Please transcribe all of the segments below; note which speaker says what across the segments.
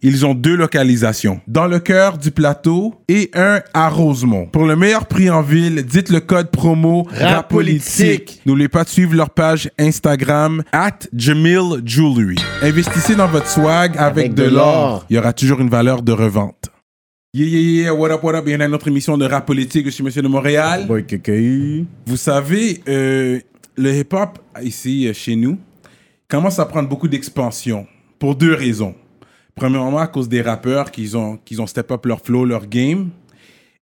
Speaker 1: ils ont deux localisations, dans le cœur du plateau et un à Rosemont. Pour le meilleur prix en ville, dites le code promo RAPOLITIQUE. N'oubliez pas de suivre leur page Instagram at Jamil Jewelry. Investissez dans votre swag avec,
Speaker 2: Avec
Speaker 1: de
Speaker 2: de
Speaker 1: l'or.
Speaker 2: l'or.
Speaker 1: Il y aura toujours une valeur de revente. Yeah, yeah, yeah, what up, what up. Bienvenue à notre émission de rap politique. Je suis Monsieur de Montréal.
Speaker 2: Boy Kéké.
Speaker 1: Vous savez, euh, le hip-hop, ici, euh, chez nous, commence à prendre beaucoup d'expansion pour deux raisons. Premièrement, à cause des rappeurs qu'ils ont, qu'ils ont step up leur flow, leur game.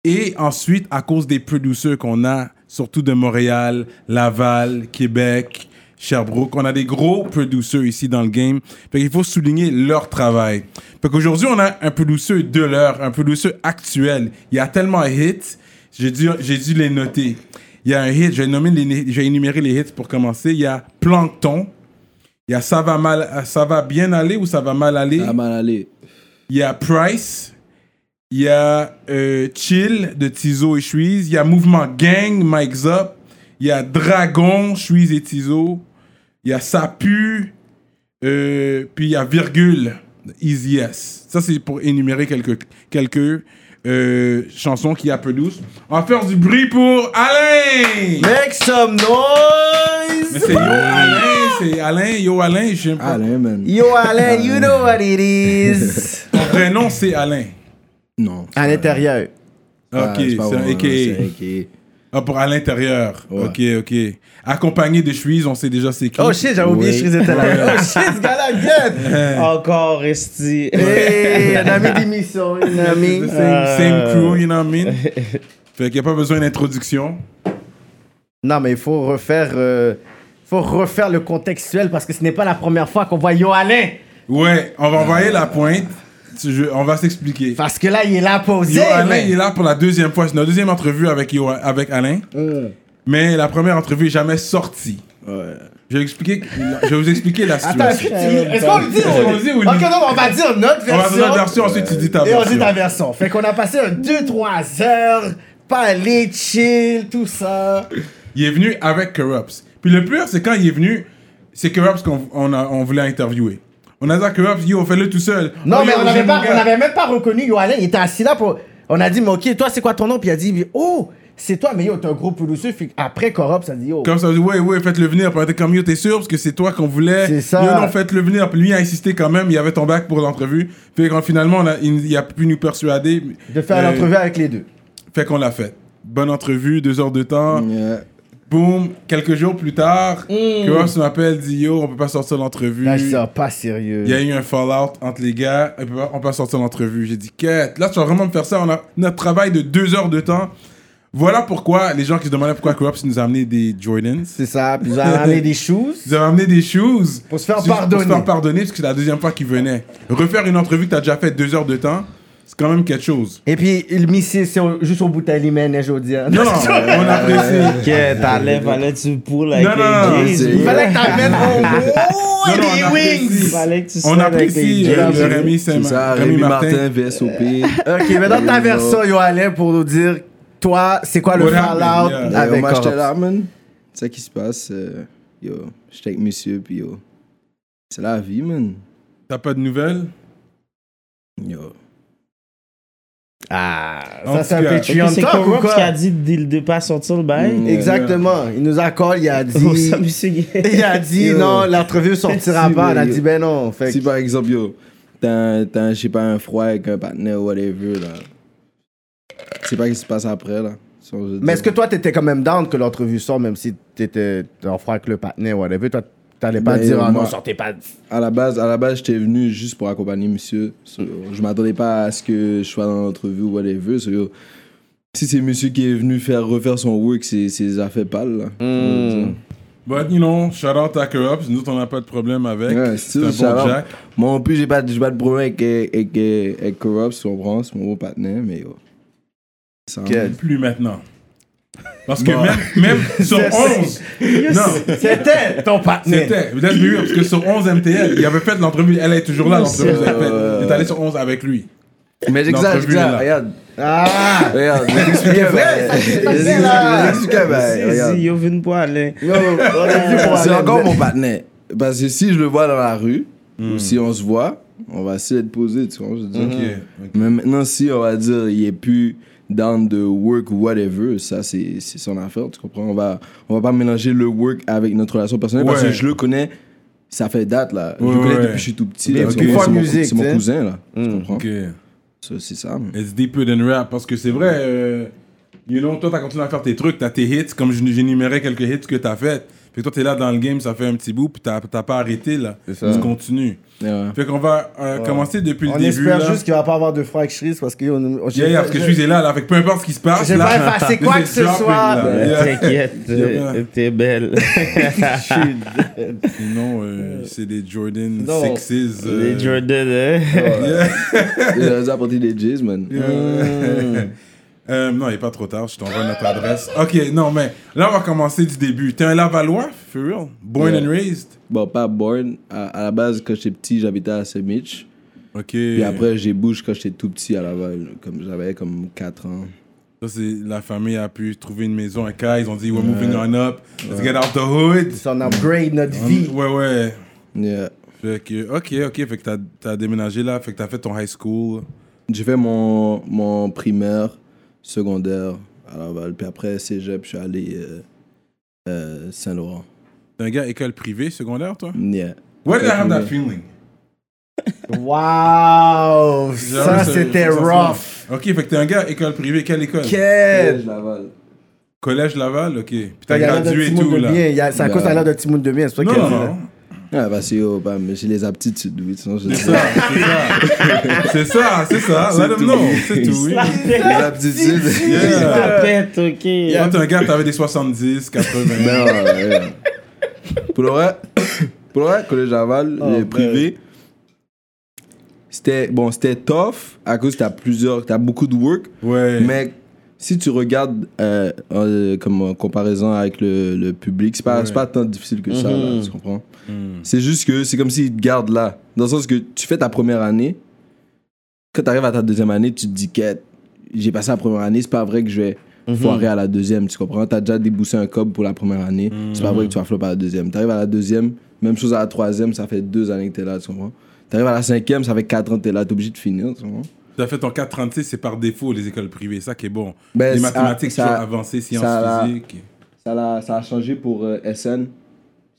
Speaker 1: Et ensuite, à cause des producers qu'on a, surtout de Montréal, Laval, Québec, Sherbrooke. On a des gros producers ici dans le game. Fait qu'il faut souligner leur travail. Fait qu'aujourd'hui, on a un producer de l'heure, un producer actuel. Il y a tellement de hits, j'ai dû, j'ai dû les noter. Il y a un hit, j'ai, nommé les- j'ai énuméré les hits pour commencer. Il y a Plankton. Il y a ça va, mal, ça va bien aller ou ça va mal aller.
Speaker 3: Ah, mal aller.
Speaker 1: Il y a Price. Il y a euh, Chill de Tizo et Shuiz. Il y a Mouvement Gang, Mike's Up. Il y a Dragon, Shuiz et Tizo. Il y a Sapu. euh, puis il y a Virgule, Easy S. Ça, c'est pour énumérer quelques, quelques euh, chansons qu'il y a peu douces. On va faire du bruit pour Alain!
Speaker 2: Make some
Speaker 1: Mais
Speaker 2: noise!
Speaker 1: c'est Yo Alain, c'est Alain, Yo Alain. je sais pas.
Speaker 3: Alain, man.
Speaker 2: Yo Alain, you know what it is!
Speaker 1: Ton vrai nom, c'est Alain.
Speaker 3: Non.
Speaker 2: à l'intérieur.
Speaker 1: Ok,
Speaker 2: Ah,
Speaker 3: Ah,
Speaker 1: c'est un AKA.
Speaker 3: AKA.
Speaker 1: Ah, pour à l'intérieur.
Speaker 3: Ouais.
Speaker 1: Ok, ok. Accompagné de Chuise, on sait déjà c'est qui.
Speaker 2: Oh shit, j'avais oublié
Speaker 3: Oui.
Speaker 2: que je étaient là. Oh shit, ce gars-là, good!
Speaker 4: Encore resti.
Speaker 2: Hey, un ami d'émission, un ami.
Speaker 1: The same,
Speaker 2: Euh.
Speaker 1: same crew, you know what I mean? fait qu'il n'y a pas besoin d'introduction.
Speaker 2: Non, mais il faut refaire, euh, faut refaire le contextuel parce que ce n'est pas la première fois qu'on voit Yo Alain.
Speaker 1: Ouais, on va envoyer la pointe. Tu- je- on va s'expliquer.
Speaker 2: Parce que là, il est là posé.
Speaker 1: Yo Alain,
Speaker 2: mais-
Speaker 1: il est là pour la deuxième fois. C'est notre deuxième entrevue avec, Yo- avec Alain.
Speaker 2: Mm.
Speaker 1: Mais la première entrevue n'est jamais sortie.
Speaker 3: Ouais.
Speaker 1: Je vais, expliquer, je vais vous expliquer la
Speaker 2: Attends, est-ce
Speaker 1: situation.
Speaker 2: que tu- est-ce qu'on le dit
Speaker 1: Est-ce qu'on le dit ou
Speaker 2: Ok,
Speaker 1: non?
Speaker 2: non, mais on va dire notre
Speaker 1: on va faire
Speaker 2: version.
Speaker 1: ta version, ensuite tu dis ta
Speaker 2: Et on
Speaker 1: version.
Speaker 2: dit ta version. Fait qu'on a passé un 2-3 heures, parler, chill, tout ça.
Speaker 1: Il est venu avec Corrupts. Puis le pire, c'est quand il est venu, c'est Corrupts qu'on on a- on voulait interviewer. On a dit à Corrupts, yo, fais-le tout seul.
Speaker 2: Non,
Speaker 1: Oh,
Speaker 2: mais
Speaker 1: yo,
Speaker 2: on n'avait
Speaker 1: j'ai mon
Speaker 2: pas,
Speaker 1: gars.
Speaker 2: on avait même pas reconnu Yo Alain. Il était assis là pour. On a dit, mais ok, toi, c'est quoi ton nom? Puis il a dit, oh, c'est toi, mais yo, t'es un gros pelouseux. Fait après, Corrupt, ça dit, yo.
Speaker 1: Comme ça, on dit, ouais, ouais, faites-le venir. Puis on était comme, yo, t'es sûr, parce que c'est toi qu'on voulait.
Speaker 2: C'est ça.
Speaker 1: Yo, non, faites-le venir. Puis lui, il a insisté quand même, il avait ton bac pour l'entrevue. Puis quand finalement, on a- il, il a pu nous persuader.
Speaker 2: De faire
Speaker 1: Euh,
Speaker 2: l'entrevue avec les deux.
Speaker 1: Fait qu'on l'a fait. Bonne entrevue, deux heures de temps.
Speaker 2: Mm.
Speaker 3: Yeah.
Speaker 1: Boum, quelques jours plus tard, Corrupts m'appelle, dit, yo, on peut pas sortir l'entrevue.
Speaker 2: Là, je dis, ah, pas sérieux.
Speaker 1: Il y a eu un fallout entre les gars. et puis on peut pas sortir l'entrevue. J'ai dit, quête, là, tu vas vraiment me faire ça. On a notre travail de deux heures de temps. Voilà pourquoi les gens qui se demandaient pourquoi Corrupt nous a amené des Jordans.
Speaker 2: C'est ça. Puis ils ont ramené des choses.
Speaker 1: Ils ont amené des shoes.
Speaker 2: Pour se faire
Speaker 1: Juste Pour se
Speaker 2: pardonner.
Speaker 1: faire pardonner, parce que c'est la deuxième fois qu'ils venaient. Refaire une entrevue que tu as déjà fait deux heures de temps, c'est quand même quelque chose.
Speaker 2: Et puis, le missile, c'est au- juste au bout de la limène, je veux dire.
Speaker 1: Non, non, on apprécie.
Speaker 4: Que ta lèvre allait du pool avec
Speaker 1: Non, non, non,
Speaker 4: les
Speaker 3: c'est-
Speaker 4: gays.
Speaker 2: Il fallait que t'amènes
Speaker 1: Non,
Speaker 2: au
Speaker 1: non,
Speaker 2: des
Speaker 1: on
Speaker 4: Il
Speaker 1: apprécie.
Speaker 2: wings.
Speaker 4: fallait que tu
Speaker 1: On
Speaker 4: sois avec les
Speaker 1: apprécie euh,
Speaker 4: gays.
Speaker 1: le Rémi, Saint-
Speaker 3: C'est ça,
Speaker 1: Rémi
Speaker 3: Rémi Martin, VSOP.
Speaker 2: Ok, mais dans ta version, Yoann, pour nous dire, toi, c'est quoi le
Speaker 1: What
Speaker 2: fallout
Speaker 1: happened, yeah.
Speaker 3: Avec
Speaker 2: avec
Speaker 3: moi, j'étais
Speaker 2: Corrupt?
Speaker 3: là, man. C'est ça qui se passe. euh, yo, j'étais avec monsieur, puis yo. C'est la vie, man.
Speaker 1: T'as pas de nouvelles
Speaker 3: Yo.
Speaker 2: Ah,
Speaker 1: En
Speaker 2: ça, c'est
Speaker 1: tout cas.
Speaker 2: un
Speaker 4: Fait que
Speaker 2: Patreon
Speaker 4: C'est
Speaker 2: talk ou
Speaker 4: Corrupt qui a
Speaker 2: quoi?
Speaker 4: dit de de pas sortir le
Speaker 2: Mm.
Speaker 4: bail.
Speaker 2: Exactement. Il nous a call, il a
Speaker 4: Oh, ça,
Speaker 2: dit...
Speaker 4: monsieur Gay.
Speaker 2: Il a dit,
Speaker 3: Yo.
Speaker 2: non, l'entrevue sortira
Speaker 3: Si,
Speaker 2: pas. On a
Speaker 3: mais-
Speaker 2: dit, ben non. Fait
Speaker 3: Si
Speaker 2: que-
Speaker 3: par exemple, yo, t'as, un- t'as un, je sais pas, un froid avec un partenaire ou whatever, là. Je sais pas ce qui se passe après, là. Si on veut
Speaker 2: Mais
Speaker 3: dire.
Speaker 2: est-ce que toi, t'étais quand même down que l'entrevue sorte, même si t'étais en froid avec le partenaire ou whatever? Toi, t'allais pas
Speaker 3: Ben,
Speaker 2: dire, ah non,
Speaker 3: moi-
Speaker 2: sortez pas.
Speaker 3: À la base, à la base, j'étais venu juste pour accompagner monsieur. So, je m'attendais pas à ce que je sois dans l'entrevue ou whatever. So, yo, si c'est monsieur qui est venu faire refaire son work, c'est, c'est des affaires pâles, là.
Speaker 1: But you know, shout out à Corrupt. Nous, on n'a pas de problème avec.
Speaker 3: Ouais,
Speaker 1: c'est
Speaker 3: c'est
Speaker 1: un
Speaker 3: sûr, shout
Speaker 1: bon
Speaker 3: out.
Speaker 1: Jack.
Speaker 3: Moi en plus, j'ai pas, j'ai pas de problème avec, avec, avec, avec Corrupt, si on prend, c'est mon bon partenaire, mais yo. Ça, Quel-
Speaker 1: Plus maintenant. Parce que même, même sur 11, non,
Speaker 2: C'était ton partenaire.
Speaker 1: c'était, let's be real, parce que sur 11 MTL, il avait fait l'entrevue, elle est toujours là, l'entrevue, elle a fait- il est allé sur 11 avec lui.
Speaker 3: Mais j'exagère,
Speaker 1: L'entrevue est là.
Speaker 3: j'exagère, regarde.
Speaker 2: Ah!
Speaker 3: Regarde, je vais t'expliquer, ben. Je vais
Speaker 2: là.
Speaker 3: t'expliquer, ben, regarde.
Speaker 4: Si, yo, venu pour aller.
Speaker 3: C'est encore mon partenaire. Parce que si je le vois dans la rue, ou si on se voit, on va essayer de poser, tu vois. je veux dire.
Speaker 1: Ok.
Speaker 3: Mais maintenant, si on va dire il est plus down de work ou whatever, ça c'est c'est son affaire, tu comprends? On va, on va pas mélanger le work avec notre relation personnelle parce
Speaker 1: Ouais.
Speaker 3: que je le connais, ça fait date là. je
Speaker 1: Ouais,
Speaker 3: le connais
Speaker 1: ouais.
Speaker 3: depuis que je suis tout petit. là,
Speaker 2: Mais
Speaker 3: tu
Speaker 2: ok.
Speaker 3: comprends?
Speaker 2: Fun
Speaker 3: C'est mon-
Speaker 2: music,
Speaker 3: C'est mon,
Speaker 2: tu sais.
Speaker 3: cousin là, tu comprends?
Speaker 1: Ok.
Speaker 3: Ça, C'est ça. mais-
Speaker 1: It's deeper than rap, parce que c'est vrai, euh, you know, toi, t'as continué à faire tes trucs, t'as tes hits, comme je- j'énumérais quelques hits que t'as fait. Fait que toi, t'es là dans le game, ça fait un petit bout, puis t'as t'as pas arrêté, là.
Speaker 3: C'est ça.
Speaker 1: Tu continues.
Speaker 3: Ouais.
Speaker 1: Fait qu'on va euh, commencer depuis
Speaker 2: On
Speaker 1: le début,
Speaker 2: espère
Speaker 1: là.
Speaker 2: juste qu'il va pas avoir de froid avec Chris parce que. on- on-
Speaker 1: Yeah, yeah, parce que je suis là, là, fait que peu importe ce qui se passe.
Speaker 2: J'ai
Speaker 1: là,
Speaker 2: pas effacé quoi que
Speaker 1: this is
Speaker 2: ce soit.
Speaker 1: dropping, là. Yeah.
Speaker 4: T'inquiète, euh, t'es belle.
Speaker 1: Sinon, euh, c'est des Jordan euh,
Speaker 2: Non.
Speaker 1: 6s.
Speaker 4: Les Jordan, hein.
Speaker 3: Il a dû apporter des J's, man. Mm.
Speaker 1: Euh, non, il est pas trop tard, je t'envoie notre adresse. Ok, non, mais là, on va commencer du début. T'es un Lavallois, for real? Born
Speaker 3: Yeah.
Speaker 1: and raised?
Speaker 3: Bon, pas born. À, à la base, quand j'étais petit, j'habitais à Semitch.
Speaker 1: Ok.
Speaker 3: Puis après, j'ai bougé quand j'étais tout petit à la base. Comme j'avais comme 4 ans.
Speaker 1: Ça, c'est la famille a pu trouver une maison, un cas. Ils ont dit, we're moving on up. Let's get out the hood.
Speaker 2: Si on upgrade notre vie.
Speaker 1: Ouais, ouais.
Speaker 3: Yeah.
Speaker 1: Fait que, ok, ok. Fait que t'as t'as déménagé là. Fait que t'as fait ton high school.
Speaker 3: J'ai fait mon, mon primaire, secondaire à Laval. Puis après, cégep, je suis allé euh, euh, Saint-Laurent.
Speaker 1: T'es un gars école privée, secondaire, toi?
Speaker 3: Yeah.
Speaker 1: Where did I have that
Speaker 3: Privé.
Speaker 1: feeling?
Speaker 2: Wow! Ça,
Speaker 1: J'avoue,
Speaker 2: c'était
Speaker 1: ça, ça,
Speaker 2: rough.
Speaker 1: Ok, fait que t'es un gars école privée. Quelle école?
Speaker 2: Quel!
Speaker 3: Laval.
Speaker 1: Collège Laval, ok. Puis
Speaker 2: Il
Speaker 1: t'as
Speaker 2: y a l'air d'un
Speaker 1: gradué
Speaker 2: petit
Speaker 1: et
Speaker 2: monde
Speaker 1: tout,
Speaker 2: de
Speaker 1: là.
Speaker 2: bien. Il y a- C'est à cause de l'air d'un petit monde de bien. C'est pour ça
Speaker 1: Non,
Speaker 2: qu'il a
Speaker 1: non,
Speaker 2: dit, là.
Speaker 1: non.
Speaker 3: Ouais, parce que oh, bah, mais j'ai les aptitudes, oui. Sinon, je
Speaker 1: C'est ça, c'est ça. C'est ça, c'est ça. Let them know. C'est tout, oui.
Speaker 3: Les aptitudes.
Speaker 1: Yeah.
Speaker 4: La pète, ok.
Speaker 1: Quand t'es un gars, t'avais des 70, 80.
Speaker 3: Non, ouais. Pour le vrai, pour le vrai, collège Laval,
Speaker 2: Oh,
Speaker 3: le privé, c'était bon, c'était tough à cause que t'as plusieurs, t'as beaucoup de work,
Speaker 1: Ouais.
Speaker 3: mais si tu regardes euh, en, euh, comme en comparaison avec le, le public, c'est pas, c'est pas tant difficile que ça,
Speaker 1: Mhm.
Speaker 3: là, tu comprends?
Speaker 1: Hmm.
Speaker 3: C'est juste que c'est comme s'ils te gardent là, dans le sens que tu fais ta première année, quand t'arrives à ta deuxième année, tu te dis qu'est j'ai passé la première année, c'est pas vrai que je vais
Speaker 1: Mhm.
Speaker 3: foirer à la deuxième, tu comprends? T'as déjà déboussé un cob pour la première année,
Speaker 1: Hmm.
Speaker 3: c'est pas vrai que tu vas flop à la deuxième. T'arrives à la deuxième, même chose à la troisième, ça fait deux années que t'es là, tu comprends? T'arrives à la cinquième, ça fait quatre ans que t'es là, t'es obligé de finir, tu comprends?
Speaker 1: T'as fait ton 4,36, c'est par défaut les écoles privées, ça qui est bon.
Speaker 3: Ben,
Speaker 1: les
Speaker 3: ça-
Speaker 1: mathématiques,
Speaker 3: ça-
Speaker 1: ça, avancées, sciences
Speaker 3: ça-
Speaker 1: physiques.
Speaker 3: Ça, l'a- ça a changé pour euh, SN,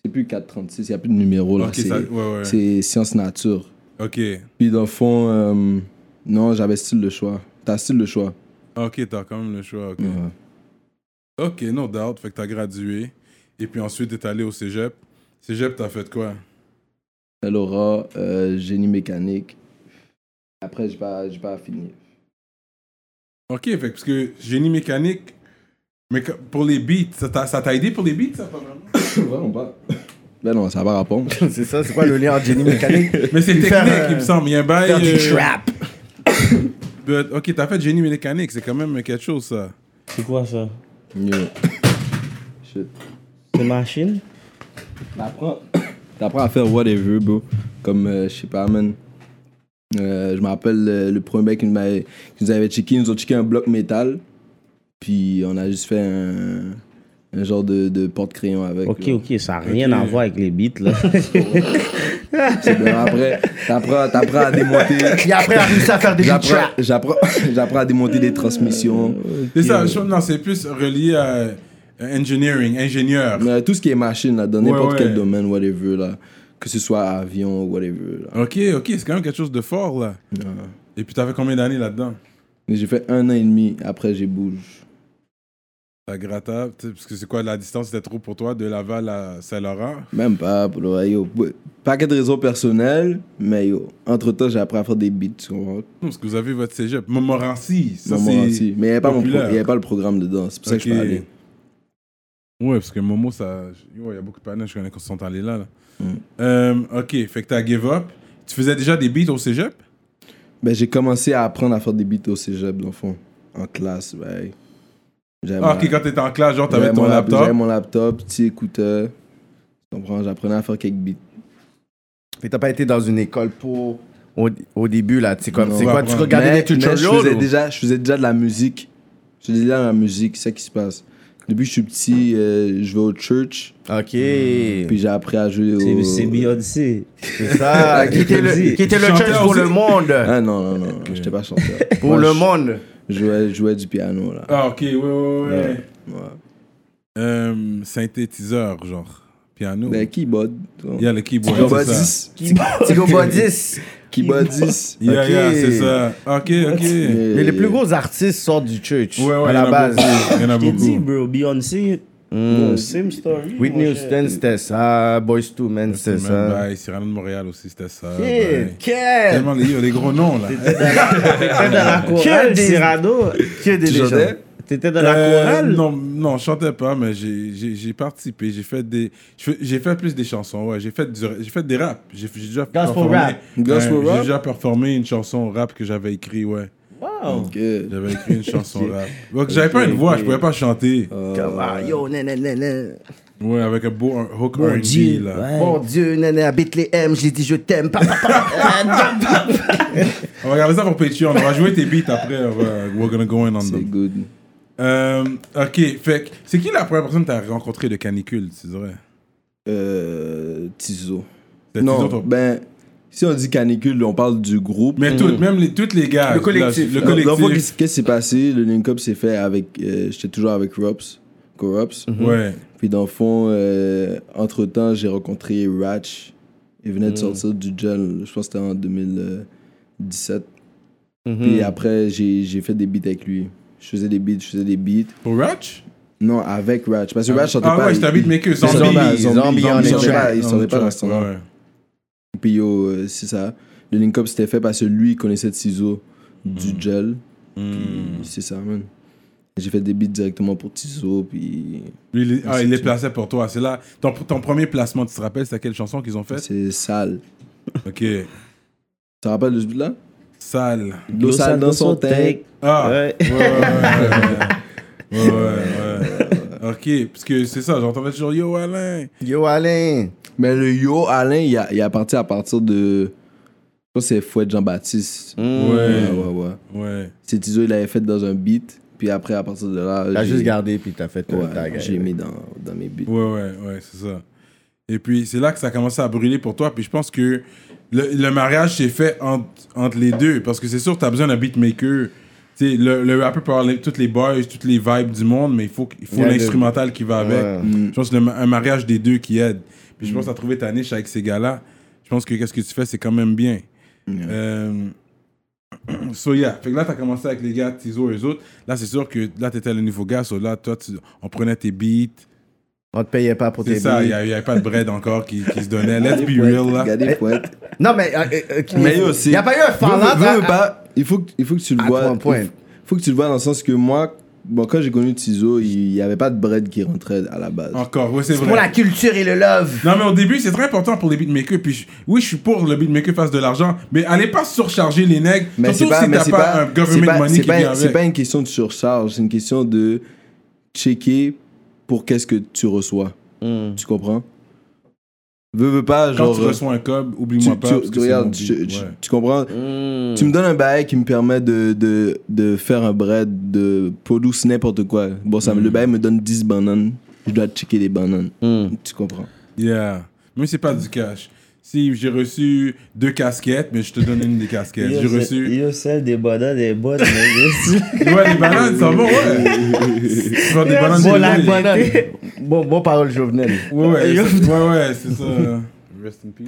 Speaker 3: c'est plus 436, il n'y a plus de numéro là,
Speaker 1: Ok,
Speaker 3: c'est
Speaker 1: ça- ouais, ouais.
Speaker 3: c'est science nature.
Speaker 1: Ok,
Speaker 3: Puis dans le fond, euh, non, j'avais style de choix. T'as style de choix. Euh,
Speaker 1: ok, t'as quand même le choix. Ok,
Speaker 3: Ouais.
Speaker 1: Ok, no doubt, fait que t'as gradué. Et puis ensuite, t'es allé au cégep. Cégep, t'as fait quoi
Speaker 3: Laura, euh, génie mécanique. Après, j'ai pas, j'ai pas fini.
Speaker 1: Ok, fait que parce que génie mécanique, mais que- pour les beats, ça t'a ça t'a aidé pour les beats, ça pas vraiment
Speaker 3: Vraiment pas. Ben non, ça va répondre.
Speaker 2: hein. C'est ça, c'est quoi le lien entre génie mécanique?
Speaker 1: Mais c'est technique,
Speaker 2: Faire, euh,
Speaker 1: il me semble. Il y a un bail.
Speaker 2: Faire du
Speaker 1: euh,
Speaker 2: trap.
Speaker 1: but- ok, t'as fait génie mécanique, c'est quand même quelque chose, ça.
Speaker 4: C'est quoi ça?
Speaker 3: Yo. Shit.
Speaker 4: C'est machine?
Speaker 3: T'apprends. T'apprends à faire whatever, bro. Comme, euh, je sais pas, man. Euh, je me rappelle euh, le premier mec qui nous avait, qui nous avait checké, ils nous ont checké un bloc métal. Puis on a juste fait un, un genre de, de porte-crayon avec.
Speaker 4: Ok,
Speaker 3: là.
Speaker 4: ok, ça n'a rien à voir avec les beats, là.
Speaker 3: C'est bien. Après, t'apprends, t'apprends à démonter.
Speaker 2: Et après, il a réussi à faire des beats
Speaker 3: J'apprends,
Speaker 2: trap.
Speaker 3: j'apprends, j'apprends à démonter des transmissions.
Speaker 1: C'est ça, je trouve- non, c'est plus relié à euh, engineering, ingénieur.
Speaker 3: Mais tout ce qui est machine, là, dans n'importe
Speaker 1: ouais.
Speaker 3: quel domaine, whatever, là. Que ce soit avion, whatever, là.
Speaker 1: Ok, ok, c'est quand même quelque chose de fort là. Et puis t'as fait combien d'années là-dedans
Speaker 3: Mais J'ai fait un an et demi, après j'ai bouge.
Speaker 1: T'as grattable, tu sais, parce que c'est quoi la distance c'était trop pour toi de Laval à Saint-Laurent
Speaker 3: Même pas, pour le yo. Paquet de raisons personnelles, mais yo. Entre-temps, j'ai appris à faire des beats, tu comprends?
Speaker 1: Non, Parce que vous avez votre cégep, Montmorency, ça
Speaker 3: Montmorency.
Speaker 1: c'est
Speaker 3: Mais il n'y avait, pas mon pro-
Speaker 1: populaire.
Speaker 3: il y avait pas le programme dedans, c'est pour ça que je
Speaker 1: Ok.
Speaker 3: suis pas allé.
Speaker 1: Ouais, parce que Momo, ça, il y a beaucoup de panneaux, je connais qui sont allés là. là.
Speaker 3: Mm.
Speaker 1: Euh, ok, fait que t'as give up. Tu faisais déjà des beats au cégep
Speaker 3: Ben, j'ai commencé à apprendre à faire des beats au cégep, dans le fond. en classe, ouais. J'avais
Speaker 1: Ah,
Speaker 3: mon-
Speaker 1: ok, quand t'étais en classe, genre, t'avais
Speaker 3: j'avais
Speaker 1: ton
Speaker 3: ben, mon lap- J'avais
Speaker 1: laptop.
Speaker 3: mon laptop, petit écouteur. Tu comprends? J'apprenais à faire quelques beats.
Speaker 2: Fait que t'as pas été dans une école pour. Au, au début, là, c'est comme.
Speaker 3: Non.
Speaker 2: C'est quoi, tu
Speaker 1: Apprendre.
Speaker 2: regardais
Speaker 3: mais,
Speaker 2: des tutorials
Speaker 3: mais je, faisais
Speaker 2: ou-
Speaker 3: déjà, je faisais déjà de la musique. Je faisais déjà de la musique, c'est ça qui se passe. Depuis que je suis petit, euh, je vais au church,
Speaker 1: Hmm.
Speaker 2: Ok.
Speaker 3: puis j'ai appris à jouer
Speaker 4: C'est
Speaker 3: au...
Speaker 4: c'est Beyoncé.
Speaker 2: C'est ça. quitter le,
Speaker 4: Vas-y.
Speaker 2: quitter le
Speaker 1: Chanteur
Speaker 2: church pour
Speaker 1: aussi.
Speaker 2: le monde.
Speaker 3: Ah non, non, non, non, j'étais pas chanteur.
Speaker 2: Euh. Pour
Speaker 3: Moi,
Speaker 2: le
Speaker 3: je-
Speaker 2: monde.
Speaker 3: Je jouais, je jouais du piano, là.
Speaker 1: Ah, ok, ouais, ouais, ouais.
Speaker 3: Ouais.
Speaker 1: Euh, synthétiseur, genre. Piano.
Speaker 3: Mais Ben, keyboard.
Speaker 1: Il y a le keyboard.
Speaker 3: Keyboard
Speaker 1: c'est ça.
Speaker 3: 10.
Speaker 2: Tigo Bodis.
Speaker 3: Keyboard 10.
Speaker 1: Yeah,
Speaker 2: Ok.
Speaker 1: yeah, c'est ça. Ok, ok.
Speaker 2: Mais les plus gros artistes sortent du church.
Speaker 1: Ouais, ouais,
Speaker 2: à
Speaker 1: il y en
Speaker 2: la
Speaker 1: a
Speaker 2: base.
Speaker 1: beaucoup, Il y en a
Speaker 4: Je t'ai dit,
Speaker 1: beaucoup.
Speaker 4: bro, Beyoncé,
Speaker 2: Mm.
Speaker 4: same story.
Speaker 2: Whitney
Speaker 4: mon cher.
Speaker 2: Houston, c'était ça. Boys to Men, c'était
Speaker 1: Même
Speaker 2: ça.
Speaker 1: bail, Cyrano de Montréal aussi, c'était ça. bail.
Speaker 2: Kid, Kid,
Speaker 1: Tellement les, yo, les gros noms, là.
Speaker 4: T'étais dans la
Speaker 2: Quel
Speaker 4: chorale,
Speaker 2: des-
Speaker 4: Cyrano.
Speaker 2: Kid des
Speaker 3: Tu
Speaker 2: légendes.
Speaker 3: chantais?
Speaker 4: T'étais dans la
Speaker 1: Euh,
Speaker 4: chorale.
Speaker 1: Non, non, je chantais pas, mais j'ai- j'ai j'ai participé. J'ai fait des, je fais- j'ai fait plus des chansons. Ouais, j'ai fait, du- j'ai fait des rap. J'ai j'ai déjà performé.
Speaker 2: rap.
Speaker 3: Gospel
Speaker 1: ouais, J'ai
Speaker 3: rap?
Speaker 1: déjà performé une chanson rap que j'avais écrit. Ouais,
Speaker 4: Wow.
Speaker 3: Ok.
Speaker 1: j'avais écrit une chanson rap. Donc, J'avais pas une voix, je pouvais pas chanter.
Speaker 2: Comme, ah, Yo, nanana, nanana.
Speaker 1: Ouais, avec un beau un- hook
Speaker 2: Mon
Speaker 1: R&B
Speaker 2: Dieu,
Speaker 1: là.
Speaker 2: mon Dieu, nanana, Bethléem, j'ai dit je t'aime. pa, pa, pa.
Speaker 1: On va regarder ça pour Patreon. On va jouer tes beats après. on va- we're gonna go in on
Speaker 3: C'est
Speaker 1: them.
Speaker 3: good.
Speaker 1: Euh, ok, fait que- c'est qui la première personne que t'as rencontrée de canicule, tu dirais?
Speaker 3: Euh, Tizo.
Speaker 1: T'as Tizo,
Speaker 3: Non,
Speaker 1: toi?
Speaker 3: ben, mm. si on dit canicule, on parle du groupe.
Speaker 1: Mais toutes, même les, toutes les gars.
Speaker 2: Le collectif.
Speaker 1: là,
Speaker 3: La- la
Speaker 1: le
Speaker 3: fois,
Speaker 1: collectif.
Speaker 3: Qu'est-ce qu'est-ce qui s'est passé? Le link-up s'est fait avec. euh, J'étais toujours avec Rops. Corrups.
Speaker 1: Ouais.
Speaker 3: Puis dans le fond, euh, entre-temps, j'ai rencontré Ratch. Il venait de sortir du gel, je pense que c'était en 2017. Puis après, j'ai j'ai fait des beats avec lui. Je faisais des beats, je faisais des beats.
Speaker 1: Pour Ratch?
Speaker 3: Non, avec Ratch. Parce que Ratch chantait
Speaker 1: Ah
Speaker 3: pas.
Speaker 1: ouais,
Speaker 3: il-
Speaker 1: je t'habite, mais que
Speaker 3: il-
Speaker 1: zombie.
Speaker 3: Zombie,
Speaker 2: Zombie,
Speaker 3: zombie,
Speaker 2: on
Speaker 3: il
Speaker 2: est
Speaker 3: chantait
Speaker 2: track,
Speaker 3: pas- il chantait pas dans ce temps-là.
Speaker 1: Ouais.
Speaker 3: Puis yo, euh, c'est ça. Le link-up, c'était fait parce que lui, il connaissait de Tizo du gel. Puis C'est ça, man. J'ai fait des beats directement pour Tizo, puis
Speaker 1: Lui, il, ah, il les plaçait pour toi. C'est là. Ton, ton premier placement, tu te rappelles, c'était quelle chanson qu'ils ont faite
Speaker 3: c'est sale.
Speaker 1: Ok.
Speaker 3: Tu te rappelles de ce beat-là?
Speaker 1: Sale.
Speaker 3: L'eau sale dans son tank.
Speaker 1: Ah.
Speaker 4: Ouais.
Speaker 1: Ouais, ouais, ouais, ouais. ouais, ouais, ouais. Ok, parce que c'est ça, j'entendais toujours Yo Alain.
Speaker 2: Yo, Alain.
Speaker 3: Mais le Yo Alain, il a, il a parti à partir de. Je pense que c'est Fouet
Speaker 2: Mmh.
Speaker 3: Jean-Baptiste.
Speaker 1: Ouais.
Speaker 3: ouais, ouais. ouais.
Speaker 1: Ouais.
Speaker 3: C'est Tizo, il l'avait fait dans un beat. Puis après, à partir de là.
Speaker 2: T'as
Speaker 3: j'ai-
Speaker 2: juste gardé puis t'as fait ton
Speaker 3: Ouais,
Speaker 2: tag.
Speaker 3: j'ai mis dans, dans mes beats.
Speaker 1: Ouais, ouais, ouais, c'est ça. Et puis, c'est là que ça a commencé à brûler pour toi. Puis, je pense que le, le mariage s'est fait entre, entre les deux. Parce que c'est sûr, tu as besoin d'un beatmaker. Tu sais, le, le rapper peut avoir les- toutes les boys, toutes les vibes du monde, mais il faut, qu- il faut
Speaker 2: Il y a
Speaker 1: l'instrumental qui va avec.
Speaker 2: Ouais.
Speaker 1: Je pense que le ma- un mariage des deux qui aide. Puis, je pense que tu trouvé ta niche avec ces gars-là. Je pense que qu'est-ce que tu fais, c'est quand même bien. Euh, So yeah, fait que là t'as commencé avec les gars Tizo et les autres. Là c'est sûr que là t'étais le nouveau gars, so là toi tu- on prenait tes beats,
Speaker 2: On te payait pas pour tes
Speaker 1: c'est ça, il n'y
Speaker 2: billets.
Speaker 1: avait pas de bread encore qui, qui se donnait. Let's be real, là.
Speaker 3: Regardez Fouet.
Speaker 2: Non, Eh, mais. euh, euh, euh,
Speaker 3: Mais yo, c'est-
Speaker 2: y a pas eu un
Speaker 3: Veux,
Speaker 2: fallant
Speaker 3: veux,
Speaker 2: à-
Speaker 3: veux pas, il, faut que, il faut que tu le
Speaker 2: À
Speaker 3: vois.
Speaker 2: trois points.
Speaker 3: Il faut, faut que tu le vois dans le sens que moi, bon, quand j'ai connu Tizo, il n'y avait pas de bread qui rentrait à la base.
Speaker 1: Encore, oui, c'est
Speaker 2: pour la
Speaker 1: vrai.
Speaker 2: culture et le love.
Speaker 1: Non, mais au début, c'est très important pour les beatmakers. Puis je- oui, je suis pour le beatmaker fasse de l'argent, mais allez pas surcharger les nègres.
Speaker 3: Mais c'est
Speaker 1: surtout
Speaker 3: pas,
Speaker 1: si
Speaker 3: mais
Speaker 1: t'as
Speaker 3: c'est
Speaker 1: pas, un
Speaker 3: pas, c'est
Speaker 1: government
Speaker 3: pas-
Speaker 1: money
Speaker 3: c'est
Speaker 1: qui vient
Speaker 3: pas, c'est
Speaker 1: avec.
Speaker 3: pas une question de surcharge, c'est une question de checker pour qu'est-ce que tu reçois. Tu comprends? Veux, veux pas,
Speaker 1: Quand
Speaker 3: genre. euh,
Speaker 1: tu reçois un cob,
Speaker 3: tu,
Speaker 1: oublie-moi pas.
Speaker 3: tu-
Speaker 1: parce
Speaker 3: tu
Speaker 1: que c'est mon
Speaker 3: regardes,
Speaker 1: beat.
Speaker 3: tu, tu-
Speaker 1: Ouais.
Speaker 3: tu comprends? Tu me donnes un bail qui me permet de, de, de faire un bread, de produire n'importe quoi. Bon,
Speaker 1: Hmm.
Speaker 3: ça, me- le bail me donne 10 bananes. Je dois checker les bananes. Tu comprends?
Speaker 1: Yeah. Même si c'est pas du cash. Si j'ai reçu deux casquettes, mais je te donne une des casquettes. J'ai reçu.
Speaker 4: Yo, celle des bananes, des bottes, mais
Speaker 1: Ouais, les bananes, ça va, ouais. Tu prends des bananes
Speaker 2: Bon,
Speaker 1: de
Speaker 2: la
Speaker 1: lait.
Speaker 2: banane. Bon, bon parole Jovenel.
Speaker 1: Ouais, ouais, c'est- ouais, ouais, c'est ça. Rest in peace.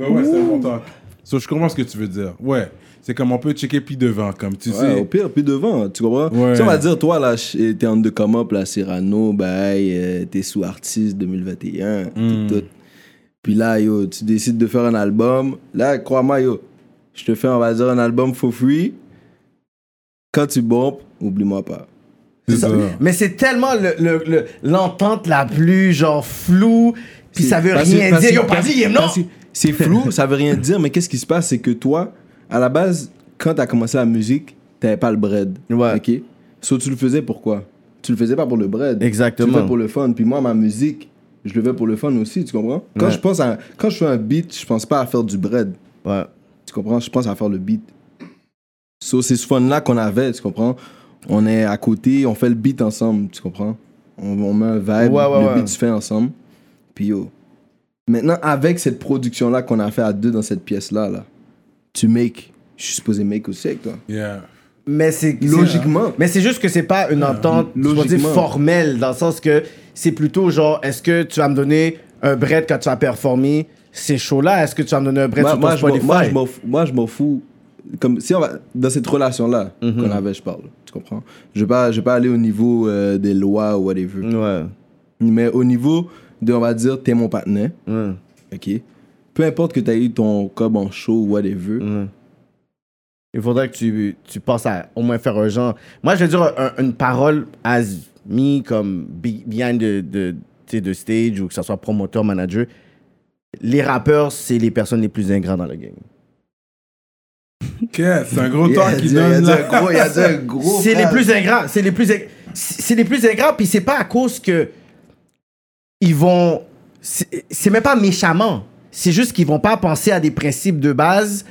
Speaker 1: Ouais, ouais, c'est important. So, je comprends ce que tu veux dire. Ouais, c'est comme on peut checker puis devant, comme tu
Speaker 3: Ouais,
Speaker 1: sais.
Speaker 3: au pire, puis devant, tu comprends?
Speaker 1: Ouais.
Speaker 3: Si on va dire, toi, là, ch- t'es en deux come up, là, Cyrano, bail, euh, t'es sous-artiste 2021, tout, tout. Puis là, yo, tu décides de faire un album. Là, crois-moi, yo, je te fais, on va dire, un album for free. Quand tu bombes, oublie-moi pas.
Speaker 1: C'est
Speaker 2: Ça-
Speaker 1: ça.
Speaker 2: Mais c'est tellement le- le- le- l'entente la plus genre floue, puis ça veut
Speaker 3: Parce que-
Speaker 2: rien
Speaker 3: parce
Speaker 2: dire.
Speaker 3: que-
Speaker 2: Yo, pas
Speaker 3: parce-
Speaker 2: dit, il est non.
Speaker 3: parce que C'est flou, ça veut rien dire, mais qu'est-ce qui se passe, c'est que toi, à la base, quand t'as commencé la musique, t'avais pas le bread.
Speaker 4: Ouais.
Speaker 3: Ok? So, tu le faisais pourquoi? Tu le faisais pas pour le bread. Tu le
Speaker 4: Exactement.
Speaker 3: fais pour le fun. Puis moi, ma musique, je le fais pour le fun aussi, tu comprends? Quand,
Speaker 4: Ouais.
Speaker 3: je, pense à, quand je fais un beat, je pense pas à faire du bread.
Speaker 4: Ouais.
Speaker 3: Tu comprends? Je pense à faire le beat. So, c'est ce fun-là qu'on avait, tu comprends? On est à côté, on fait le beat ensemble, tu comprends? On, on met un vibe,
Speaker 4: Ouais, ouais,
Speaker 3: le
Speaker 4: ouais.
Speaker 3: beat se fait ensemble. Puis yo. Maintenant, avec cette production-là qu'on a fait à deux dans cette pièce-là, là, tu make. Je suis supposé make aussi avec toi.
Speaker 1: Yeah.
Speaker 2: Mais c'est c'est-
Speaker 3: Logiquement.
Speaker 2: Mais c'est juste que c'est pas une entente je vais dire,
Speaker 3: Logiquement.
Speaker 2: formelle, dans le sens que c'est plutôt genre, est-ce que tu vas me donner un bread quand tu vas performer ces shows-là Est-ce que tu vas me donner un bread
Speaker 3: Moi,
Speaker 2: sur ton
Speaker 3: moi, je m'en-
Speaker 2: Spotify
Speaker 3: moi, je m'en fous- moi, je m'en fous. Comme si on va, dans cette relation-là
Speaker 4: Mhm.
Speaker 3: qu'on avait, je parle. Tu comprends? Je vais pas, je vais pas aller au niveau euh, des lois ou whatever.
Speaker 4: Ouais.
Speaker 3: Mais au niveau de, on va dire, t'es mon partenaire.
Speaker 4: Ouais.
Speaker 3: OK? Peu importe que t'as eu ton cob en show ou whatever.
Speaker 2: Mm. Il faudrait que tu, tu passes à au moins faire un genre. Moi, je veux dire un- une parole as me comme be- behind the, the, tu sais, the stage ou que ce soit promoteur, manager. Les rappeurs, c'est les personnes les plus ingrats dans le game.
Speaker 1: Ok, c'est un gros
Speaker 3: Il a
Speaker 1: talk
Speaker 3: dit-
Speaker 1: qu'il
Speaker 3: il a
Speaker 1: donne
Speaker 3: dit
Speaker 1: là.
Speaker 3: un gros- il a dit un gros
Speaker 2: C'est les
Speaker 3: phrase.
Speaker 2: plus ingrats. C'est les plus, ing- c'est c'est les plus ingrats. Puis c'est pas à cause que ils vont. C'est c'est même pas méchamment. C'est juste qu'ils vont pas penser à des principes de base.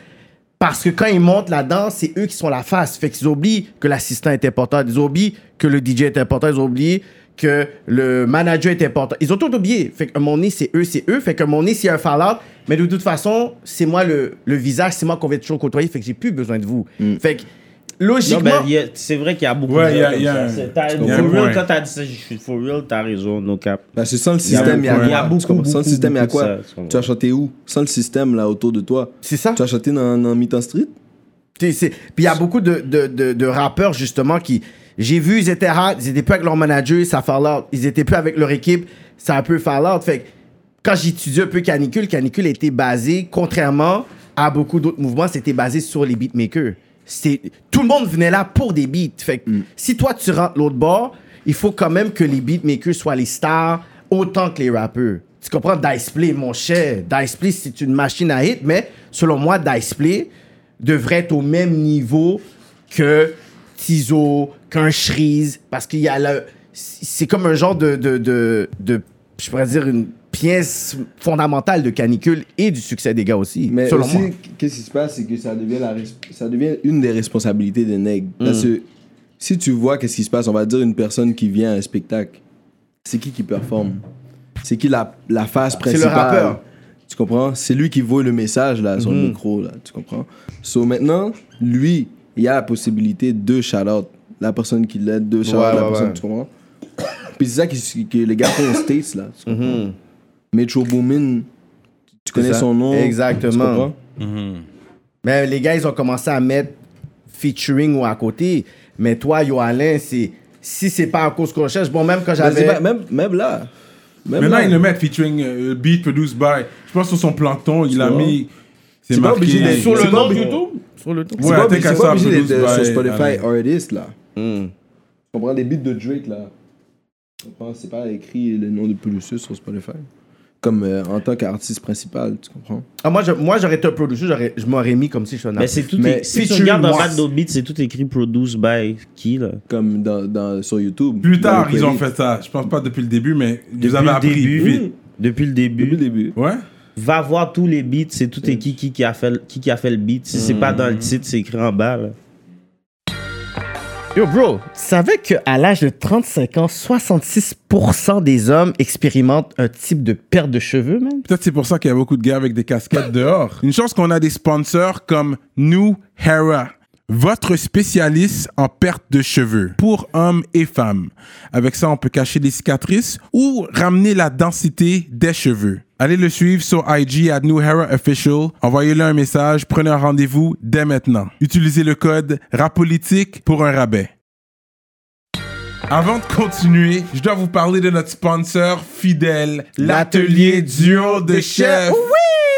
Speaker 2: Parce que quand ils montent là-dedans, c'est eux qui sont la face. Fait qu'ils oublient que l'assistant est important. Ils oublient que le DJ est important. Ils oublient que le manager est important. Ils ont tout oublié. Fait que un moment donné, c'est eux, c'est eux. Fait que un moment donné, s'il y a un fallout, mais de toute façon, c'est moi le, le visage, c'est moi qu'on va toujours côtoyer. Fait que j'ai plus besoin de vous. Fait que
Speaker 4: Mm. Non,
Speaker 2: logiquement.
Speaker 4: ben, il y a- c'est vrai qu'il y a beaucoup
Speaker 1: Ouais,
Speaker 4: de
Speaker 1: il y a-
Speaker 4: gens
Speaker 1: il y a
Speaker 4: comme
Speaker 1: un-
Speaker 4: ça. C'est- t'as-
Speaker 1: je
Speaker 4: For
Speaker 1: comprends. Il y a un
Speaker 4: real,
Speaker 1: point.
Speaker 4: quand t'as dit ça, je suis for real, t'as raison, no cap.
Speaker 3: Parce que sans Bah, le
Speaker 4: Il y a
Speaker 3: système, il y a,
Speaker 4: beaucoup-
Speaker 3: quoi?
Speaker 4: il y a
Speaker 3: Tu
Speaker 4: beaucoup,
Speaker 3: comprends? Sans le
Speaker 4: beaucoup,
Speaker 3: système, il y a
Speaker 4: beaucoup de
Speaker 3: quoi?
Speaker 4: ça, tu comprends.
Speaker 3: tu as chanté où? Sans le système, là, autour de toi.
Speaker 2: C'est ça.
Speaker 3: Tu as chanté dans, dans Meet and Street?
Speaker 2: T'es- c'est- Puis il y a beaucoup de, de, de, de rappeurs, justement, qui. J'ai vu, ils étaient hard, ils étaient plus avec leur manager, ça fall out. Ils étaient plus avec leur équipe, ça a un peu fall out. Fait que quand j'étudiais un peu Canicule, Canicule était basé, contrairement à beaucoup d'autres mouvements, c'était basé sur les beatmakers. C'est- Tout le monde venait là pour des beats. Fait que si toi, tu rentres l'autre bord, il faut quand même que les beatmakers soient les stars autant que les rappeurs. Tu comprends? Diceplay, mon cher. Diceplay, c'est une machine à hit, mais selon moi, Diceplay, devrait être au même niveau que Tizo, qu'un Shreeze, parce qu'il y a le. C'est comme un genre de, de, de, de- je pourrais dire, une pièce fondamentale de Canicule et du succès des gars aussi,
Speaker 3: Mais
Speaker 2: selon
Speaker 3: aussi,
Speaker 2: moi.
Speaker 3: qu'est-ce qui se passe, c'est que ça devient, la res- ça devient une des responsabilités des nègres.
Speaker 2: Mm.
Speaker 3: Parce que si tu vois qu'est-ce qui se passe, on va dire une personne qui vient à un spectacle, c'est qui qui performe C'est qui la, la face
Speaker 2: le
Speaker 3: principale
Speaker 2: rappeur. Mm-hmm.
Speaker 3: Tu comprends C'est lui qui vaut le message là, sur le micro, là, tu comprends So maintenant, lui, il y a la possibilité de shout-out. La personne qui l'aide, de shout-out,
Speaker 4: Ouais,
Speaker 3: la
Speaker 4: ouais,
Speaker 3: personne,
Speaker 4: ouais.
Speaker 3: tu comprends Puis c'est ça qui- que les gars font aux States, là. tu comprends?
Speaker 2: Mm-hmm.
Speaker 3: Metro Boomin, tu connais
Speaker 4: ça.
Speaker 3: son nom. Tu
Speaker 2: Exactement.
Speaker 3: comprends
Speaker 2: Mais les gars, ils ont commencé à mettre featuring ou à côté. Mais toi, Yo Alain, c'est. Si c'est pas à cause qu'on cherche, bon, même quand
Speaker 3: Ben, c'est
Speaker 2: j'avais.
Speaker 3: pas- même, même là. Même
Speaker 1: Maintenant,
Speaker 3: là.
Speaker 1: ils le mettent featuring euh, beat produced by. Je pense sur son plancton, il a
Speaker 3: vois.
Speaker 1: mis.
Speaker 3: C'est pas obligé d'être-
Speaker 1: sur
Speaker 3: Sur
Speaker 1: le.
Speaker 3: le-
Speaker 1: Ouais,
Speaker 3: nom de
Speaker 4: YouTube?
Speaker 2: Sur le tour.
Speaker 3: C'est pas,
Speaker 1: t'es
Speaker 3: obligé-
Speaker 1: qu'à
Speaker 3: c'est pas
Speaker 1: ça,
Speaker 3: obligé
Speaker 1: produced
Speaker 3: d'être euh, sur
Speaker 1: by,
Speaker 3: Spotify
Speaker 1: allez.
Speaker 3: artist là. On prend des beats de Drake là. Tu comprends? C'est pas écrit le nom de Pullusus sur Spotify. Comme euh, en tant qu'artiste principal, tu comprends?
Speaker 2: Ah, moi, je- moi, j'aurais été un producer, j'aurais- je m'aurais mis comme si je suis un
Speaker 4: Mais c'est tout.
Speaker 3: Mais
Speaker 4: é- Si tu
Speaker 2: featuring
Speaker 4: regardes dans
Speaker 2: moi.
Speaker 4: Bad No Beat, c'est tout écrit produce by qui là
Speaker 3: Comme dans, dans- sur YouTube.
Speaker 1: Plus
Speaker 3: dans
Speaker 1: tard,
Speaker 3: les
Speaker 1: ils ont
Speaker 3: credits.
Speaker 1: fait ça. Je pense pas depuis le début, mais ils
Speaker 4: Depuis
Speaker 1: avaient
Speaker 4: le
Speaker 1: appris
Speaker 4: début.
Speaker 1: vite.
Speaker 4: Depuis le début.
Speaker 3: Depuis le début.
Speaker 1: Ouais?
Speaker 4: Va voir tous les beats, c'est tout écrit qui qui a fait qui qui a fait le beat. Si c'est
Speaker 1: Mm.
Speaker 4: pas dans le titre, c'est écrit en bas là.
Speaker 2: Yo, bro, tu savais qu'à l'âge de 35 ans, 66% des hommes expérimentent un type de perte de cheveux, même?
Speaker 1: Peut-être c'est pour ça qu'il y a beaucoup de gars avec des casquettes dehors. Une chance qu'on a des sponsors comme New Hera, votre spécialiste en perte de cheveux pour hommes et femmes. Avec ça, on peut cacher les cicatrices ou ramener la densité des cheveux. Allez le suivre sur IG à New Hera Official. Envoyez-le un message, prenez un rendez-vous dès maintenant. Utilisez le code RAPOLITIQUE pour un rabais. Avant de continuer, je dois vous parler de notre sponsor fidèle, l'atelier duo de chef. Oui!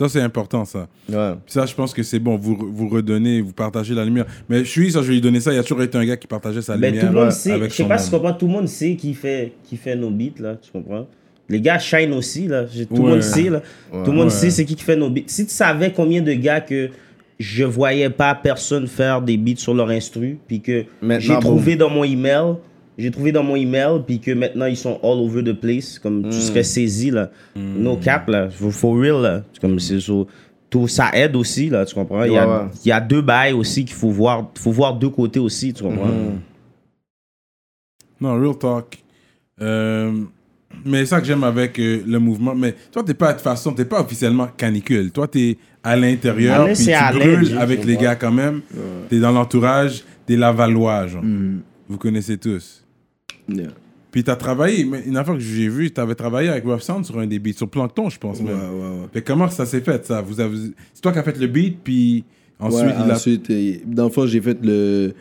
Speaker 1: Ça, c'est important, ça.
Speaker 2: Ouais.
Speaker 1: Puis ça, je pense que c'est bon. Vous, vous redonnez, vous partagez la lumière. Mais je suis ça, je vais lui donner ça. Il y a toujours été un gars qui partageait sa
Speaker 4: Mais
Speaker 1: lumière.
Speaker 4: tout le monde
Speaker 1: ouais,
Speaker 4: sait,
Speaker 1: avec
Speaker 4: je sais
Speaker 1: son
Speaker 4: pas si tu
Speaker 1: monde.
Speaker 4: comprends, tout le monde sait qui fait, qui fait nos beats, là, tu comprends? Les gars shine aussi, là. J'ai- Tout le
Speaker 1: Ouais.
Speaker 4: monde sait, là. tout le monde
Speaker 1: Ouais.
Speaker 4: sait c'est qui qui fait nos beats. Si tu savais combien de gars que je voyais pas personne faire des beats sur leur instru, puis que
Speaker 2: Maintenant,
Speaker 4: j'ai trouvé dans mon email, j'ai trouvé dans mon email, puis que maintenant ils sont all over the place, comme
Speaker 1: Hmm.
Speaker 4: tu serais saisi, là. No cap, là. For, for real, là. C'est Comme c'est sur- tout, ça aide aussi, là, tu comprends? Il y, a,
Speaker 2: Ouais, ouais.
Speaker 4: il y a deux bails aussi qu'il faut voir, faut voir deux côtés aussi, tu comprends?
Speaker 1: Hmm. Non, real talk. Euh, mais c'est ça que j'aime avec euh, le mouvement. Mais toi, t'es pas de toute façon, t'es pas officiellement canicule. Toi, t'es à l'intérieur,
Speaker 4: Allez,
Speaker 1: puis
Speaker 4: c'est
Speaker 1: tu
Speaker 4: à l'aide,
Speaker 1: brûles
Speaker 4: je
Speaker 1: avec
Speaker 4: sais
Speaker 1: les
Speaker 4: pas.
Speaker 1: gars quand même. T'es dans l'entourage des Lavallois, genre.
Speaker 4: Mm.
Speaker 1: Vous connaissez tous.
Speaker 3: Yeah.
Speaker 1: Puis t'as travaillé, mais une affaire que j'ai vue, t'avais travaillé avec Rough Sound sur un des beats, sur Plankton, je pense.
Speaker 3: Ouais,
Speaker 1: même.
Speaker 3: ouais, ouais.
Speaker 1: Fait comment ça s'est fait, ça Vous avez... C'est toi qui as fait le beat, puis ensuite,
Speaker 3: Ouais,
Speaker 1: il a...
Speaker 3: ensuite, euh, dans le fond, j'ai fait le,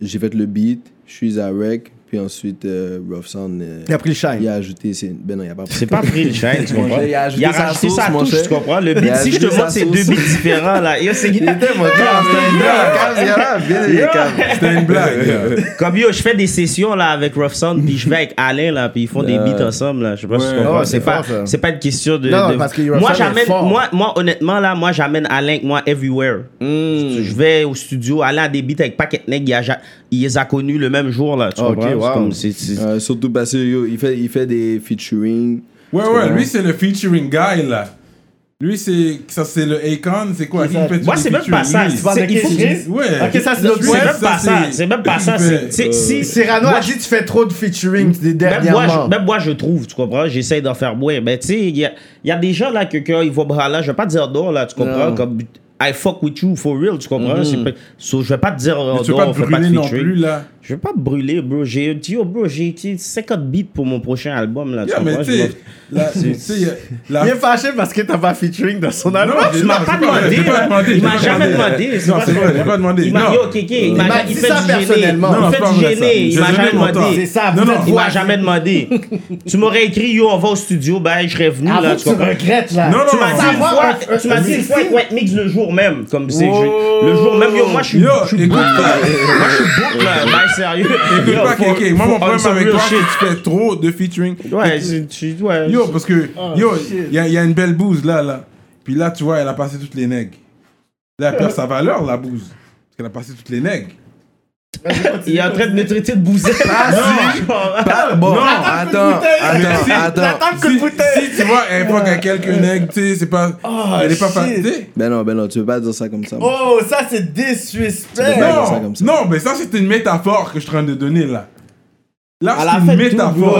Speaker 3: j'ai fait le beat, je suis à Rec, puis ensuite, euh, Rough Sound, euh,
Speaker 2: Il a pris le shine.
Speaker 3: il a ajouté, ses- ben non, il a pas
Speaker 4: C'est pas pris le shine, tu comprends?
Speaker 3: Il a ajouté sa
Speaker 4: rajouté
Speaker 3: sauce,
Speaker 4: sa
Speaker 3: mon
Speaker 4: touche,
Speaker 3: cher.
Speaker 4: tu comprends? Le
Speaker 3: Il a
Speaker 4: beat, si je te
Speaker 3: ajouté sa
Speaker 4: montre ces
Speaker 3: sauce.
Speaker 4: deux beats différents, là, yo, c'est
Speaker 1: C'était une blague. là.
Speaker 4: Comme yo, je fais des sessions, là, avec Rough Sound, puis je vais avec Alain, là, puis ils font des beats ensemble, là. Je sais pas si tu
Speaker 1: Ouais.
Speaker 4: comprends.
Speaker 2: Euh, Ouais,
Speaker 4: c'est
Speaker 2: c'est
Speaker 4: pas,
Speaker 2: fort, ça.
Speaker 4: c'est pas une question de.
Speaker 2: Non,
Speaker 4: de-
Speaker 2: parce que Rough Sound
Speaker 4: moi,
Speaker 2: est
Speaker 4: j'amène,
Speaker 2: fort.
Speaker 4: moi, moi, honnêtement, là, moi, j'amène Alain avec moi everywhere.
Speaker 2: Hmm.
Speaker 4: Je je vais au studio, Alain a des beats avec Paquet Neg, il, a ja- il les a connus le même jour, là. Tu
Speaker 2: Ok,
Speaker 4: comprends? C'est
Speaker 2: wow.
Speaker 4: comme- c'est- c'est-
Speaker 3: Euh, surtout parce que yo, il, fait, il fait des featuring.
Speaker 1: Ouais, ouais, lui, c'est le featuring guy, là. Lui, c'est ça, c'est le Akon, c'est quoi? Lui, il fait tous
Speaker 4: Moi,
Speaker 1: les
Speaker 4: c'est même pas
Speaker 1: featuring,
Speaker 4: ça.
Speaker 1: lui.
Speaker 4: C'est- il faut que-
Speaker 1: Ouais.
Speaker 2: Ok, ça, c'est notre
Speaker 1: Lui,
Speaker 4: C'est
Speaker 2: Ouais,
Speaker 4: même pas ça. C'est même pas ça. c'est-
Speaker 1: il fait-
Speaker 4: c'est- si-
Speaker 2: Cyrano
Speaker 4: moi,
Speaker 2: a dit tu fais trop de featuring des
Speaker 4: Même moi, je,
Speaker 2: dernièrement.
Speaker 4: même moi, je trouve, tu comprends? J'essaie d'en faire moins. Mais tu sais, il y a, il y a des gens là que quand ils vont braler, je vais pas dire non, là, tu comprends?
Speaker 2: Non.
Speaker 4: Comme I fuck with you for real, tu comprends? C'est pas- so, je vais pas te dire euh, non,
Speaker 1: Mais Tu veux pas
Speaker 4: on
Speaker 1: te
Speaker 4: fait pas de
Speaker 1: brûler non
Speaker 4: featuring.
Speaker 1: plus, là.
Speaker 4: Je vais pas te brûler, bro. J'ai dit, yo, bro, j'ai tu sais, 50 beats pour mon prochain album, là, tu
Speaker 1: Yeah, mais
Speaker 4: comprends?
Speaker 1: tu
Speaker 4: Je
Speaker 1: sais,
Speaker 4: vais-
Speaker 1: la- tu sais, y a- la-
Speaker 2: Il est fâché parce que t'as pas featuring dans son album.
Speaker 1: j'ai-
Speaker 4: Tu m'as
Speaker 1: non,
Speaker 4: pas
Speaker 1: j'ai
Speaker 4: demandé,
Speaker 1: j'ai pas
Speaker 4: là.
Speaker 1: demandé,
Speaker 4: Il
Speaker 1: j'ai
Speaker 4: m'a
Speaker 1: pas
Speaker 4: jamais demandé, c'est
Speaker 1: Non,
Speaker 4: pas
Speaker 1: c'est
Speaker 4: ça.
Speaker 1: vrai, j'ai pas demandé.
Speaker 4: Il m'a
Speaker 1: non.
Speaker 4: dit, ok, ok, il
Speaker 2: m'a dit
Speaker 4: m'a il fait
Speaker 2: ça
Speaker 4: du gêné.
Speaker 2: personnellement.
Speaker 1: Non,
Speaker 4: Il
Speaker 1: c'est pas
Speaker 4: fait du
Speaker 1: vrai, ça.
Speaker 4: gêné. Il
Speaker 1: J'ai
Speaker 4: m'a
Speaker 1: donné
Speaker 4: jamais
Speaker 1: mon temps.
Speaker 4: demandé.
Speaker 2: C'est ça,
Speaker 1: Non,
Speaker 2: vous
Speaker 1: non.
Speaker 2: êtes
Speaker 4: Il m'a
Speaker 2: voisins.
Speaker 4: jamais demandé. Tu m'aurais écrit, yo, on va au studio, ben, je serais venu, là,
Speaker 2: Avant,
Speaker 4: tu
Speaker 2: tu
Speaker 4: comprends?
Speaker 2: regrettes là.
Speaker 1: Non, non,
Speaker 4: Tu m'as dit une
Speaker 2: Savoir
Speaker 4: fois,
Speaker 2: un-
Speaker 4: tu m'as dit une
Speaker 2: un-
Speaker 4: fois avec White Mix le jour même. Comme c'est
Speaker 1: Oh.
Speaker 4: je- le jour même, yo, moi je suis
Speaker 1: Yo,
Speaker 4: je suis
Speaker 1: écoute
Speaker 4: book,
Speaker 1: pas.
Speaker 4: là. Moi je suis book là, ben sérieux.
Speaker 1: Écoute
Speaker 4: Yo,
Speaker 1: Ah, pas,
Speaker 4: faut-
Speaker 1: KK. Moi, mon
Speaker 4: faut on
Speaker 1: problème
Speaker 4: some
Speaker 1: avec
Speaker 4: real
Speaker 1: toi, c'est
Speaker 4: shit.
Speaker 1: que tu fais trop de featuring.
Speaker 4: Ouais, c'est- tu ouais.
Speaker 1: Yo, parce que, yo, il y, a- y a une belle bouse là, là. Puis là, tu vois, elle a passé toutes les nègres. Là, elle perd sa valeur, la bouse. Parce qu'elle a passé toutes les nègres.
Speaker 4: Il est en train de me traiter de bousette.
Speaker 3: Bon, attends, attends,
Speaker 1: Merci.
Speaker 3: attends.
Speaker 4: Ah,
Speaker 1: Si, si tu vois, elle fuck à quelques nègres, tu sais, c'est pas.
Speaker 4: Ah,
Speaker 1: elle est pas fa- tu sais.
Speaker 3: Ben non, ben non, tu peux pas dire ça comme ça. moi.
Speaker 2: Oh, ça c'est disrespect.
Speaker 3: Ouais, ça,
Speaker 1: Non,
Speaker 3: comme ça.
Speaker 1: non, mais ça, c'est une métaphore que je suis en train de donner là. Là,
Speaker 4: À la
Speaker 1: c'est
Speaker 4: fin
Speaker 1: une
Speaker 4: de tout,
Speaker 1: métaphore.
Speaker 4: bro,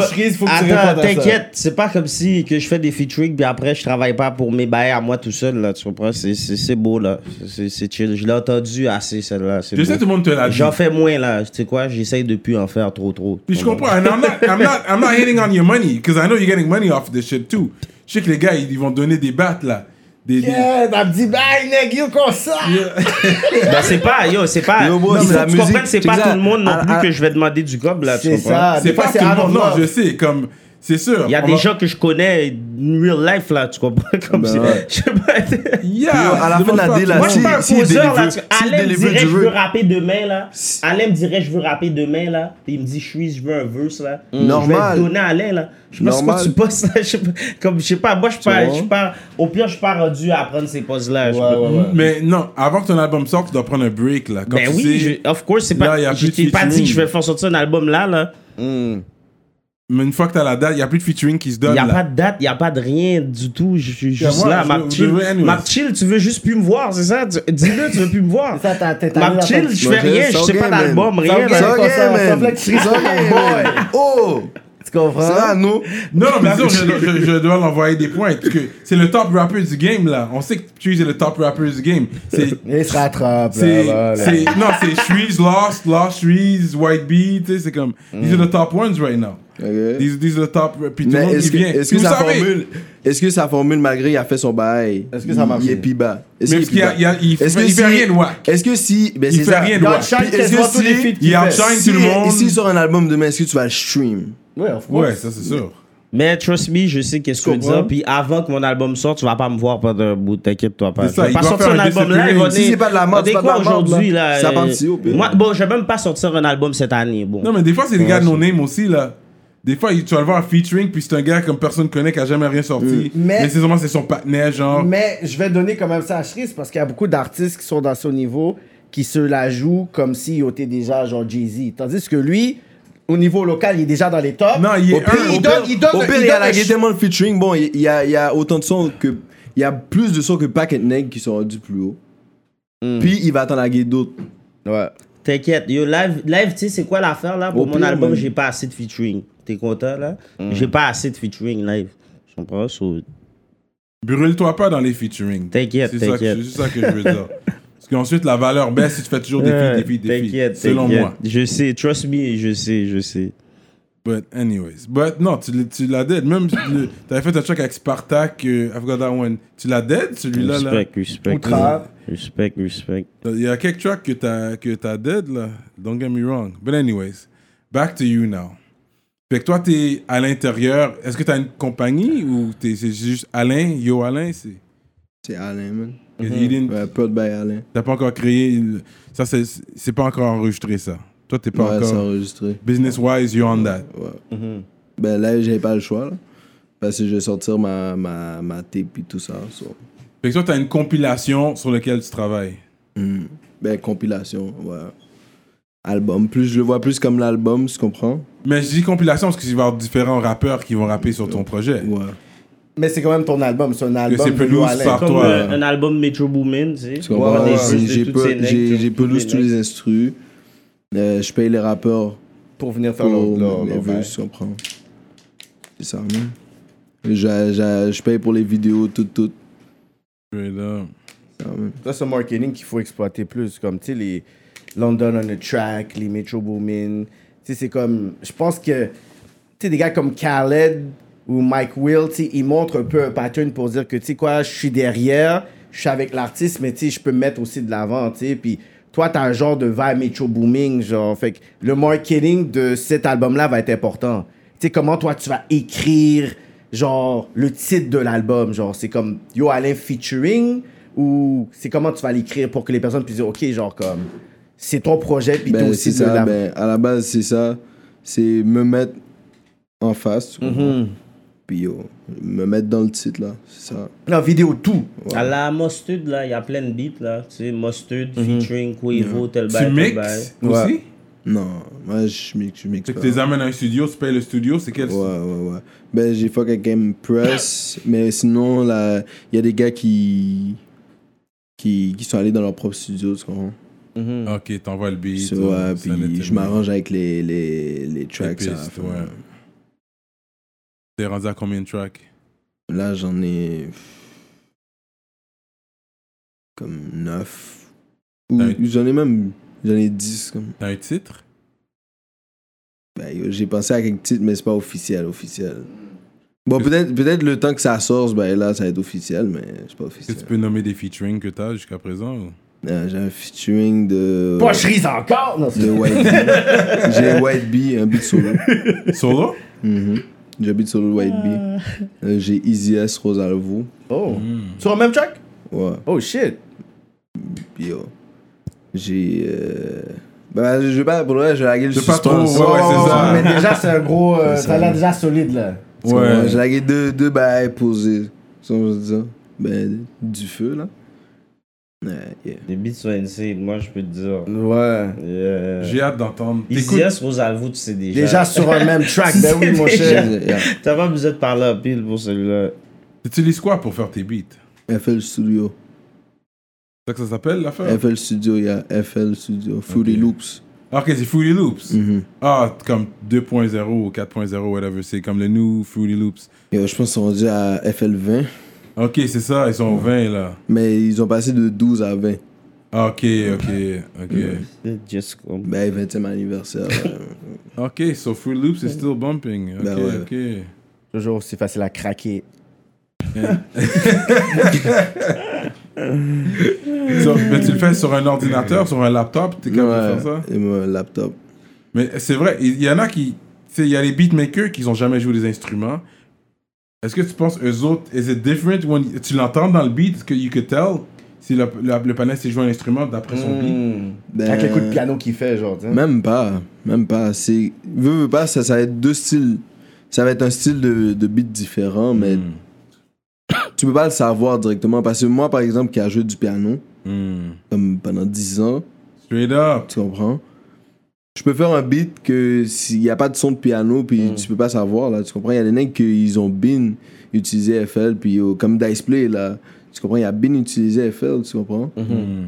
Speaker 4: Attends, t'inquiète, c'est pas comme si que je fais des featuring puis après je travaille pas pour mes bails à moi tout seul là, tu comprends? C'est- C'est c'est beau là, C'est- c'est chill. Je l'ai entendu assez celle-là. c'est
Speaker 1: Je sais,
Speaker 4: beau.
Speaker 1: tout le monde te l'a dit.
Speaker 4: J'en fais moins là, tu sais quoi, j'essaye de plus en faire trop trop.
Speaker 1: Puis je comprends. And I'm not, I'm not, I'm not hitting on your money, because I know you're getting money off this shit too. Je sais que les gars, ils ils vont donner des battes là. Des, des-
Speaker 2: Yeah, T'as me dit bye nègre, yo comme ça.
Speaker 4: Ben c'est pas, yo, c'est pas.
Speaker 3: Yo, bro,
Speaker 4: il
Speaker 3: c'est
Speaker 4: faut
Speaker 3: la
Speaker 4: que tu
Speaker 3: musique.
Speaker 4: comprennes, c'est
Speaker 3: Check
Speaker 4: pas
Speaker 3: ça.
Speaker 4: tout le monde non
Speaker 3: Ah,
Speaker 4: plus
Speaker 3: ah.
Speaker 4: que je vais demander du gob là, tu
Speaker 2: C'est
Speaker 4: comprends?
Speaker 2: ça.
Speaker 1: C'est
Speaker 2: Des
Speaker 1: pas
Speaker 2: fois, c'est
Speaker 1: tout le
Speaker 2: out of
Speaker 1: monde. Non,
Speaker 2: love.
Speaker 1: je sais, comme. C'est sûr.
Speaker 4: Il y a
Speaker 1: on
Speaker 4: des
Speaker 1: va-
Speaker 4: gens que je connais in real life là, tu comprends? Comme
Speaker 3: Ben
Speaker 4: si-
Speaker 3: ouais.
Speaker 4: je sais pas.
Speaker 1: Yeah,
Speaker 3: Yo, à la
Speaker 1: tu
Speaker 3: fin de la
Speaker 1: demandes pas
Speaker 3: dé,
Speaker 1: à
Speaker 3: là,
Speaker 1: tout le
Speaker 4: Moi, je
Speaker 3: si-
Speaker 4: suis
Speaker 1: monde.
Speaker 4: pas un
Speaker 3: si il
Speaker 4: poseur,
Speaker 3: délivre-
Speaker 4: là. tu-
Speaker 3: si il
Speaker 4: Alain me
Speaker 3: délivre
Speaker 4: dirait,
Speaker 3: du
Speaker 4: je veux
Speaker 3: vœu.
Speaker 4: rapper demain, là.
Speaker 3: Si-
Speaker 4: Alain me dirait, je veux rapper demain, là. Puis il me dit, je suis, je veux un verse, là.
Speaker 3: Normal.
Speaker 4: Je vais le donner à Alain, là. Je sais pas ce
Speaker 3: Normal.
Speaker 4: que tu bosses, là. Je sais pas, comme, je sais pas, moi, je suis pas,
Speaker 3: vois?
Speaker 4: je suis pas- au pire, je suis pas rendu à prendre ces poses là
Speaker 2: Ouais, ouais, ouais.
Speaker 1: Mais non, avant que ton album sorte, tu dois prendre un break là. Quand
Speaker 4: Ben
Speaker 1: tu
Speaker 4: oui,
Speaker 1: sais-
Speaker 4: je- of course, c'est
Speaker 1: là, y a
Speaker 4: pas,
Speaker 1: plus
Speaker 4: je
Speaker 1: de
Speaker 4: t'ai pas dit
Speaker 1: featuring.
Speaker 4: que je vais faire sortir un album là, là.
Speaker 1: Mais une fois que t'as la date, il n'y a plus de featuring qui se donne.
Speaker 4: Il n'y a
Speaker 1: là.
Speaker 4: pas de date, il n'y a pas de rien du tout. Je suis
Speaker 1: Yeah,
Speaker 4: juste
Speaker 1: moi,
Speaker 4: là,
Speaker 1: je-
Speaker 4: ma
Speaker 1: je
Speaker 4: chill.
Speaker 1: devrais, anyways.
Speaker 4: Ma chill, tu veux juste plus me voir, c'est ça? Tu- Dis-le, tu veux plus me voir.
Speaker 2: Ça, t'as- t'as- t'as mis
Speaker 4: Ma
Speaker 2: la
Speaker 4: chill,
Speaker 2: tête.
Speaker 4: je fais
Speaker 3: Moi,
Speaker 4: rien,
Speaker 3: j'ai-
Speaker 4: je
Speaker 3: ça
Speaker 4: sais
Speaker 3: ok,
Speaker 4: pas
Speaker 3: man.
Speaker 4: d'album, rien.
Speaker 2: ok.
Speaker 3: Ça,
Speaker 4: là.
Speaker 2: Ça,
Speaker 3: ok,
Speaker 2: ça, ça
Speaker 3: man.
Speaker 2: fait que tu cries
Speaker 3: Ça,
Speaker 2: sur
Speaker 3: ok,
Speaker 2: ton boy.
Speaker 3: man. Oh!
Speaker 2: Tu comprends?
Speaker 3: Ça, non.
Speaker 1: Non, mais attends, je, je- je dois l'envoyer des points. Parce que c'est le top rapper du game, là. On sait que Cheese est le top rapper du game. C'est.
Speaker 2: Il se rattrape.
Speaker 1: C'est,
Speaker 2: là, là, là.
Speaker 1: c'est, non, c'est Shreeze, Lost, Lost Shreeze, White Bee, tu sais, c'est comme, these are the top ones right now.
Speaker 3: Ok.
Speaker 1: These, these are the top, puis tout le
Speaker 3: Mais
Speaker 1: monde qui
Speaker 3: est-ce que,
Speaker 1: vient.
Speaker 3: est-ce
Speaker 1: Puis
Speaker 3: que
Speaker 1: vous
Speaker 3: sa
Speaker 1: savez,
Speaker 3: formule, est-ce que sa formule malgré il a fait son bail,
Speaker 2: Est-ce que ça marche?
Speaker 3: Il est plus bas. Est-ce
Speaker 1: Mais
Speaker 3: qu'il est
Speaker 1: parce qu'il y a-
Speaker 3: plus
Speaker 1: il y a-
Speaker 3: bas?
Speaker 1: il fait-
Speaker 3: Est-ce que
Speaker 1: il fait
Speaker 3: si-
Speaker 1: rien de whack.
Speaker 3: Est-ce que si, ben,
Speaker 1: Il
Speaker 3: c'est
Speaker 1: fait
Speaker 3: ça.
Speaker 1: rien de
Speaker 2: Il
Speaker 1: whack.
Speaker 2: outshine
Speaker 3: Puis est-ce
Speaker 2: quasiment
Speaker 3: que
Speaker 2: tous les
Speaker 3: si-
Speaker 2: feats qu'il
Speaker 1: Il
Speaker 2: fait.
Speaker 1: outshine
Speaker 3: Si-
Speaker 1: tout le monde.
Speaker 3: Et s'il sort un album demain, est-ce que tu vas le stream?
Speaker 2: Ouais, of course.
Speaker 1: Ouais, ça c'est sûr.
Speaker 4: Mais trust me, je sais qu'est-ce que tu veux
Speaker 3: comprends?
Speaker 4: dire. Puis avant que mon album sorte, tu vas pas me voir pendant un bout. T'inquiète-toi pas.
Speaker 1: C'est ça,
Speaker 4: je vais
Speaker 1: il
Speaker 4: pas
Speaker 1: doit
Speaker 4: sortir
Speaker 1: faire
Speaker 4: un
Speaker 1: un
Speaker 4: album là. il va
Speaker 1: discipline.
Speaker 4: venir-
Speaker 3: Si c'est pas de la merde,
Speaker 4: Attendez
Speaker 3: c'est pas de
Speaker 4: quoi
Speaker 3: la merde,
Speaker 4: aujourd'hui
Speaker 3: là.
Speaker 4: là.
Speaker 3: Ça
Speaker 4: euh,
Speaker 3: partit au pire.
Speaker 4: Moi, bon, je vais même pas sortir un album cette année. Bon.
Speaker 1: Non, mais des fois, c'est des gars non-name aussi, là. Des fois, il- tu vas le voir en featuring, puis c'est un gars comme personne connaît qui a jamais rien sorti.
Speaker 2: Mais-
Speaker 1: Mais, c'est sûrement, c'est son partenaire, genre.
Speaker 2: Mais je vais donner quand même ça à Chris parce qu'il y a beaucoup d'artistes qui sont dans son niveau qui se la jouent comme s'ils étaient déjà genre Jay-Z. Tandis que lui, au niveau local, il est déjà dans les tops.
Speaker 1: Non, il est
Speaker 2: Au pire,
Speaker 1: un,
Speaker 2: il
Speaker 1: au
Speaker 2: donne, il donne,
Speaker 3: Au pire,
Speaker 2: il
Speaker 3: il y a
Speaker 2: donne
Speaker 3: la
Speaker 2: un ch-
Speaker 3: tellement de featuring. Bon, il y a, il y a autant de sons que. Il y a plus de sons que Packet Neg qui sont rendus plus haut. Puis il va attendre la guide d'autres.
Speaker 2: Hmm. Ouais.
Speaker 4: T'inquiète, yo, live, live tu sais, c'est quoi l'affaire là Pour
Speaker 3: Au
Speaker 4: mon
Speaker 3: pire,
Speaker 4: album,
Speaker 3: man. Mm.
Speaker 4: j'ai pas assez de featuring. T'es content là J'ai pas assez de featuring live. Je comprends so,
Speaker 1: Brûle-toi pas dans les featuring.
Speaker 4: T'inquiète,
Speaker 1: C'est ça que-
Speaker 4: t'inquiète.
Speaker 1: C'est juste ça que je veux dire. Parce qu'ensuite, la valeur baisse si tu fais toujours des feats, des feats, des feats.
Speaker 4: T'inquiète,
Speaker 1: Selon
Speaker 4: t'inquiète.
Speaker 1: moi.
Speaker 4: Je sais, trust me, je sais, je sais.
Speaker 1: But anyways. But non, tu, l'as- tu l'as dead. Même, le- t'avais fait un truc avec Spartak, euh, I've got that one. Tu l'as dead, celui-là, là.
Speaker 4: Respect, respect.
Speaker 2: Outrave.
Speaker 4: Respect, respect.
Speaker 1: Euh, Il y a quelques tracks que t'as, que t'as dead, là. Don't get me wrong. But anyways, back to you now. Fait que toi, t'es à l'intérieur. Est-ce que t'as une compagnie ou t'es, c'est juste Alain, yo Alain, c'est...
Speaker 3: C'est Alain, man.
Speaker 1: you didn't-
Speaker 3: Mhm. Ouais, Prod by Alain.
Speaker 1: T'as pas encore créé... une- Ça, c'est, c'est pas encore enregistré, ça. Toi, t'es pas
Speaker 3: Ouais, c'est
Speaker 1: encore...
Speaker 3: enregistré.
Speaker 1: Business-wise, you're on that.
Speaker 2: Mhm.
Speaker 3: Ben là, j'avais pas le choix, là. Parce que je vais sortir ma, ma, ma tape et tout ça. so.
Speaker 1: Fait que toi, t'as une compilation sur laquelle tu travailles.
Speaker 3: Ben, compilation, ouais. Album. Plus je le vois plus comme l'album, tu comprends?
Speaker 1: Mais je dis compilation parce que tu vas avoir différents rappeurs qui vont rapper sur ton projet.
Speaker 3: Ouais.
Speaker 2: Mais c'est quand même ton album. C'est un album.
Speaker 1: c'est
Speaker 2: de
Speaker 1: pelouse
Speaker 2: Lou Allen.
Speaker 1: par-
Speaker 4: Comme
Speaker 1: toi,
Speaker 4: euh,
Speaker 1: là.
Speaker 4: un album Metro Boomin, tu sais.
Speaker 3: Tu comprends?
Speaker 2: Ouais, ouais,
Speaker 3: J'ai-
Speaker 2: ouais.
Speaker 3: J'ai pe- j'ai- j'ai pelouse tous les instrus. Euh, je paye les rappeurs
Speaker 2: Pour venir faire
Speaker 3: pour
Speaker 2: leur- leur-
Speaker 3: mes
Speaker 2: leur
Speaker 3: vues,
Speaker 2: bail.
Speaker 3: tu comprends? C'est ça, man. J'a- j'a- Je paye pour les vidéos, tout, tout.
Speaker 1: Straight up.
Speaker 3: Ça, man.
Speaker 2: Ça, c'est un marketing qu'il faut exploiter plus. Comme, tu sais, les London on a Track, les Metro Boomin. Tu sais, c'est comme. Je pense que. Tu sais, des gars comme Khaled ou Mike Will, tu sais, ils montrent un peu un pattern pour dire que, tu sais quoi, je suis derrière, je suis avec l'artiste, mais tu sais, je peux me mettre aussi de l'avant, tu sais. Puis toi, t'as un genre de vibe Metro Booming, genre. Fait que le marketing de cet album-là va être important. Tu sais, comment toi, tu vas écrire. Genre, le titre de l'album, genre, c'est comme Yo Alain featuring, ou c'est comment tu vas l'écrire pour que les personnes puissent dire ok genre comme c'est ton projet puis toi
Speaker 3: Ben,
Speaker 2: aussi
Speaker 3: c'est
Speaker 2: tu
Speaker 3: ça.
Speaker 2: l'as-
Speaker 3: ben, à la base, c'est ça. C'est me mettre en face,
Speaker 2: Mhm.
Speaker 3: tu comprends?
Speaker 4: Hmm.
Speaker 3: Puis, yo, me mettre dans le titre, là. C'est ça.
Speaker 2: non vidéo tout
Speaker 4: À la Mustard, là, il y a plein de beats, là. Tu sais, Mustard, featuring Quavo, tel bail,
Speaker 1: Tu
Speaker 4: tel bail.
Speaker 1: mixes aussi?
Speaker 3: Non, moi, je mixe, je mixe
Speaker 1: C'est que
Speaker 3: pas.
Speaker 1: tu les amènes à un studio, tu payes le studio, c'est quel
Speaker 3: Ouais, ouais, ouais. Ben, j'ai fuck avec Game Press, mais sinon, là, il y a des gars qui... qui. qui sont allés dans leur propre studio, tu comprends?
Speaker 1: Ok, t'envoies le beat.
Speaker 3: So,
Speaker 1: euh,
Speaker 3: ouais,
Speaker 1: ça
Speaker 3: puis
Speaker 1: n'était
Speaker 3: je m'arrange avec les, les, les
Speaker 1: pas. Les
Speaker 3: tracks. ça,
Speaker 1: pistes,
Speaker 3: enfin,
Speaker 1: ouais. T'es rendu à combien de tracks
Speaker 3: Là, j'en ai. pff, comme 9. Ou
Speaker 1: T'as-
Speaker 3: j'en ai même. J'en ai 10. Comme...
Speaker 1: T'as un titre
Speaker 3: Ben, yo, j'ai pensé à quelques titres, mais c'est pas officiel. officiel. Bon, peut-être peut le temps que ça sorte, ben là, ça va être officiel, mais c'est pas
Speaker 1: Est-ce que
Speaker 3: officiel.
Speaker 1: tu peux nommer des featuring que t'as jusqu'à présent ou?
Speaker 3: Euh, j'ai un featuring de.
Speaker 2: pocheries encore non, c'est-
Speaker 3: de White Bee. J'ai White Bee, un beat solo.
Speaker 1: Solo
Speaker 3: Mhm. J'ai un beat solo de White Bee. Euh, j'ai Easy S Rosalvo.
Speaker 2: oh sur le même track
Speaker 3: Ouais.
Speaker 2: oh shit
Speaker 3: Puis, yo, J'ai. Euh... Ben, je vais pas. Pour le reste, je vais laguer le
Speaker 1: Je sais pas trop,
Speaker 3: suspense.
Speaker 1: ouais, ouais, c'est ça.
Speaker 2: mais Ben, déjà c'est un gros euh, ça a l'air déjà solide là
Speaker 3: Parce que moi,
Speaker 1: Ouais.
Speaker 3: J'ai lagué deux, deux bails posés. Ça, je dis ça. Ben, du feu, là. Ouais, yeah.
Speaker 4: Les beats sont insane, moi, je peux te dire. Euh,
Speaker 2: ouais
Speaker 3: Euh,
Speaker 4: Yeah.
Speaker 1: J'ai hâte d'entendre. T'écoutes
Speaker 4: ICS Rosalvo, tu sais déjà.
Speaker 2: déjà sur un même track ben oui mon
Speaker 4: Déjà.
Speaker 2: cher
Speaker 3: Yeah.
Speaker 4: T'as pas besoin de parler à pile pour celui-là.
Speaker 1: T'utilises quoi pour faire tes beats
Speaker 3: FL Studio.
Speaker 1: C'est ça que ça s'appelle l'affaire
Speaker 3: FL Studio, il y a FL Studio.
Speaker 1: Ah.
Speaker 3: Fruity
Speaker 1: Ok.
Speaker 3: Loops.
Speaker 1: Ok, c'est Fruity Loops.
Speaker 3: Mm.
Speaker 2: Mhm.
Speaker 1: Ah, comme 2.0 ou 4.0, whatever. C'est comme le new Fruity Loops.
Speaker 3: Yo, je pense qu'ils sont rendus à FL20,
Speaker 1: Ok, c'est ça, ils sont
Speaker 3: Mm.
Speaker 1: au 20 là. Ah,
Speaker 3: mais ils ont passé de 12 à 20.
Speaker 1: Ok, ok, ok.
Speaker 3: Mm.
Speaker 4: Just comme.
Speaker 3: Ben, 20e anniversaire. euh,
Speaker 1: Ok, so Fruity Loops is still bumping. Ok,
Speaker 3: Ben ouais.
Speaker 1: ok.
Speaker 2: Toujours, c'est facile à craquer.
Speaker 1: So, mais tu le fais sur un ordinateur, sur un laptop, t'es capable de faire ça?
Speaker 3: Mm. ouais, et mon laptop.
Speaker 1: Mais c'est vrai, il y en a qui. tu sais, Il y a les beatmakers qui n'ont jamais joué des instruments. Est-ce que tu penses, eux autres, is it different when tu l'entends dans le beat? Est-ce que you could tell si le, le, le panel s'est joué un instrument
Speaker 2: Mmh.
Speaker 1: d'après son
Speaker 2: Hmm.
Speaker 1: beat?
Speaker 3: Ben,
Speaker 2: Avec les coups de piano qu'il fait, genre. tu sais.
Speaker 3: Même pas, même pas. C'est, veux, veux pas, ça, ça va être deux styles. Ça va être un style de, de beat différent, mais
Speaker 2: Mhm.
Speaker 3: tu peux pas le savoir directement. Parce que moi, par exemple, qui a joué du piano
Speaker 2: Hmm.
Speaker 1: Mm.
Speaker 3: comme pendant 10 ans,
Speaker 1: Straight up.
Speaker 3: tu comprends? Je peux faire un beat que s'il n'y a pas de son de piano, puis tu peux pas savoir, là, tu comprends? Il y a des nègres qu'ils ont bin utilisé FL, puis yo, comme Diceplay, là, tu comprends? Il y a bin utilisé FL, tu comprends?
Speaker 1: Mm.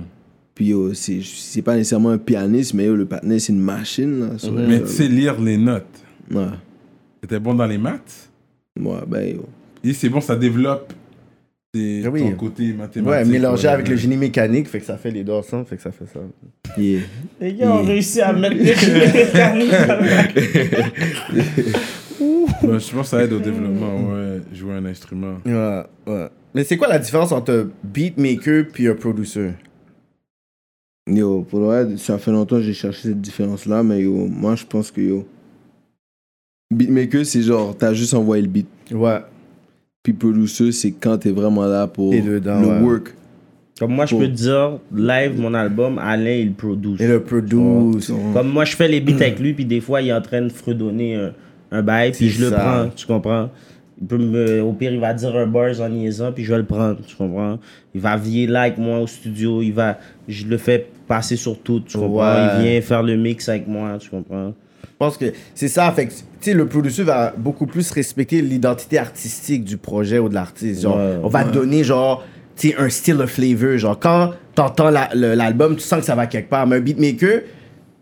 Speaker 3: Puis yo, c'est, c'est pas nécessairement un pianiste, mais yo, le partner, c'est une machine, là. sur
Speaker 1: Mais
Speaker 3: FL.
Speaker 1: tu sais lire les notes.
Speaker 3: Ouais.
Speaker 1: T'étais bon dans les maths?
Speaker 3: Ouais, ben yo.
Speaker 1: Et c'est bon, ça développe tes-
Speaker 2: Ah oui.
Speaker 1: ton côté mathématique.
Speaker 2: Ouais, mélangé
Speaker 1: whatever.
Speaker 2: avec le génie mécanique, fait que ça fait les deux ensemble, fait que ça fait ça.
Speaker 3: Yeah.
Speaker 4: Les gars ont réussi à mettre les cheveux
Speaker 1: Ouais, je pense que ça aide au développement,
Speaker 2: Hmm.
Speaker 1: ouais, jouer un instrument.
Speaker 2: Ouais, ouais. Mais c'est quoi la différence entre un beatmaker puis un producer
Speaker 3: Yo, pour le vrai, ça fait longtemps que j'ai cherché cette différence-là, mais yo, moi je pense que yo. Beatmaker, c'est genre, t'as juste envoyé le beat.
Speaker 2: Ouais.
Speaker 3: Puis producer, c'est quand t'es vraiment là pour
Speaker 2: T'es dedans,
Speaker 3: le
Speaker 2: ouais.
Speaker 3: work.
Speaker 4: Comme moi, je
Speaker 3: Bon.
Speaker 4: peux te dire, live, mon album, Alain, il produit.
Speaker 2: Et le produce.
Speaker 4: Comme moi, je fais les beats avec lui, puis des fois, il est en train de fredonner un, un bail, puis
Speaker 2: C'est
Speaker 4: je le
Speaker 2: ça.
Speaker 4: prends, tu comprends? Il peut me- au pire, il va dire un buzz en niaisant, puis je vais le prendre, tu comprends? Il va vier là avec moi au studio, il va, je le fais passer sur tout, tu comprends?
Speaker 2: Ouais.
Speaker 4: Il vient faire le mix avec moi, tu comprends?
Speaker 2: Je pense que c'est ça, fait que, tu sais, le producer va beaucoup plus respecter l'identité artistique du projet ou de l'artiste. Genre,
Speaker 4: Ouais,
Speaker 2: on va te donner, genre, tu sais, un style of flavor. Genre, quand t'entends la- le- l'album, tu sens que ça va quelque part. Mais un beatmaker,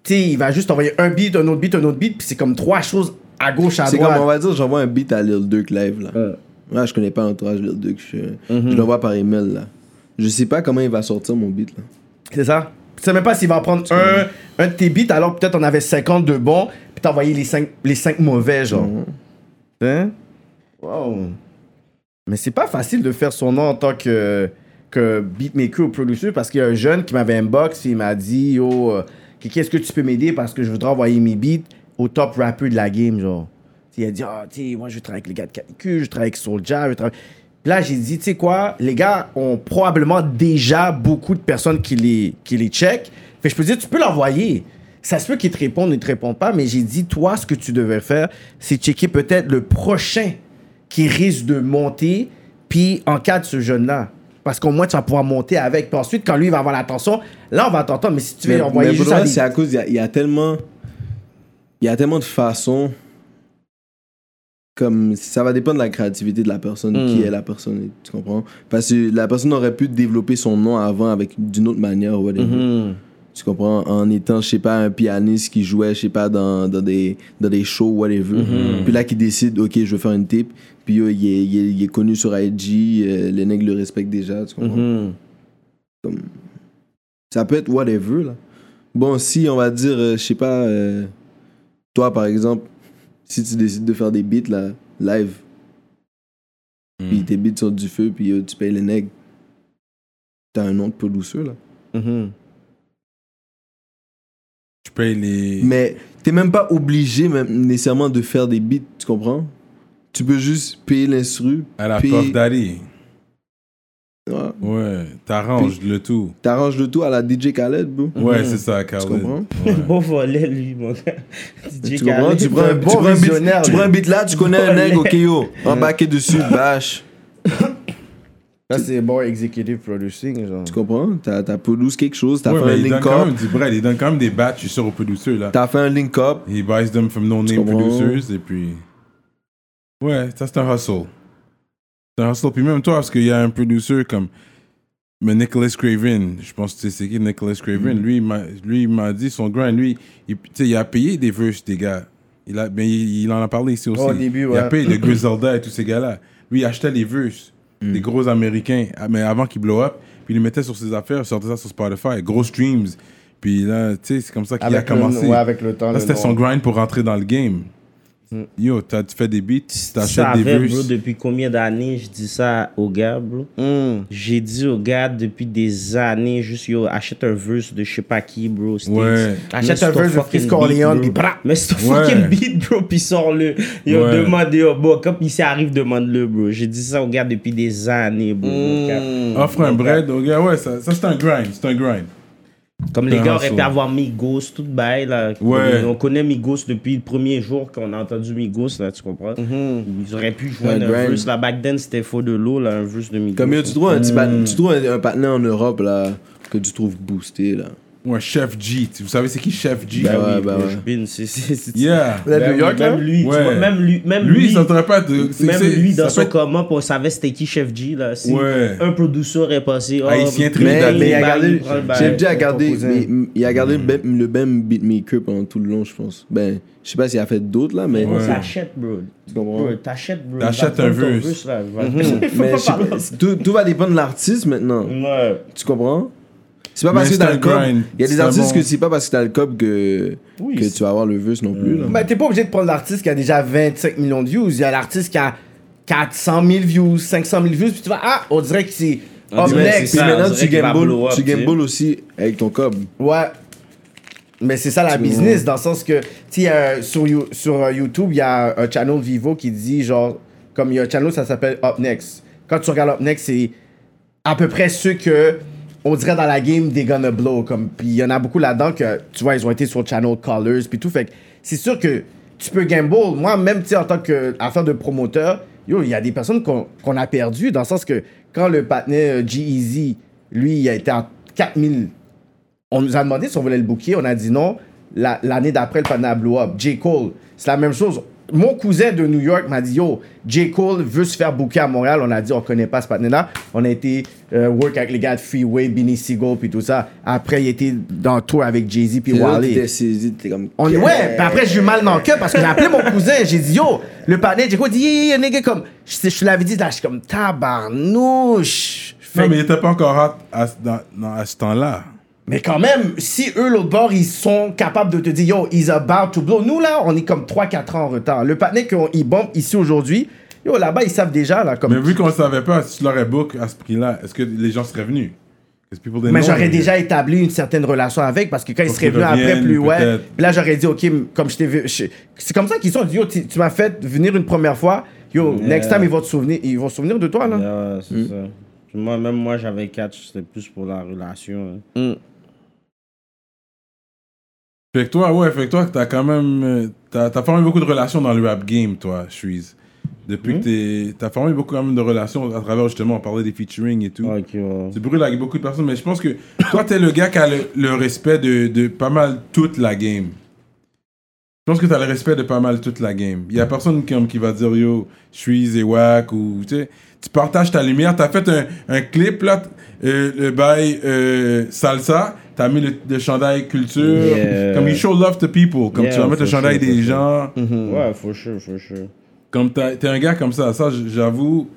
Speaker 2: tu sais, il va juste envoyer un beat, un autre beat, un autre beat, puis c'est comme trois choses à gauche, à
Speaker 3: C'est comme,
Speaker 2: droite.
Speaker 3: on va dire, j'envoie un beat à Lil Duke live là. Ouais, je connais pas l'entourage Lil Duke. Je,
Speaker 2: Mm-hmm.
Speaker 3: je le vois par email là. Je sais pas comment il va sortir mon beat là.
Speaker 2: C'est ça. Tu sais même pas s'il va prendre un, un de tes beats, alors peut-être on avait 50 de bons, puis t'as envoyé les 5, les cinq mauvais, genre. Hein? Wow. Mais c'est pas facile de faire son nom en tant que, que beatmaker ou producer parce qu'il y a un jeune qui m'avait inbox et il m'a dit Yo, euh, Kiki, est-ce que tu peux m'aider parce que je voudrais envoyer mes beats au top rapper de la game, genre. Il a dit Ah, tu sais, moi je travaille avec les gars de Canicule, je travaille avec Soulja, je travaille. Puis là, j'ai dit Tu sais quoi, les gars ont probablement déjà beaucoup de personnes qui les, qui les checkent. Fait que je peux dire Tu peux l'envoyer. Ça se peut qu'ils te répondent ou ils te répondent pas, mais j'ai dit Toi, ce que tu devais faire, c'est checker peut-être le prochain qui risque de monter, puis encadre ce jeune-là. Parce qu'au moins, tu vas pouvoir monter avec. Puis ensuite, quand lui, il va avoir l'attention, là, on va t'entendre. Mais si tu veux
Speaker 3: Mais-
Speaker 2: l'envoyer
Speaker 3: mais pour
Speaker 2: juste
Speaker 3: le
Speaker 2: à
Speaker 3: vrai,
Speaker 2: des-
Speaker 3: c'est à cause, il y a- il y, a tellement. Il y a tellement de façons. Comme ça va dépendre de la créativité de la personne, qui est la personne, tu comprends? Parce que la personne aurait pu développer son nom avant avec d'une autre manière, whatever. Tu comprends? En étant, je sais pas, un pianiste qui jouait, je sais pas, dans, dans, des, dans des shows, whatever. Puis là, qui décide, ok, je veux faire une tape. Puis yo, il, est, il est- il est connu sur IG, euh, les nègres le respectent déjà, tu comprends? Ça peut être whatever, là. Bon, si on va dire, euh, je sais pas, euh, toi par exemple, si tu décides de faire des beats là, live,
Speaker 1: Hmm.
Speaker 3: puis tes beats sont du feu, puis euh, tu payes les nègres, t'as un nom de peu douceur là.
Speaker 1: Tu payes les.
Speaker 3: Mais t'es même pas obligé même, nécessairement de faire des beats, tu comprends? Tu peux juste payer l'instru,
Speaker 1: à la
Speaker 3: puis-
Speaker 1: Puff Daddy.
Speaker 3: voilà.
Speaker 1: Ouais, t'arranges le tout.
Speaker 3: t'arranges le tout à la DJ Khaled, bro.
Speaker 1: Ouais, c'est ça, Khaled.
Speaker 3: Mhm. comprends?
Speaker 1: Ouais.
Speaker 4: Bon volet, lui, mon gars.
Speaker 3: Tu
Speaker 4: DJ
Speaker 3: comprends?
Speaker 4: Khaled.
Speaker 3: Tu prends, un,
Speaker 2: bon
Speaker 3: tu prends un
Speaker 2: visionnaire,
Speaker 3: beat, tu
Speaker 2: lui.
Speaker 3: prends un beat là, tu connais un nègre, ok yo, embarqué dessus, bâche.
Speaker 2: Ça, c'est bon executive producing, genre.
Speaker 3: Tu comprends? T'as t'as produit quelque chose, t'as
Speaker 1: Ouais, mais
Speaker 3: fait un
Speaker 1: il donne
Speaker 3: link
Speaker 1: quand
Speaker 3: up,
Speaker 1: même du bread, il donne quand même des battes, je suis sûr, aux producers, là.
Speaker 3: t'as fait un link up,
Speaker 1: He buys them from
Speaker 3: Tu
Speaker 1: no-name
Speaker 3: comprends?
Speaker 1: producers, et puis... Ouais, ça, c'est un hustle. C'est un hustle. Puis même toi, parce qu'il y a un producer comme... Mais Nicholas Craven, je pense que tu sais c'est qui Nicholas Craven.
Speaker 2: Mm.
Speaker 1: Lui, il m'a- Lui, il m'a dit son grind. Lui, il, tu sais, il a payé des verses des gars. Il, a, mais il, il en a parlé ici aussi.
Speaker 2: au début,
Speaker 1: Il a
Speaker 2: ouais.
Speaker 1: payé de Griselda et tous ces gars-là. Lui, il achetait les verses
Speaker 2: Mm.
Speaker 1: des gros Américains, ah, mais avant qu'ils blow up. Puis il les mettait sur ses affaires, il sortait ça sur Spotify. Gros streams. Puis là, tu sais, c'est comme ça qu'il a
Speaker 2: Avec le-
Speaker 1: commencé.
Speaker 2: ouais, avec le temps,
Speaker 1: Là,
Speaker 2: le
Speaker 1: c'était
Speaker 2: nom. Mm.
Speaker 1: son grind pour rentrer dans le game. Yo, t'as- tu fais des beats,
Speaker 4: Tu
Speaker 1: t'achètes des
Speaker 4: savais, bro,
Speaker 1: verses.
Speaker 4: depuis combien d'années je dis ça aux gars, bro?
Speaker 2: Hmm.
Speaker 4: J'ai dit aux gars depuis des années, juste yo, achète un verse de je sais pas qui, bro. States.
Speaker 1: Ouais.
Speaker 2: Achète
Speaker 4: Mets
Speaker 2: un
Speaker 4: ton
Speaker 2: verse de
Speaker 4: fucking
Speaker 2: Chris
Speaker 4: beat,
Speaker 2: Corleone,
Speaker 4: bro.
Speaker 2: puis brap.
Speaker 4: Mais c'est ton
Speaker 1: Ouais.
Speaker 4: fucking beat, bro, puis sors-le. Yo,
Speaker 1: Ouais.
Speaker 4: demandez, oh, bon, quand il s'y arrive, demande-le, bro. J'ai dit ça aux gars depuis des années, bro.
Speaker 2: Hmm.
Speaker 1: Offre un bread au gars. Ouais, ça, ça, c'est un grind. C'est un grind.
Speaker 4: Comme les
Speaker 1: Un
Speaker 4: gars auraient pu
Speaker 1: hustle.
Speaker 4: avoir Migos, tout bail, là.
Speaker 1: Ouais.
Speaker 4: On connaît Migos depuis le premier jour qu'on a entendu Migos, là, tu comprends? Ils auraient pu jouer un
Speaker 3: Un grind.
Speaker 4: verse, là. Back then, c'était faux de l'eau, là, un verse de Migos.
Speaker 3: Comme yo, tu trouves un petit
Speaker 1: Hmm.
Speaker 3: pat- tu trouves un, un patin en Europe, là, que tu trouves boosté, là.
Speaker 1: Ouais, Chef G. Tu- Vous savez, c'est qui Chef G?
Speaker 3: Ben
Speaker 4: Ah oui,
Speaker 3: ouais, bah
Speaker 4: bro,
Speaker 3: ouais. hein?
Speaker 4: je bin, c'est- c'est- c'est-
Speaker 1: Yeah.
Speaker 2: La
Speaker 4: Ben
Speaker 2: New
Speaker 4: oui,
Speaker 2: York, là?
Speaker 4: même lui, tu
Speaker 1: Ouais.
Speaker 4: vois, même lui, même
Speaker 1: Lui,
Speaker 4: lui,
Speaker 1: il s'entendrait pas de. c'est-
Speaker 4: même
Speaker 1: c'est-
Speaker 4: lui dans
Speaker 1: ça
Speaker 4: son
Speaker 1: peut être
Speaker 4: comment on savait c'était qui Chef G là. Si
Speaker 1: Ouais.
Speaker 4: un producer est passé, oh,
Speaker 1: Haïtien
Speaker 3: Mais,
Speaker 1: Trinidad. Hmm.
Speaker 4: il-
Speaker 3: mais il a
Speaker 4: il
Speaker 3: gardé,
Speaker 4: prend le bail.
Speaker 3: Chef G a gardé,
Speaker 2: proposé.
Speaker 3: mais- mm, il a gardé le même- le Ben même beatmaker pendant tout le long, je pense. Ben, je sais pas s'il a fait d'autres là, mais.
Speaker 4: On
Speaker 1: Ouais.
Speaker 4: s'achète, bro.
Speaker 3: Tu comprends?
Speaker 4: Bro, T'achètes, bro.
Speaker 1: T'achètes
Speaker 4: Va
Speaker 1: un
Speaker 4: prendre ton
Speaker 1: verse.
Speaker 4: verse, là. Va-
Speaker 3: Mais je
Speaker 4: Faut
Speaker 3: sais
Speaker 4: pas
Speaker 3: pas, tout, tout va dépendre de l'artiste maintenant.
Speaker 2: Hmm.
Speaker 4: Ouais.
Speaker 3: Tu comprends? C'est pas parce
Speaker 1: Mais
Speaker 3: que t'as
Speaker 1: c'est
Speaker 3: le
Speaker 1: un
Speaker 3: cob.
Speaker 1: grind.
Speaker 3: Il y a
Speaker 1: C'est
Speaker 3: des
Speaker 1: un
Speaker 3: artistes
Speaker 1: bon-
Speaker 3: que c'est pas parce que t'as le cob que,
Speaker 4: Oui,
Speaker 3: que
Speaker 4: c'est-
Speaker 3: tu vas avoir le verse non
Speaker 1: Hmm.
Speaker 3: plus. Là.
Speaker 2: Ben, t'es pas obligé de prendre l'artiste qui a déjà 25 millions de views. Il y a l'artiste qui a 400 000 views, 500 000 views, puis tu vas, ah, on dirait que c'est up
Speaker 3: Puis
Speaker 4: dirait
Speaker 2: next.
Speaker 4: que
Speaker 3: puis
Speaker 4: ça, on
Speaker 3: maintenant,
Speaker 4: dirait
Speaker 3: tu
Speaker 4: qu'il va
Speaker 3: gambles,
Speaker 4: blow up,
Speaker 3: tu
Speaker 4: tu sais.
Speaker 3: gambles aussi avec ton cob.
Speaker 2: Ouais. Mais c'est ça la business, dans le sens que, tu sais, euh, sur, You- sur euh, YouTube, il y a un channel Vivo qui dit, genre, comme il y a un channel, ça s'appelle Up Next. Quand tu regardes Up Next, c'est à peu près ceux que, on dirait dans la game, des gonna blow. Comme, puis il y en a beaucoup là-dedans que, tu vois, ils ont été sur le channel Colors, puis tout. Fait que c'est sûr que tu peux gamble. Moi, même, tu sais, en tant qu'affaire de promoteur, yo, il y a des personnes qu'on qu'on a perdues, dans le sens que, quand le partenaire G-Eazy, lui, il a été à 4000 on nous a demandé si on voulait le booker, on a dit non. La- L'année d'après, le panneau a blow up. J. Cole, c'est la même chose. Mon cousin de New York m'a dit Yo, J. Cole veut se faire booker à Montréal. On a dit On connaît pas ce partenaire-là. On a été euh, work avec les gars de Freeway, Benny Siegel, puis tout ça. Après, il était dans le tour avec Jay-Z, puis
Speaker 3: Puis là, t'étais
Speaker 2: Wally.
Speaker 3: saisi, t'es comme.
Speaker 2: On,
Speaker 3: Yeah.
Speaker 2: ouais, puis après, j'ai eu mal dans le cœur parce que j'ai appelé mon cousin. J'ai dit Yo, le partenaire, J. Cole dit Yeah, yeah, yeah, nigga, comme. Je, je l'avais dit, là, je suis comme Tabarnouche. Fait
Speaker 1: Non,
Speaker 2: que-
Speaker 1: mais il était pas encore hot à, ce- dans- dans- à ce temps-là.
Speaker 2: mais quand même, si eux, l'autre bord, ils sont capables de te dire, yo, is about to blow. Nous, là, on est comme 3-4 ans en retard. Le patinet qu'on y bombe ici aujourd'hui, yo, là-bas, ils savent déjà, là, comme.
Speaker 1: Mais vu qu'on le savait pas, si tu l'aurais book à ce prix-là, est-ce que les gens seraient venus? Est-ce que people didn't
Speaker 2: Mais
Speaker 1: know?
Speaker 2: j'aurais déjà établi une certaine relation avec parce que quand ils
Speaker 1: Faut
Speaker 2: seraient
Speaker 1: qu'ils
Speaker 2: venus après
Speaker 1: reviennent,
Speaker 2: plus ouais,
Speaker 1: peut-être.
Speaker 2: puis là j'aurais dit ok m- comme je t'ai vu, je- c'est comme ça qu'ils sont dit yo tu, tu m'as fait venir une première fois, yo next time ils vont te souvenir, ils vont se souvenir de toi là.
Speaker 4: Ouais, c'est ça. Moi, même moi, j'avais catch, c'était plus pour la relation. hein.
Speaker 1: Fait que toi, ouais, fait que toi, t'as quand même. euh, T'as t'as formé beaucoup de relations dans le rap game, toi, Shreeze. Depuis que t'es. T'as formé beaucoup quand même de relations à travers justement, on parlait des featuring et tout.
Speaker 4: Ok, ouais.
Speaker 1: Tu brûles avec beaucoup de personnes, mais je pense que toi, t'es le gars qui a le, le respect de, de pas mal toute la game. Je pense que t'as le respect de pas mal toute la game. Il y a personne qui, qui va dire yo, je suis Zewak ou tu sais. Tu partages ta lumière. T'as fait un, un clip là, t- euh, le bail euh, salsa. T'as mis le, le chandail culture.
Speaker 4: Yeah.
Speaker 1: Comme you show love to people. Comme
Speaker 4: Yeah,
Speaker 1: tu vas mettre le
Speaker 4: for sure,
Speaker 1: chandail
Speaker 4: for
Speaker 1: des
Speaker 4: sure. Mm.
Speaker 1: gens.
Speaker 4: Ouais, for sure, for sure.
Speaker 1: Comme t'as- t'es un gars comme ça. Ça, j- j'avoue,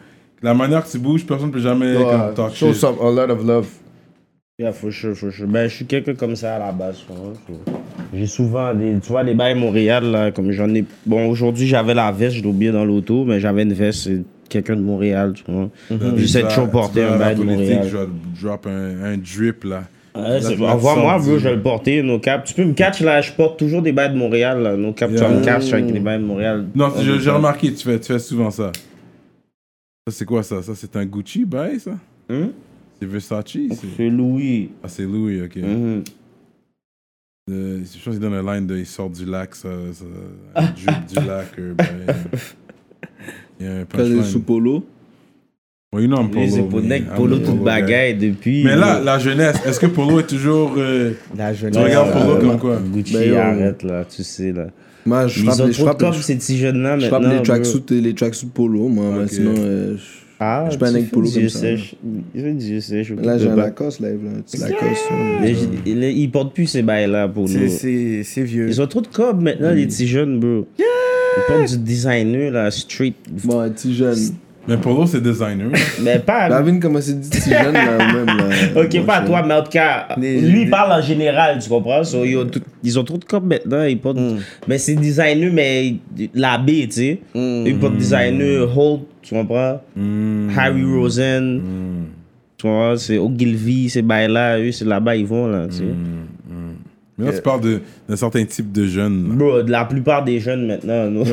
Speaker 1: la manière que tu bouges, personne ne peut jamais comme, talk
Speaker 2: show
Speaker 1: shit.
Speaker 2: some a lot of love.
Speaker 4: Yeah, for sure, for sure. Ben, je suis quelqu'un comme ça à la base. tu vois. J'ai souvent des. Tu vois, les bails Montréal, là, comme j'en ai. Bon, aujourd'hui, j'avais la veste, je l'ai oublié dans l'auto, mais j'avais une veste, c'est quelqu'un de Montréal, tu vois. J'essaie de toujours porter un bail de Montréal.
Speaker 1: Je vais drop un, un drip là.
Speaker 4: Ah, Ouais,
Speaker 1: Là,
Speaker 4: c'est-
Speaker 1: tu vas
Speaker 4: au revoir, moi,
Speaker 1: sortir.
Speaker 4: bro, je vais le porter, nos caps. Tu peux me catch, là, je porte toujours des bails de Montréal, là. Nos caps, tu vas me catch avec les bails de Montréal.
Speaker 1: Non, je- j'ai remarqué, tu fais, tu fais souvent ça. Ça, c'est quoi ça Ça, c'est un Gucci bail ça
Speaker 4: Hum?
Speaker 1: C'est Versace c'est-
Speaker 4: C'est Louis.
Speaker 1: Ah, c'est Louis, ok.
Speaker 4: Mhm.
Speaker 1: Euh, je pense qu'il donne un line de Il sort du lac, ça. ça un drip du lac. euh, ben, Il y a un
Speaker 3: Pas de
Speaker 1: punchline.
Speaker 3: sous-polo.
Speaker 1: Well, you know I'm polo.
Speaker 4: Les
Speaker 1: man.
Speaker 4: éponnecs,
Speaker 1: I'm
Speaker 4: polo,
Speaker 1: a
Speaker 4: toute
Speaker 1: guy.
Speaker 4: bagaille depuis. euh,
Speaker 1: Mais là, la jeunesse, est-ce que polo est toujours. euh,
Speaker 2: La
Speaker 1: tu
Speaker 2: jeunesse.
Speaker 1: regardes
Speaker 3: euh,
Speaker 1: polo
Speaker 3: euh,
Speaker 1: comme quoi
Speaker 4: Gucci,
Speaker 3: Ben, yo.
Speaker 4: arrête, là, tu sais, là.
Speaker 3: Moi, je
Speaker 4: Ils
Speaker 3: frappe
Speaker 4: ont
Speaker 3: les- je
Speaker 4: trop de
Speaker 3: frappe
Speaker 4: cops,
Speaker 3: les-
Speaker 4: ces petits jeunes-là,
Speaker 3: je
Speaker 4: maintenant.
Speaker 3: frappe les
Speaker 4: bro.
Speaker 3: tracksuits les tracksuits polo, moi. mais
Speaker 1: Ok.
Speaker 3: Sinon, euh, je-
Speaker 4: Ah,
Speaker 3: Je suis pas un
Speaker 4: tu
Speaker 3: nègre
Speaker 4: fais
Speaker 3: polo
Speaker 4: du
Speaker 3: comme
Speaker 4: Dieu
Speaker 3: ça,
Speaker 4: sait,
Speaker 3: là.
Speaker 4: Je je fais du Dieu sait, je
Speaker 3: Là,
Speaker 4: peux
Speaker 3: j'ai un
Speaker 4: pas.
Speaker 3: Lacoste, là. là. Un petit Lacoste. là.
Speaker 4: Mais j'ai- il- il porte plus ces bails là pour
Speaker 2: C'est-
Speaker 4: nous.
Speaker 2: C'est c'est vieux.
Speaker 4: Ils ont trop de cob maintenant,
Speaker 3: Mm.
Speaker 4: les petits jeunes, bro. Ils portent du designer, là, street.
Speaker 3: Bon, un petit jeune.
Speaker 1: Mais Polo, c'est designer.
Speaker 4: Mais pas.
Speaker 3: Lavine, comment c'est dit, petit jeune, là, même, là.
Speaker 4: Ok,
Speaker 3: Mon
Speaker 4: pas à
Speaker 3: cher.
Speaker 4: toi, mais en tout cas,
Speaker 2: Des-
Speaker 4: lui il
Speaker 2: des-
Speaker 4: parle en général, tu comprends? So, ils, ont tout- ils ont trop de cob maintenant, ils portent.
Speaker 3: Hmm.
Speaker 4: Mais c'est designer, mais la B, tu sais.
Speaker 3: Hmm.
Speaker 4: Ils portent designer, Holt, tu comprends? Harry Rosen.
Speaker 3: Hmm.
Speaker 4: Tu comprends? C'est Ogilvy, ces bails-là, eux, c'est là-bas, ils vont, là, tu sais.
Speaker 3: Hmm.
Speaker 1: Mais là, tu parles de- d'un certain type de jeune. là.
Speaker 4: Bro, de la plupart des jeunes maintenant, nous.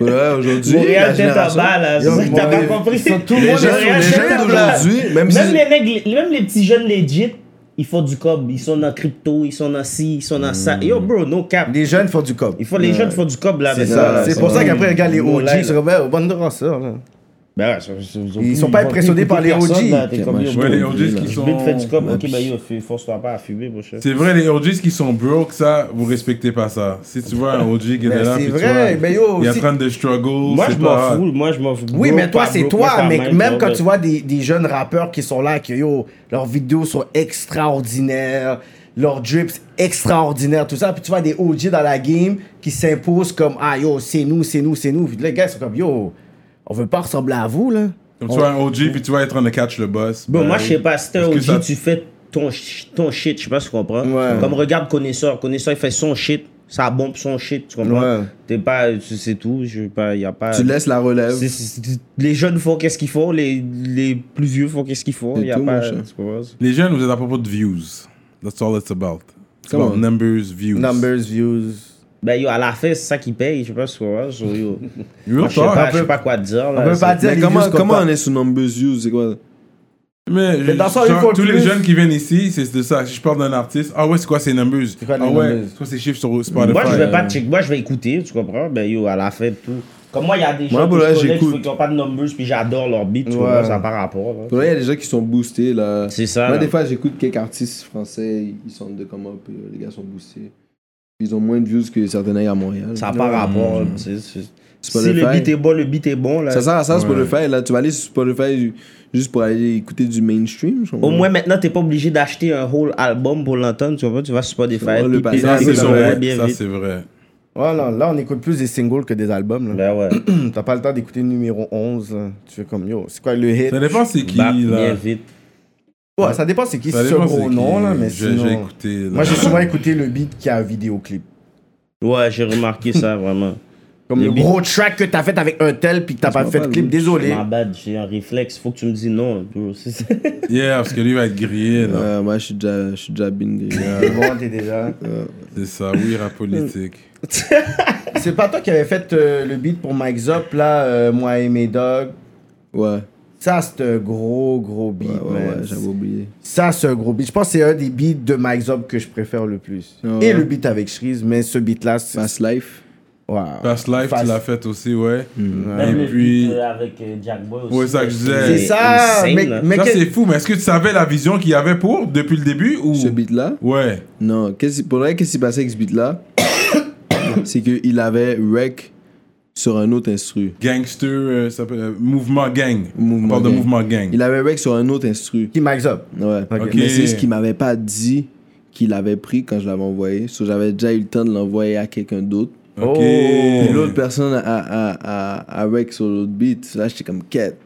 Speaker 3: Ouais, aujourd'hui. la
Speaker 4: Montréal tête en
Speaker 3: génération-
Speaker 4: bas, là. C'est
Speaker 3: Yo,
Speaker 4: ça que t'as pas
Speaker 3: Montréal-
Speaker 4: compris.
Speaker 2: tout le
Speaker 3: Les
Speaker 2: monde est sur
Speaker 3: jeunes, les
Speaker 2: Internet,
Speaker 3: jeunes
Speaker 2: là.
Speaker 3: d'aujourd'hui, même si.
Speaker 4: Même les nègres, même les petits jeunes legit, ils font du cob. Ils sont dans crypto, ils sont dans ci, ils sont dans ça. Yo, bro, no cap.
Speaker 2: Les jeunes font du cop.
Speaker 4: Il faut, les jeunes font du cob, là.
Speaker 2: C'est
Speaker 4: maintenant,
Speaker 2: ça.
Speaker 4: là.
Speaker 2: C'est pour ça qu'après, regarde les
Speaker 4: Nous,
Speaker 2: OG,
Speaker 4: là,
Speaker 2: ils sont comme, Eh, bonne de ça, là.
Speaker 4: Ben ouais, ça- ça- ça-
Speaker 2: Ils sont pas
Speaker 4: vont
Speaker 2: impressionnés
Speaker 4: plus
Speaker 2: par les
Speaker 4: personne,
Speaker 2: OG.
Speaker 4: là, t'es comme, yo,
Speaker 1: Ouais, les
Speaker 4: bro,
Speaker 1: OGs qui
Speaker 4: Je vais te faire du
Speaker 1: sont.
Speaker 4: cob. Ok, ben yo, fais- force-toi pas à fumer, mon cher.
Speaker 1: C'est vrai, les OGs qui sont broke, ça, vous respectez pas ça. Si tu vois un OG qui est
Speaker 2: Mais
Speaker 1: là,
Speaker 2: c'est
Speaker 1: puis tu
Speaker 2: vrai,
Speaker 1: vois,
Speaker 2: mais yo,
Speaker 1: il est en
Speaker 2: si-
Speaker 1: train de struggle.
Speaker 4: Moi,
Speaker 1: c'est
Speaker 4: je m'en
Speaker 1: pas-
Speaker 4: fous. Moi, je m'en fous.
Speaker 2: Oui,
Speaker 4: Bro,
Speaker 2: mais toi,
Speaker 4: pas
Speaker 2: c'est
Speaker 4: bro,
Speaker 2: toi,
Speaker 4: pas
Speaker 2: mais
Speaker 4: mal,
Speaker 2: même quand
Speaker 4: bro.
Speaker 2: tu vois des, des jeunes rappeurs qui sont là, que yo, leurs vidéos sont extraordinaires, leurs drips extraordinaires, tout ça, puis tu vois des OG dans la game qui s'imposent comme, ah yo, c'est nous, c'est nous, c'est nous, puis les gars ils sont comme, yo, on veut pas ressembler à vous, là.
Speaker 1: Comme tu vois un OG, puis tu vois être en train de catch le boss.
Speaker 4: Bon,
Speaker 1: ben
Speaker 4: moi,
Speaker 1: oui.
Speaker 4: je sais pas, si t'es un
Speaker 1: Est-ce que
Speaker 4: OG,
Speaker 1: ça-
Speaker 4: tu fais ton, sh- ton shit, je sais pas si tu comprends.
Speaker 2: Ouais.
Speaker 4: Comme regarde Connaisseur, Connaisseur, il fait son shit, ça bombe son shit, tu comprends.
Speaker 2: Ouais.
Speaker 4: T'es pas, tu- c'est tout, je sais pas, y a pas.
Speaker 3: Tu laisses la relève.
Speaker 4: C'est- c'est- c'est- les jeunes font qu'est-ce qu'ils font, les, les plus vieux font qu'est-ce qu'ils font,
Speaker 3: C'est
Speaker 4: y a
Speaker 3: tout,
Speaker 4: pas.
Speaker 3: mon cher.
Speaker 4: tu comprends?
Speaker 1: Les jeunes, vous êtes à propos de views. That's all it's about. It's
Speaker 3: Come
Speaker 1: about
Speaker 3: on.
Speaker 1: numbers, views.
Speaker 2: Numbers, views.
Speaker 4: Ben yo, à la fin, c'est ça qui paye, je sais pas si tu comprends. so, yo.
Speaker 1: Real
Speaker 4: Moi, Je sais
Speaker 1: talk.
Speaker 4: pas, je sais pas quoi te dire. Là,
Speaker 2: peut
Speaker 4: c'est-
Speaker 2: pas dire-
Speaker 3: Mais
Speaker 2: les
Speaker 3: comment,
Speaker 2: views qu'on
Speaker 3: comment
Speaker 2: parle.
Speaker 3: on est sous Numbers Views C'est quoi
Speaker 1: Mais, je-
Speaker 2: dans ça,
Speaker 1: genre,
Speaker 2: il faut
Speaker 1: tous
Speaker 2: plus.
Speaker 1: les jeunes qui viennent ici, c'est de ça. Si je parle d'un artiste, ah ouais, c'est quoi ces numbers
Speaker 2: quoi les
Speaker 1: Ah ouais,
Speaker 2: numbers?
Speaker 1: c'est quoi ces chiffres sur Spotify
Speaker 4: Moi, je vais pas
Speaker 1: euh,
Speaker 4: check. Moi, je vais écouter, tu comprends? Ben, yo, à la fin, de tout. Comme moi, il y a des gens
Speaker 3: Moi, pour
Speaker 4: que
Speaker 3: là,
Speaker 4: je connais
Speaker 3: j'écoute.
Speaker 4: qui n'ont pas de numbers, puis j'adore leur beat, tu
Speaker 2: Ouais.
Speaker 4: comprends? Ça par rapport, là.
Speaker 3: Pour vrai, il y a des gens qui sont boostés là.
Speaker 4: C'est ça,
Speaker 3: Moi,
Speaker 4: là.
Speaker 3: des fois, j'écoute quelques artistes français, ils sortent de comment, puis euh, les gars sont boostés. Ils ont moins de views que certains nègres à Montréal.
Speaker 4: Ça par rapport,
Speaker 1: Hmm.
Speaker 4: tu sais, c'est- Si
Speaker 3: Spotify.
Speaker 4: le beat est bon, le beat est bon, là.
Speaker 3: Ça sert à ça, Spotify. Là, tu vas aller sur Spotify ju- juste pour aller écouter du mainstream. je
Speaker 4: Au
Speaker 3: comprends.
Speaker 4: moins, maintenant, t'es pas obligé d'acheter un whole album pour l'entendre, tu comprends? Tu vas sur Spotify,
Speaker 3: Oh, le
Speaker 4: tout
Speaker 3: pas-
Speaker 4: est
Speaker 3: ça,
Speaker 1: Ça,
Speaker 3: c'est
Speaker 1: c'est
Speaker 4: disponible, ouais,
Speaker 1: vrai.
Speaker 4: bien
Speaker 1: Ça,
Speaker 4: vite.
Speaker 1: c'est vrai.
Speaker 2: Ouais, non, là, on écoute plus des singles que des albums, là.
Speaker 4: Ben ouais.
Speaker 2: T'as pas le temps d'écouter le numéro 11, là. Tu fais comme, yo, c'est quoi le hit?
Speaker 1: Ça dépend c'est qui,
Speaker 4: Bap, Bah, bien
Speaker 1: là.
Speaker 4: vite.
Speaker 2: Ouais, ça dépend c'est qui,
Speaker 1: Ça
Speaker 2: c'est ce
Speaker 1: dépend
Speaker 2: gros
Speaker 1: qui.
Speaker 2: nom, là, mais
Speaker 1: J'ai
Speaker 2: sinon...
Speaker 1: j'ai écouté. là.
Speaker 2: Moi, j'ai souvent écouté le beat qui a un vidéoclip.
Speaker 4: Ouais, j'ai remarqué ça, vraiment.
Speaker 2: Comme
Speaker 4: Le
Speaker 2: le,
Speaker 4: beat.
Speaker 2: gros track que t'as fait avec un tel puis que t'as pas
Speaker 3: m'en
Speaker 2: fait de
Speaker 3: parle,
Speaker 2: clip,
Speaker 3: oui.
Speaker 2: désolé.
Speaker 4: Ma bad, j'ai un réflexe. Faut que tu me dis non, bro. C'est ça.
Speaker 1: Yeah, parce que lui va être grillé, là.
Speaker 3: Euh, moi, je suis déjà, je suis déjà bien grillé.
Speaker 2: Bon, t'es déjà.
Speaker 1: C'est ça, oui, rap politique.
Speaker 2: Mm. C'est pas toi qui avais fait euh, le beat pour Mike Zop, là, euh, moi et mes dogs.
Speaker 3: Ouais,
Speaker 2: Ça, c'est un gros, gros beat,
Speaker 3: ouais, ouais,
Speaker 2: man.
Speaker 3: ouais, j'avais oublié.
Speaker 2: Ça, c'est un gros beat. Je pense que c'est un des beats de Mike Zop que je préfère le plus.
Speaker 3: Ouais.
Speaker 2: Et le beat avec Shreeze, mais ce beat-là, c'est.
Speaker 3: Fast Life.
Speaker 2: Wow.
Speaker 1: Past Life, tu
Speaker 2: Fast-
Speaker 1: l'as fait aussi, ouais.
Speaker 2: Mm.
Speaker 4: Même
Speaker 1: Et
Speaker 4: le
Speaker 1: puis.
Speaker 4: beat, euh, avec euh, Jack Boy aussi.
Speaker 1: Ouais, ça que je disais.
Speaker 2: C'est ça,
Speaker 4: insane,
Speaker 2: mais,
Speaker 4: là.
Speaker 2: mais
Speaker 1: Ça,
Speaker 2: que-
Speaker 1: c'est fou, mais est-ce que tu savais la vision qu'il y avait pour depuis le début ou.
Speaker 3: Ce beat-là
Speaker 1: Ouais.
Speaker 3: Non, qu'est-ce, pour vrai, qu'est-ce qui s'est passé avec ce beat-là C'est qu'il avait rec sur un autre instru.
Speaker 1: Gangster, euh, ça s'appelle. euh, mouvement Gang.
Speaker 3: Mouvement
Speaker 1: On parle de
Speaker 3: Gang.
Speaker 1: Mouvement Gang.
Speaker 3: Il avait rec sur un autre instru.
Speaker 2: qui Mike Zop.
Speaker 3: Ouais.
Speaker 1: Ok.
Speaker 3: Mais c'est ce qu'il m'avait pas dit qu'il avait pris quand je l'avais envoyé. So, j'avais déjà eu le temps de l'envoyer à quelqu'un d'autre.
Speaker 1: Ok.
Speaker 2: Oh,
Speaker 3: Puis l'autre personne a, a, a, a rec sur l'autre beat. Là, j'étais comme quête.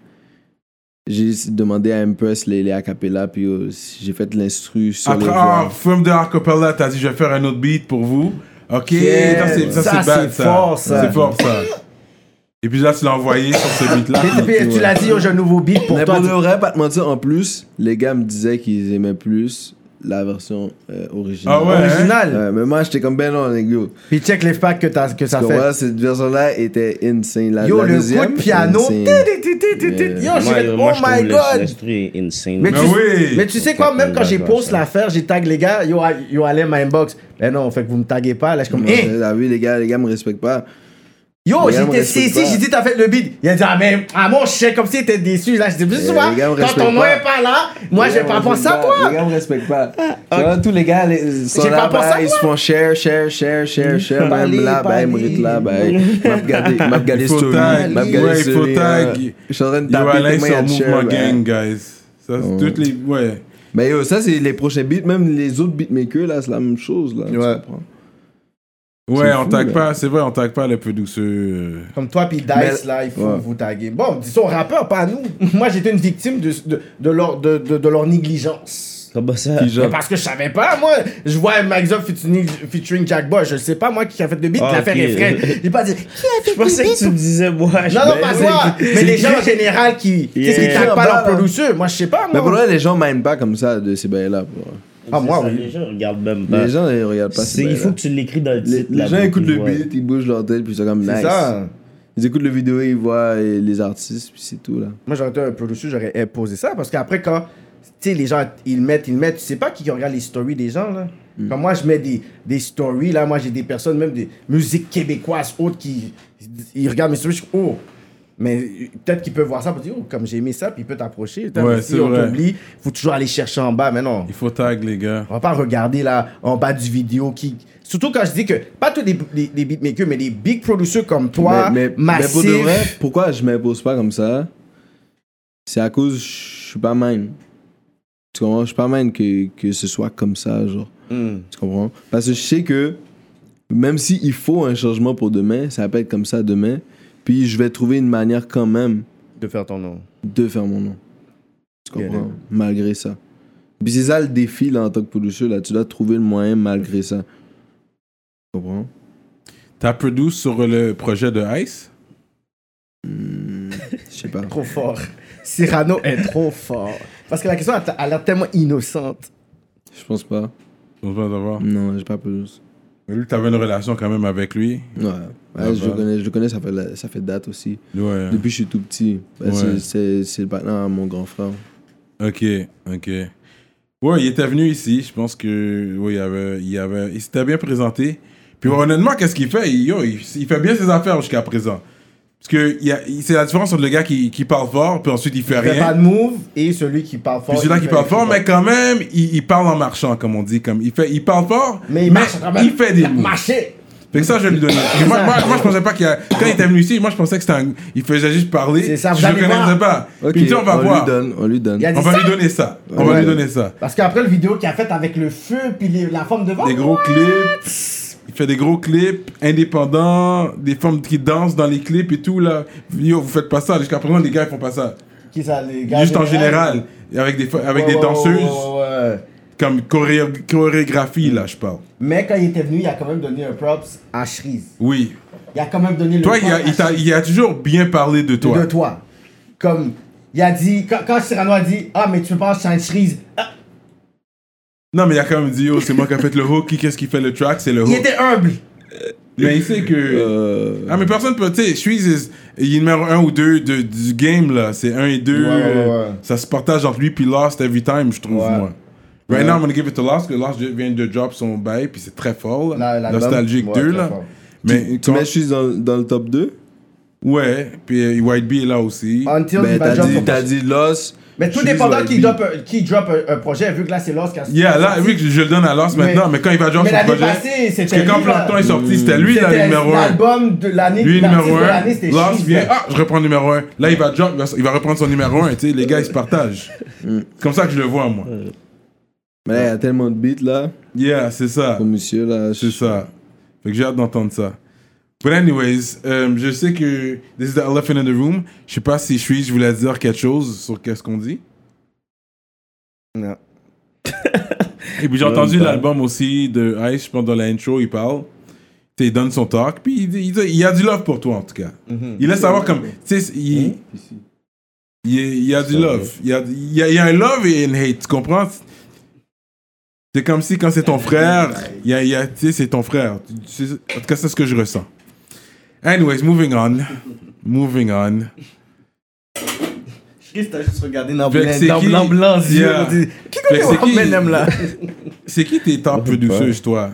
Speaker 3: J'ai demandé à Impress les, les acapella, puis euh, j'ai fait l'instru sur les
Speaker 1: Après, ah,
Speaker 3: voix.
Speaker 1: From the Acapella, t'as dit, je vais faire un autre beat pour vous. Ok,
Speaker 2: Yeah.
Speaker 1: ça, c'est, ça,
Speaker 2: Ça,
Speaker 1: c'est bad,
Speaker 2: c'est
Speaker 1: ça.
Speaker 2: fort, ça.
Speaker 1: C'est fort, ça. Et puis là, tu l'as envoyé sur ce beat-là.
Speaker 2: Mais t'es- tu l'as dit, oh, j'ai un nouveau beat pour
Speaker 3: Mais
Speaker 2: toi.
Speaker 3: pour de vrai, pas te mentir, en plus, les gars me disaient qu'ils aimaient plus la version euh, originale.
Speaker 1: Ah ouais, hein?
Speaker 2: Original.
Speaker 3: Ouais, mais moi, j'étais comme ben non, les gars.
Speaker 2: Puis check les packs que, t'as- que ça
Speaker 3: Parce que
Speaker 2: fait.
Speaker 3: voilà, cette version-là était insane. La,
Speaker 2: Yo,
Speaker 3: la
Speaker 2: le
Speaker 3: deuxième,
Speaker 2: coup de piano.
Speaker 3: insane.
Speaker 2: Ti, ti, ti, ti, ti.
Speaker 3: Yeah.
Speaker 2: Yo, j'ai
Speaker 4: Moi,
Speaker 2: fait,
Speaker 4: euh,
Speaker 2: oh
Speaker 4: moi, je trouve
Speaker 2: my
Speaker 4: le-
Speaker 2: god.
Speaker 4: l'instru est insane.
Speaker 2: Mais tu,
Speaker 1: Mais oui.
Speaker 2: mais tu sais quoi, même quand j'ai
Speaker 4: Ouais,
Speaker 2: post
Speaker 4: ouais.
Speaker 2: l'affaire, j'ai tag les gars, yo, I- yo allez ma inbox. Ben non, fait que vous me taguez pas. Là, je suis comme,
Speaker 3: Moi,
Speaker 2: hein,
Speaker 3: Vous avez vu, les gars, les gars me respectent pas.
Speaker 2: Yo,
Speaker 3: Eh, Les gars me
Speaker 2: j'étais
Speaker 3: respectent
Speaker 2: saisi,
Speaker 3: pas.
Speaker 2: j'ai dit t'as fait le bid. Il a dit ah mais ah mon chien comme si t'étais déçu là. Je dis plus
Speaker 3: Les
Speaker 2: souvent
Speaker 3: gars
Speaker 2: quand
Speaker 3: me
Speaker 2: ton
Speaker 3: respectent
Speaker 2: nom
Speaker 3: pas.
Speaker 2: est pas là, moi
Speaker 3: Les
Speaker 2: j'ai
Speaker 3: gars
Speaker 2: Ah, pas
Speaker 3: me
Speaker 2: pensé à
Speaker 3: respectent pas.
Speaker 2: toi. Ah,
Speaker 3: Les gars me respectent pas. Tu vois, tous les gars, les, sont
Speaker 2: J'ai
Speaker 3: là,
Speaker 2: pas pensé
Speaker 3: bah,
Speaker 2: à
Speaker 3: ils se
Speaker 2: toi.
Speaker 3: font share, share, share, share, share.
Speaker 4: Pas
Speaker 3: Même
Speaker 4: aller,
Speaker 3: là,
Speaker 4: pas
Speaker 3: bah, ils
Speaker 4: aller.
Speaker 3: me là, bah, m'a regardé, m'a regardé
Speaker 1: Il faut
Speaker 3: story.
Speaker 1: tag.
Speaker 3: m'a regardé
Speaker 1: Ouais, il faut
Speaker 3: story, hein.
Speaker 1: tag.
Speaker 3: Je suis en train
Speaker 1: Yo,
Speaker 3: de taper
Speaker 1: Alain
Speaker 3: tellement il y
Speaker 1: sur
Speaker 3: a de share,
Speaker 1: Mouvement
Speaker 3: bah.
Speaker 1: Gang, guys. Ça, c'est
Speaker 3: Ouais.
Speaker 1: toutes les. Ouais.
Speaker 3: Mais yo, ça, c'est les prochains beats, même les autres beatmakers, là, c'est la même chose, là. tu
Speaker 2: Ouais.
Speaker 3: comprends?
Speaker 1: Ouais,
Speaker 3: C'est
Speaker 1: on
Speaker 3: fou,
Speaker 1: tag
Speaker 3: là.
Speaker 1: pas, c'est vrai, on tag pas les euh. peu douceux.
Speaker 2: Comme toi puis Dice
Speaker 3: Mais-
Speaker 2: là, il faut
Speaker 3: Ouais.
Speaker 2: vous taguer. Bon, ils sont rappeurs, pas nous. Moi j'étais une victime de, de, de leur, de, de- de leur négligence.
Speaker 4: Comment ça?
Speaker 3: Puis genre-
Speaker 2: Mais parce que je savais pas, moi. Je vois Mike Zop featuring, featuring Jack Boy. Je sais pas, moi, qui a fait le beat.
Speaker 4: Ah,
Speaker 2: L'affaire
Speaker 4: ok.
Speaker 2: est fraîche. J'ai pas dit, qui a fait
Speaker 4: Je pensais
Speaker 2: le
Speaker 4: que
Speaker 2: beat?
Speaker 4: tu me disais, moi. je-
Speaker 2: Non, non,
Speaker 4: Ben
Speaker 2: pas
Speaker 4: oui.
Speaker 2: toi. Mais les gens en général qui qui
Speaker 4: Yeah.
Speaker 2: qui taguent pas
Speaker 3: Bah,
Speaker 2: leur
Speaker 3: là.
Speaker 2: producteur. Moi, je sais pas,
Speaker 3: Mais pour
Speaker 2: moi.
Speaker 3: vrai, les gens m'aiment pas comme ça, de ces bails-là. pour vrai.
Speaker 2: Ah, moi,
Speaker 4: C'est ça,
Speaker 2: oui.
Speaker 4: Les gens regardent même pas.
Speaker 3: Les gens, ils regardent pas
Speaker 4: C'est-
Speaker 3: ces
Speaker 4: Il faut
Speaker 3: bails-là.
Speaker 4: que tu l'écris dans le
Speaker 3: ben Les,
Speaker 4: titre.
Speaker 3: les
Speaker 4: là,
Speaker 3: gens
Speaker 4: pour
Speaker 3: écoutent
Speaker 4: qu'ils
Speaker 3: le
Speaker 4: voient.
Speaker 3: beat, ils bougent leur tête, puis ils sont comme
Speaker 2: C'est
Speaker 3: nice.
Speaker 2: ça.
Speaker 3: Ils écoutent le vidéo, ils voient euh, les artistes, puis c'est tout, là.
Speaker 2: Moi, j'aurais été un peu dessus, j'aurais imposé ça. Parce qu'après, quand tu sais, les gens, ils mettent, ils mettent, tu sais pas qui regarde les stories des gens. Là. Quand moi, je mets des, des stories, là, moi, j'ai des personnes, même des musiques québécoises, autres, qui ils regardent mes stories. Je suis oh! Mais euh, peut-être qu'ils peuvent voir ça pour dire, oh, comme j'ai aimé ça, puis ils peuvent t'approcher. Putain,
Speaker 1: Ouais,
Speaker 2: mais
Speaker 1: c'est
Speaker 2: si on
Speaker 1: vrai.
Speaker 2: t'oublie, faut toujours aller chercher en bas. Mais non,
Speaker 1: Il faut tag, les gars.
Speaker 2: on va pas regarder là, en bas du vidéo qui. Surtout quand je dis que, pas tous les, les, les beatmakers, mais les big producers comme toi,
Speaker 3: mais, mais- mais
Speaker 2: massifs.
Speaker 3: pour de vrai, pourquoi je m'impose pas comme ça C'est à cause je suis pas mine. Tu comprends Je suis pas mine que, que ce soit comme ça, genre.
Speaker 2: Hmm.
Speaker 3: Tu comprends Parce que je sais que même s'il faut un changement pour demain, ça va pas être comme ça demain. Puis je vais trouver une manière quand même
Speaker 2: de faire ton nom.
Speaker 3: de faire mon nom. Tu
Speaker 2: Yeah,
Speaker 3: comprends? Malgré ça. Puis c'est ça le défi là, en tant que producer, là. Tu dois trouver le moyen malgré ça. Tu comprends?
Speaker 1: T'as produit sur le projet de Ice
Speaker 3: Je sais pas.
Speaker 2: trop fort. Cyrano est trop fort. Parce que la question, elle, a l'air tellement innocente.
Speaker 3: Je pense pas.
Speaker 1: On va savoir.
Speaker 3: Non, j'ai pas produit.
Speaker 1: Mais Lui, t'avais une relation quand même avec lui.
Speaker 3: Ouais.
Speaker 1: Ah
Speaker 3: Ouais, je, le
Speaker 1: bah.
Speaker 3: connais, je le connais, ça fait, la- ça fait date aussi.
Speaker 1: Ouais.
Speaker 3: Depuis que je suis tout petit. Bah, c'est-
Speaker 1: Ouais.
Speaker 3: C'est c'est le partenaire à mon grand frère.
Speaker 1: Ok, ok. Ouais, il était venu ici. Je pense que. Oui, il, avait, il, avait, il s'était bien présenté. Puis honnêtement, qu'est-ce qu'il fait il, yo, il, il fait bien ses affaires jusqu'à présent. Parce que il y a- il- c'est la différence entre le gars qui, qui parle fort, puis ensuite il fait
Speaker 2: Il fait pas
Speaker 1: rien.
Speaker 2: de move et celui qui parle fort.
Speaker 1: Puis celui-là
Speaker 2: il
Speaker 1: qui
Speaker 2: fait-
Speaker 1: parle fort, mais quand même, il, il parle en marchant, comme on dit. Comme, il, fait, il parle fort,
Speaker 2: Mais il marche quand même.
Speaker 1: il fait des
Speaker 2: a
Speaker 1: moves.
Speaker 2: marché.
Speaker 1: Fait que ça, je vais lui donner. Parce que moi, moi, moi, je pensais pas qu'il y a... Quand il était venu ici, moi, je pensais que c'était un... Il faisait juste parler.
Speaker 2: C'est ça, vous
Speaker 1: je le
Speaker 2: allez
Speaker 1: connaissais
Speaker 2: voir.
Speaker 1: pas.
Speaker 3: Ok,
Speaker 1: Puis il dit, on va voir.
Speaker 3: lui donne. On lui donne.
Speaker 2: Il a dit
Speaker 1: On va
Speaker 2: ça.
Speaker 1: lui donner ça. On va
Speaker 3: Ouais.
Speaker 1: lui donner ça.
Speaker 2: Parce qu'après le vidéo qu'il a faite avec le feu puis les- la forme devant.
Speaker 1: Des gros clips. Il fait des gros clips indépendants, des femmes qui dansent dans les clips et tout, là. Yo, vous faites pas ça. Jusqu'à présent, les gars, ils font pas ça.
Speaker 2: Qui ça, les gars, Oh.
Speaker 1: Juste en
Speaker 2: les-
Speaker 1: général. Et Avec des, fa- avec
Speaker 2: Ouais,
Speaker 1: des
Speaker 2: ouais,
Speaker 1: danseuses,
Speaker 2: ouais, ouais, ouais.
Speaker 1: comme choré- chorégraphie, là, je parle.
Speaker 2: Mais quand il était venu, il a quand même donné un props à Shreeze.
Speaker 1: Oui.
Speaker 2: Il a quand même donné le
Speaker 1: Toi,
Speaker 2: props
Speaker 1: il a,
Speaker 2: à
Speaker 1: il t'a-
Speaker 2: Shreeze.
Speaker 1: il a toujours bien parlé de toi.
Speaker 2: de toi. Comme il a dit, quand, quand Cyrano a dit Ah, mais tu peux pas en Shreeze, Ah,
Speaker 1: Non, mais il a quand même dit, yo, c'est moi qui ai fait le hook. Qui qu'est-ce qui fait le track? C'est le hook.
Speaker 2: il était humble.
Speaker 1: Mais il sait que.
Speaker 3: Euh,
Speaker 1: Ah, mais personne peut. Tu sais, Suisse, is- il est numéro 1 ou 2 du game, là. C'est 1 et 2.
Speaker 2: Ouais, ouais, ouais.
Speaker 1: Ça se partage entre lui puis Lost every time, je trouve,
Speaker 2: Ouais.
Speaker 1: moi. Right now, I'm gonna give it to Lost, parce que Lost vient de drop son bail, puis c'est très fort, là.
Speaker 2: La- l'album,
Speaker 1: Nostalgique
Speaker 2: ouais,
Speaker 1: 2,
Speaker 2: très
Speaker 1: là.
Speaker 2: fort.
Speaker 1: Mais.
Speaker 3: tu
Speaker 1: quand-
Speaker 3: mets je suis dans, dans le top 2
Speaker 1: Ouais, puis euh, White Bee est là aussi.
Speaker 2: Until
Speaker 3: Ben,
Speaker 2: il va
Speaker 3: t'as
Speaker 2: drop son
Speaker 3: dit, t'as dit Los.
Speaker 2: Mais tout
Speaker 3: Shreeze,
Speaker 2: dépendant
Speaker 3: YB.
Speaker 2: qui drop, un- qui drop euh, un, un projet, vu que là c'est Lost qui a
Speaker 1: Yeah, là, oui, je, je le donne à Lost
Speaker 2: Mais-
Speaker 1: maintenant, mais quand il va drop
Speaker 2: mais
Speaker 1: son
Speaker 2: l'année
Speaker 1: projet.
Speaker 2: passée, c'était
Speaker 1: parce que quand
Speaker 2: lui, là.
Speaker 1: Planton est sorti, c'était lui, là, le
Speaker 2: C'était
Speaker 1: numéro 1.
Speaker 2: L'album de l'année,
Speaker 1: Lui,
Speaker 2: l'artiste
Speaker 1: numéro
Speaker 2: de
Speaker 1: 1.
Speaker 2: l'année, c'était
Speaker 1: Lost
Speaker 2: Shreeze,
Speaker 1: vient.
Speaker 2: là.
Speaker 1: Ah, je reprends le numéro 1. Là, il va drop, il va- il va reprendre son numéro 1. Tu sais, les gars, ils se partagent. C'est comme ça que je le vois, moi.
Speaker 3: Mais là, il y a tellement de beats là.
Speaker 1: Yeah, c'est ça.
Speaker 3: Pour monsieur là.
Speaker 1: C'est ça. Fait que j'ai hâte d'entendre ça. But anyways, euh, je sais que this is the elephant in the room. Je sais pas si je suis, je voulais dire quelque chose sur qu'est-ce qu'on dit.
Speaker 2: Non.
Speaker 1: Et puis j'ai
Speaker 3: Non,
Speaker 1: entendu
Speaker 3: pas.
Speaker 1: l'album aussi de Ice, je pense dans la intro, il parle. Tu sais, Il donne son talk, puis il, dit- il dit- il y a du love pour toi en tout cas. Il laisse savoir comme, tu sais, il, il, y a- il y a du love. Il y a, il y a- il y a un love et une hate, tu comprends? C'est comme si quand c'est ton frère, il y a, il y a- tu sais, c'est ton frère. Tu- tu sais, En tout cas, c'est ce que je ressens. Anyways, moving on. Moving on.
Speaker 2: Shreeze, t'as juste regardé
Speaker 1: Fait que
Speaker 2: l'ambulance.
Speaker 1: c'est qui-
Speaker 2: L'ambulance,
Speaker 1: Yeah.
Speaker 2: Qui
Speaker 1: Fait que
Speaker 2: connaît
Speaker 1: c'est qui-
Speaker 2: Wambenem là
Speaker 1: C'est qui tes top
Speaker 3: Ouais.
Speaker 1: producers, toi?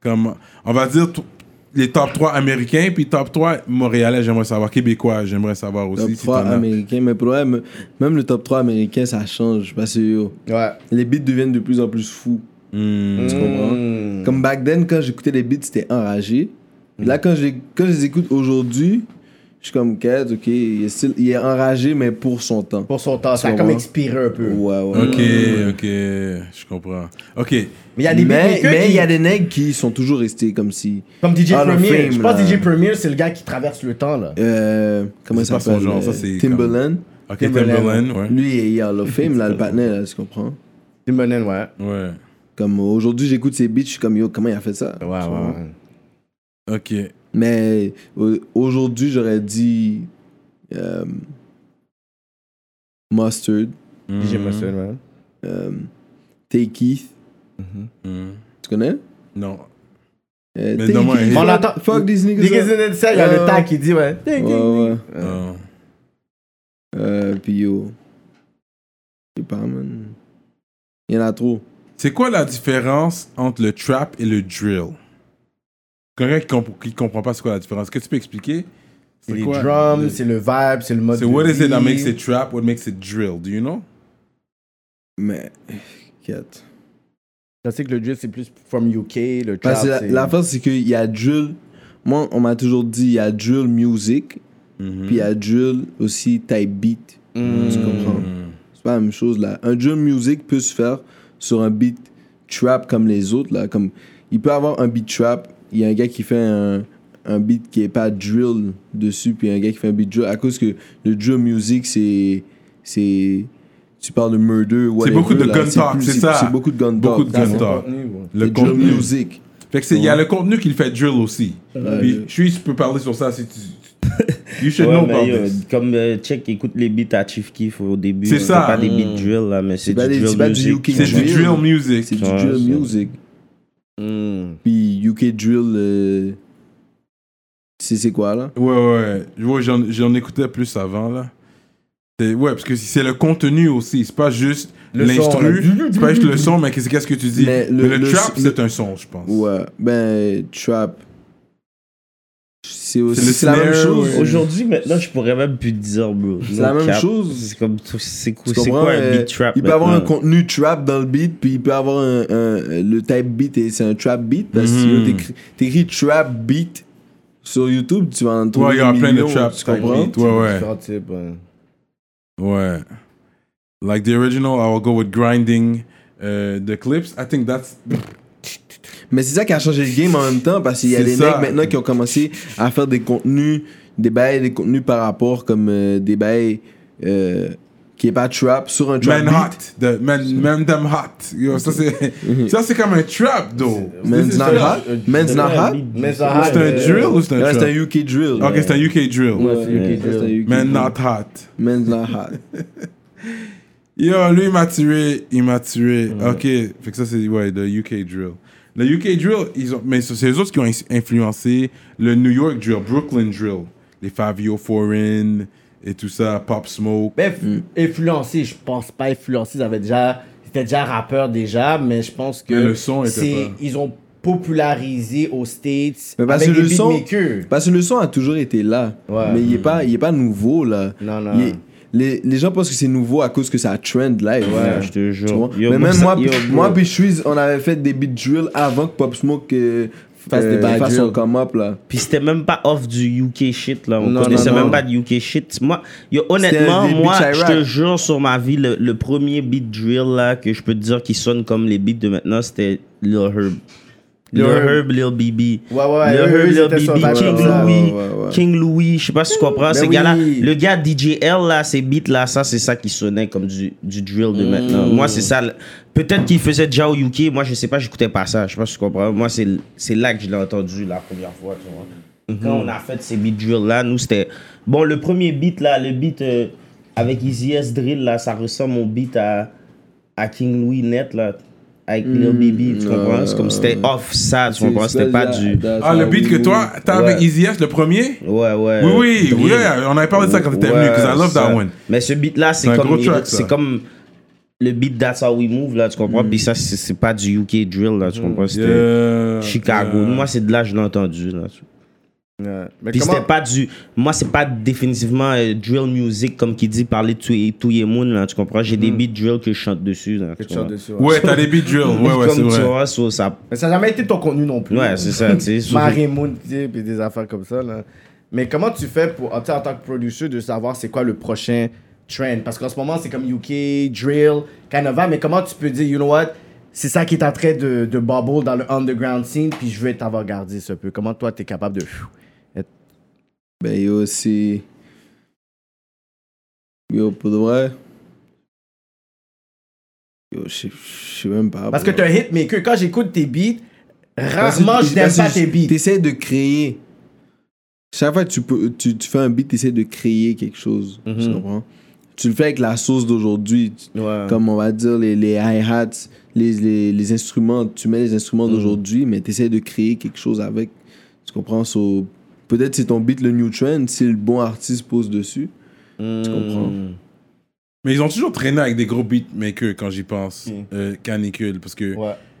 Speaker 1: Comme, on va dire, t- les top 3 américains, puis top 3 montréalais, j'aimerais savoir. Québécois, j'aimerais savoir aussi.
Speaker 3: Top
Speaker 1: si
Speaker 3: 3
Speaker 1: t'en as.
Speaker 3: américain, mais pour vrai, me- même le top 3 américain, ça change. Parce que yo,
Speaker 4: Ouais.
Speaker 3: les beats deviennent de plus en plus fous.
Speaker 1: Hmm.
Speaker 3: Tu comprends?
Speaker 4: Mm.
Speaker 3: Comme back then, quand j'écoutais les beats, c'était enragé. Puis
Speaker 1: Mm.
Speaker 3: Là, quand je, les- quand je les écoute aujourd'hui, je suis comme, quête, ok, il est, still- il est enragé, mais pour son temps.
Speaker 2: Pour son temps, ça a
Speaker 3: Sûrement.
Speaker 2: comme expiré un peu.
Speaker 3: Ouais, ouais.
Speaker 1: Ok,
Speaker 3: ouais.
Speaker 1: ok, je comprends. Ok,
Speaker 2: Mais il y a des
Speaker 3: mais
Speaker 2: beatmakers
Speaker 3: mais il
Speaker 2: qui-
Speaker 3: y a des nègres qui sont toujours restés comme si.
Speaker 2: Comme DJ
Speaker 3: Hall of
Speaker 2: Premier.
Speaker 3: Fame,
Speaker 2: je pense
Speaker 3: là.
Speaker 2: DJ Premier, c'est le gars qui traverse le temps, là.
Speaker 3: Euh, comment
Speaker 1: C'est
Speaker 3: ça
Speaker 1: pas son
Speaker 3: s'appelle
Speaker 1: genre, ça,
Speaker 3: euh,
Speaker 1: c'est
Speaker 3: Timbaland.
Speaker 1: ok,
Speaker 3: Timberland.
Speaker 1: Timberland, ouais.
Speaker 3: Lui, il est Hall of Fame, là, le patinet, là, tu comprends?
Speaker 2: Lemonade, ouais.
Speaker 1: Ouais,
Speaker 3: Comme aujourd'hui, j'écoute ses beats, je suis comme, yo, comment il a fait ça?
Speaker 2: Ouais, ouais,
Speaker 3: Tu vois?
Speaker 2: ouais.
Speaker 1: ok.
Speaker 3: Mais au- aujourd'hui, j'aurais dit. euh, Mustard,
Speaker 2: DJ
Speaker 1: Hmm,
Speaker 2: Mustard, ouais.
Speaker 3: euh, Take Keith.
Speaker 1: hmm.
Speaker 3: Tu connais?
Speaker 1: Non,
Speaker 3: Euh,
Speaker 1: Mais
Speaker 3: Take
Speaker 1: donne-moi
Speaker 3: Keith.
Speaker 1: un-
Speaker 2: On l'entend-
Speaker 3: Fuck these niggas.
Speaker 2: Des Gazzanets de ça, il y a
Speaker 1: Euh,
Speaker 3: Ouais.
Speaker 2: le tas qui dit, ouais.
Speaker 3: Ouais, ouais.
Speaker 1: non.
Speaker 3: Euh, puis yo. Je sais pas, man. Il y en a trop.
Speaker 1: C'est quoi la différence entre le trap et le drill Correct, qui comp- qui comprend pas c'est quoi la différence. Est-ce que tu peux expliquer
Speaker 2: C'est les
Speaker 1: quoi
Speaker 2: drums, c'est le vibe, c'est le mode.
Speaker 1: C'est
Speaker 2: de
Speaker 1: what is it that
Speaker 2: vie.
Speaker 1: makes it trap, what makes it drill, do you know
Speaker 3: Mais. Quête.
Speaker 2: Je sais que le drill, c'est plus from UK, le trap.
Speaker 3: Parce que la,
Speaker 2: c'est-
Speaker 3: la force, Bah, c'est qu'il y a drill. Moi, on m'a toujours dit, il y a drill music, puis il y a drill aussi type beat. Tu comprends? C'est pas la même chose là. Un drill music peut se faire sur un beat trap comme les autres là. Comme il peut avoir un beat trap. Il y a un gars qui fait un, un beat qui est pas drill dessus, puis un gars qui fait un beat drill. À cause que le drill music c'est c'est tu parles de murder ou
Speaker 1: beaucoup de gun talk,
Speaker 3: plus-
Speaker 1: c'est ça.
Speaker 3: C'est beaucoup de gun
Speaker 1: Beaucoup
Speaker 3: talk.
Speaker 1: de
Speaker 3: Ça,
Speaker 1: gun
Speaker 3: c'est-
Speaker 1: talk. Le
Speaker 3: Le drill
Speaker 1: contenu.
Speaker 3: music.
Speaker 1: Fait que c'est- il y a le contenu qui le fait drill aussi. Puis je suis, je peux parler sur ça si tu. You should
Speaker 4: Ouais,
Speaker 1: know
Speaker 4: mais
Speaker 1: about
Speaker 4: yo,
Speaker 1: this.
Speaker 4: Comme euh, check, écoute les beats à Chief Keef au début.
Speaker 1: C'est
Speaker 4: hein,
Speaker 1: ça.
Speaker 4: pas des beats drill, là, mais c'est du
Speaker 3: pas des- c'est
Speaker 4: drill
Speaker 3: pas du
Speaker 4: music.
Speaker 3: UK
Speaker 1: C'est
Speaker 3: drill.
Speaker 1: du drill music.
Speaker 3: C'est du
Speaker 4: Ouais,
Speaker 3: drill
Speaker 4: c'est-
Speaker 3: music.
Speaker 4: Mm.
Speaker 1: Hmm.
Speaker 3: Puis UK drill. euh, c'est c'est quoi là?
Speaker 1: Ouais, ouais. Je vois, j'en, j'en écoutais plus avant, là. C'est- ouais, parce que c'est le contenu aussi. C'est pas juste
Speaker 2: Le son,
Speaker 1: l'instru.
Speaker 2: là.
Speaker 1: c'est pas juste le son, mais qu'est-ce, qu'est-ce que tu dis.
Speaker 3: Mais
Speaker 1: Mais
Speaker 3: le-
Speaker 1: le,
Speaker 3: le-
Speaker 1: trap,
Speaker 3: le-
Speaker 1: c'est un son, je pense.
Speaker 3: Ouais, ben, trap. C'est aussi
Speaker 1: C'est le
Speaker 3: c'est la même
Speaker 1: snare,
Speaker 3: chose.
Speaker 1: ouais.
Speaker 4: Aujourd'hui, maintenant, je pourrais même plus te dire, bro.
Speaker 3: C'est la
Speaker 4: No
Speaker 3: même
Speaker 4: cap.
Speaker 3: chose.
Speaker 4: C'est comme, c'est quoi,
Speaker 3: Tu
Speaker 4: c'est
Speaker 3: comprends,
Speaker 4: quoi un
Speaker 3: euh,
Speaker 4: beat trap
Speaker 3: Il peut avoir un
Speaker 4: maintenant?
Speaker 3: contenu trap dans le beat, puis il peut avoir un, un- le type beat, et c'est un trap beat. Parce que si
Speaker 1: Mhm.
Speaker 3: yo, t'écris- t'écris trap beat sur YouTube, tu vas en trouver.
Speaker 1: Ouais, il y a
Speaker 3: des
Speaker 1: plein de
Speaker 3: millions,
Speaker 1: trap.
Speaker 3: Tu comprends?
Speaker 1: type beat, Ouais,
Speaker 2: Différents types, ouais.
Speaker 1: ouais. Ouais. Like the original, I will go with grinding uh, the clips. I think that's.
Speaker 3: Mais c'est ça qui a changé le game en même temps, parce qu'il y a
Speaker 1: C'est
Speaker 3: des
Speaker 1: ça.
Speaker 3: mecs maintenant qui ont commencé à faire des contenus, des bails, des contenus par rapport comme euh, des bails euh, qui est pas trap sur un trap
Speaker 1: Man
Speaker 3: beat.
Speaker 1: hot. The, man, man them hot. Yo, ça, c'est, ça, c'est comme un trap, though.
Speaker 3: Mhm. Man's
Speaker 1: C'est-
Speaker 3: not
Speaker 1: c'est-
Speaker 3: hot. Man's not
Speaker 4: Ouais, un
Speaker 3: hot.
Speaker 4: beat-
Speaker 2: Ah, Mais ça
Speaker 1: C'est Hein? un drill ou c'est un
Speaker 3: Là,
Speaker 1: trap?
Speaker 3: c'est un UK drill.
Speaker 1: Ok, c'est un UK drill.
Speaker 3: Ouais,
Speaker 2: c'est UK
Speaker 3: ouais,
Speaker 2: drill.
Speaker 3: c'est un UK
Speaker 1: Man
Speaker 3: drill.
Speaker 1: not hot.
Speaker 3: Man's not hot.
Speaker 1: Yo, lui, il m'a tué. Il m'a tué. Ok. Fait que ça, c'est ouais, le UK Drill. Le UK Drill, ils ont, mais c'est eux autres qui ont ins- influencé le New York Drill, Brooklyn Drill. Les Fabio Foreign et tout ça, Pop Smoke.
Speaker 4: Ben,
Speaker 2: Mais Ben, f- influencé, je pense pas influencé, ils avaient déjà, ils étaient déjà rappeurs déjà, mais je pense que
Speaker 1: Mais le son était
Speaker 2: c'est-
Speaker 1: pas-
Speaker 2: ils ont popularisé aux States
Speaker 3: Mais parce
Speaker 2: avec
Speaker 3: que
Speaker 2: des
Speaker 3: le son-
Speaker 2: beatmakers.
Speaker 3: Parce que le son a toujours été là.
Speaker 2: Ouais.
Speaker 3: Mais il est pas, il est pas nouveau, là.
Speaker 2: Non, non.
Speaker 3: Il est- les, les gens pensent que c'est nouveau à cause que ça trend live. là.
Speaker 4: je te jure.
Speaker 3: Tu vois?
Speaker 4: Yo,
Speaker 3: Mais
Speaker 4: moi,
Speaker 3: même
Speaker 4: ça-
Speaker 3: moi,
Speaker 4: yo,
Speaker 3: puis-
Speaker 4: bro.
Speaker 3: moi, puis Shreeze, on avait fait des beat drill avant que Pop Smoke euh,
Speaker 2: Fasse des bad
Speaker 3: fasse son
Speaker 2: drill.
Speaker 3: come-up, là.
Speaker 4: Puis c'était même pas off du UK shit, là. On
Speaker 3: Non,
Speaker 4: connaissait
Speaker 3: non, non.
Speaker 4: même pas du UK shit. Moi, yo,
Speaker 3: C'était
Speaker 4: honnêtement,
Speaker 3: des
Speaker 4: moi,
Speaker 3: beats
Speaker 4: je
Speaker 3: Iraq.
Speaker 4: te jure sur ma vie, le, le premier beat drill, là, que je peux te dire qui sonne comme les beats de maintenant, c'était Lil Herb. Lil
Speaker 2: Herb.
Speaker 4: Herb, Lil BB.
Speaker 2: Ouais, ouais, ouais,
Speaker 4: Lil
Speaker 2: eux, ils
Speaker 4: Herb,
Speaker 2: étaient
Speaker 4: Lil
Speaker 2: sur
Speaker 4: BB,
Speaker 2: la vibe,
Speaker 4: King
Speaker 3: ouais,
Speaker 4: Louis.
Speaker 3: ouais, ouais.
Speaker 4: King Louis, je sais pas si tu comprends. ce
Speaker 3: oui.
Speaker 4: gars-là, le gars DJL, là, ces beats-là, ça, c'est ça qui sonnait comme du, du drill de maintenant. Moi, c'est ça. le- Peut-être qu'il faisait déjà au UK. Moi, je sais pas, j'écoutais pas ça. Je sais pas si tu comprends. Moi, c'est c'est là que je l'ai entendu la première fois. tu vois.
Speaker 3: Mhm.
Speaker 4: Quand on a fait ces beats drill-là, nous, c'était. Bon, le premier beat, là, le beat euh, avec Easy S Drill, là, ça ressemble au beat à, à King Louis Net, là. Avec
Speaker 3: Mm.
Speaker 4: Lil Baby, tu comprends? C'est comme c'était off ça, tu comprends? C'était pas du.
Speaker 1: Ah, le beat que toi, t'as
Speaker 4: Ouais.
Speaker 1: avec Easy S, le premier
Speaker 4: Ouais, ouais.
Speaker 1: Oui, oui,
Speaker 4: Drill.
Speaker 1: oui, on avait parlé de ça quand t'étais
Speaker 4: Ouais,
Speaker 1: venu, because I love
Speaker 4: ça.
Speaker 1: that one.
Speaker 4: Mais ce beat-là, c'est
Speaker 1: C'est un
Speaker 4: comme.
Speaker 1: gros track, ça. Mm.
Speaker 4: c'est comme. le beat That's How We Move, là, tu comprends? Puis ça, c'est c'est pas du UK drill, là, tu comprends? C'était
Speaker 1: Yeah,
Speaker 4: Chicago.
Speaker 1: yeah.
Speaker 4: Moi, c'est de là que je l'ai entendu, là. tu- Puis c'était pas du. Moi, c'est pas définitivement euh, drill music, comme qui dit, parler de Touye- Touye Moon, là, tu comprends? J'ai
Speaker 1: Mm.
Speaker 4: des beats drill que je chante dessus, là. tu comprends?
Speaker 1: Ouais, t'as des beat drill. Ouais, ouais, c'est
Speaker 4: comme tu
Speaker 1: vrai.
Speaker 4: vois, so, ça.
Speaker 2: Mais ça n'a jamais été ton contenu non plus.
Speaker 4: Ouais, c'est ça, tu sais. so-
Speaker 2: Marie-Moon, tu sais, puis des affaires comme ça. Là. Mais comment tu fais pour, tu sais, en tant que producer, de savoir c'est quoi le prochain trend Parce qu'en ce moment, c'est comme UK, drill, Canova, mais comment tu peux dire, you know what c'est ça qui est en train de, de bubble dans le underground scene, puis je vais t'avoir gardé ce peu. Comment toi, t'es capable de.
Speaker 3: Ben yo, c'est. Yo, pour de vrai. Yo, je sais- je sais même pas.
Speaker 2: Parce que
Speaker 3: bro.
Speaker 2: t'es un hitmaker. Quand j'écoute tes beats,
Speaker 3: Parce que-
Speaker 2: rarement je n'aime
Speaker 3: parce que
Speaker 2: pas tes beats. Ben
Speaker 3: T'essaies de créer. Chaque fois que tu, peux, tu, tu fais un beat, t'essaies de créer quelque chose.
Speaker 2: Mhm.
Speaker 3: Tu comprends? Tu le fais avec la sauce d'aujourd'hui. Tu-
Speaker 4: Ouais.
Speaker 3: Comme on va dire, les, les hi-hats, les, les, les instruments. Tu mets les
Speaker 1: Mhm.
Speaker 3: instruments d'aujourd'hui, mais t'essaies de créer quelque chose avec. Tu comprends? So, Peut-être c'est ton beat le new trend, si le bon artiste pose dessus.
Speaker 1: Hmm.
Speaker 3: Tu comprends?
Speaker 4: Mm.
Speaker 1: Mais ils ont toujours traîné avec des gros beatmakers quand j'y pense. Euh, canicule, parce que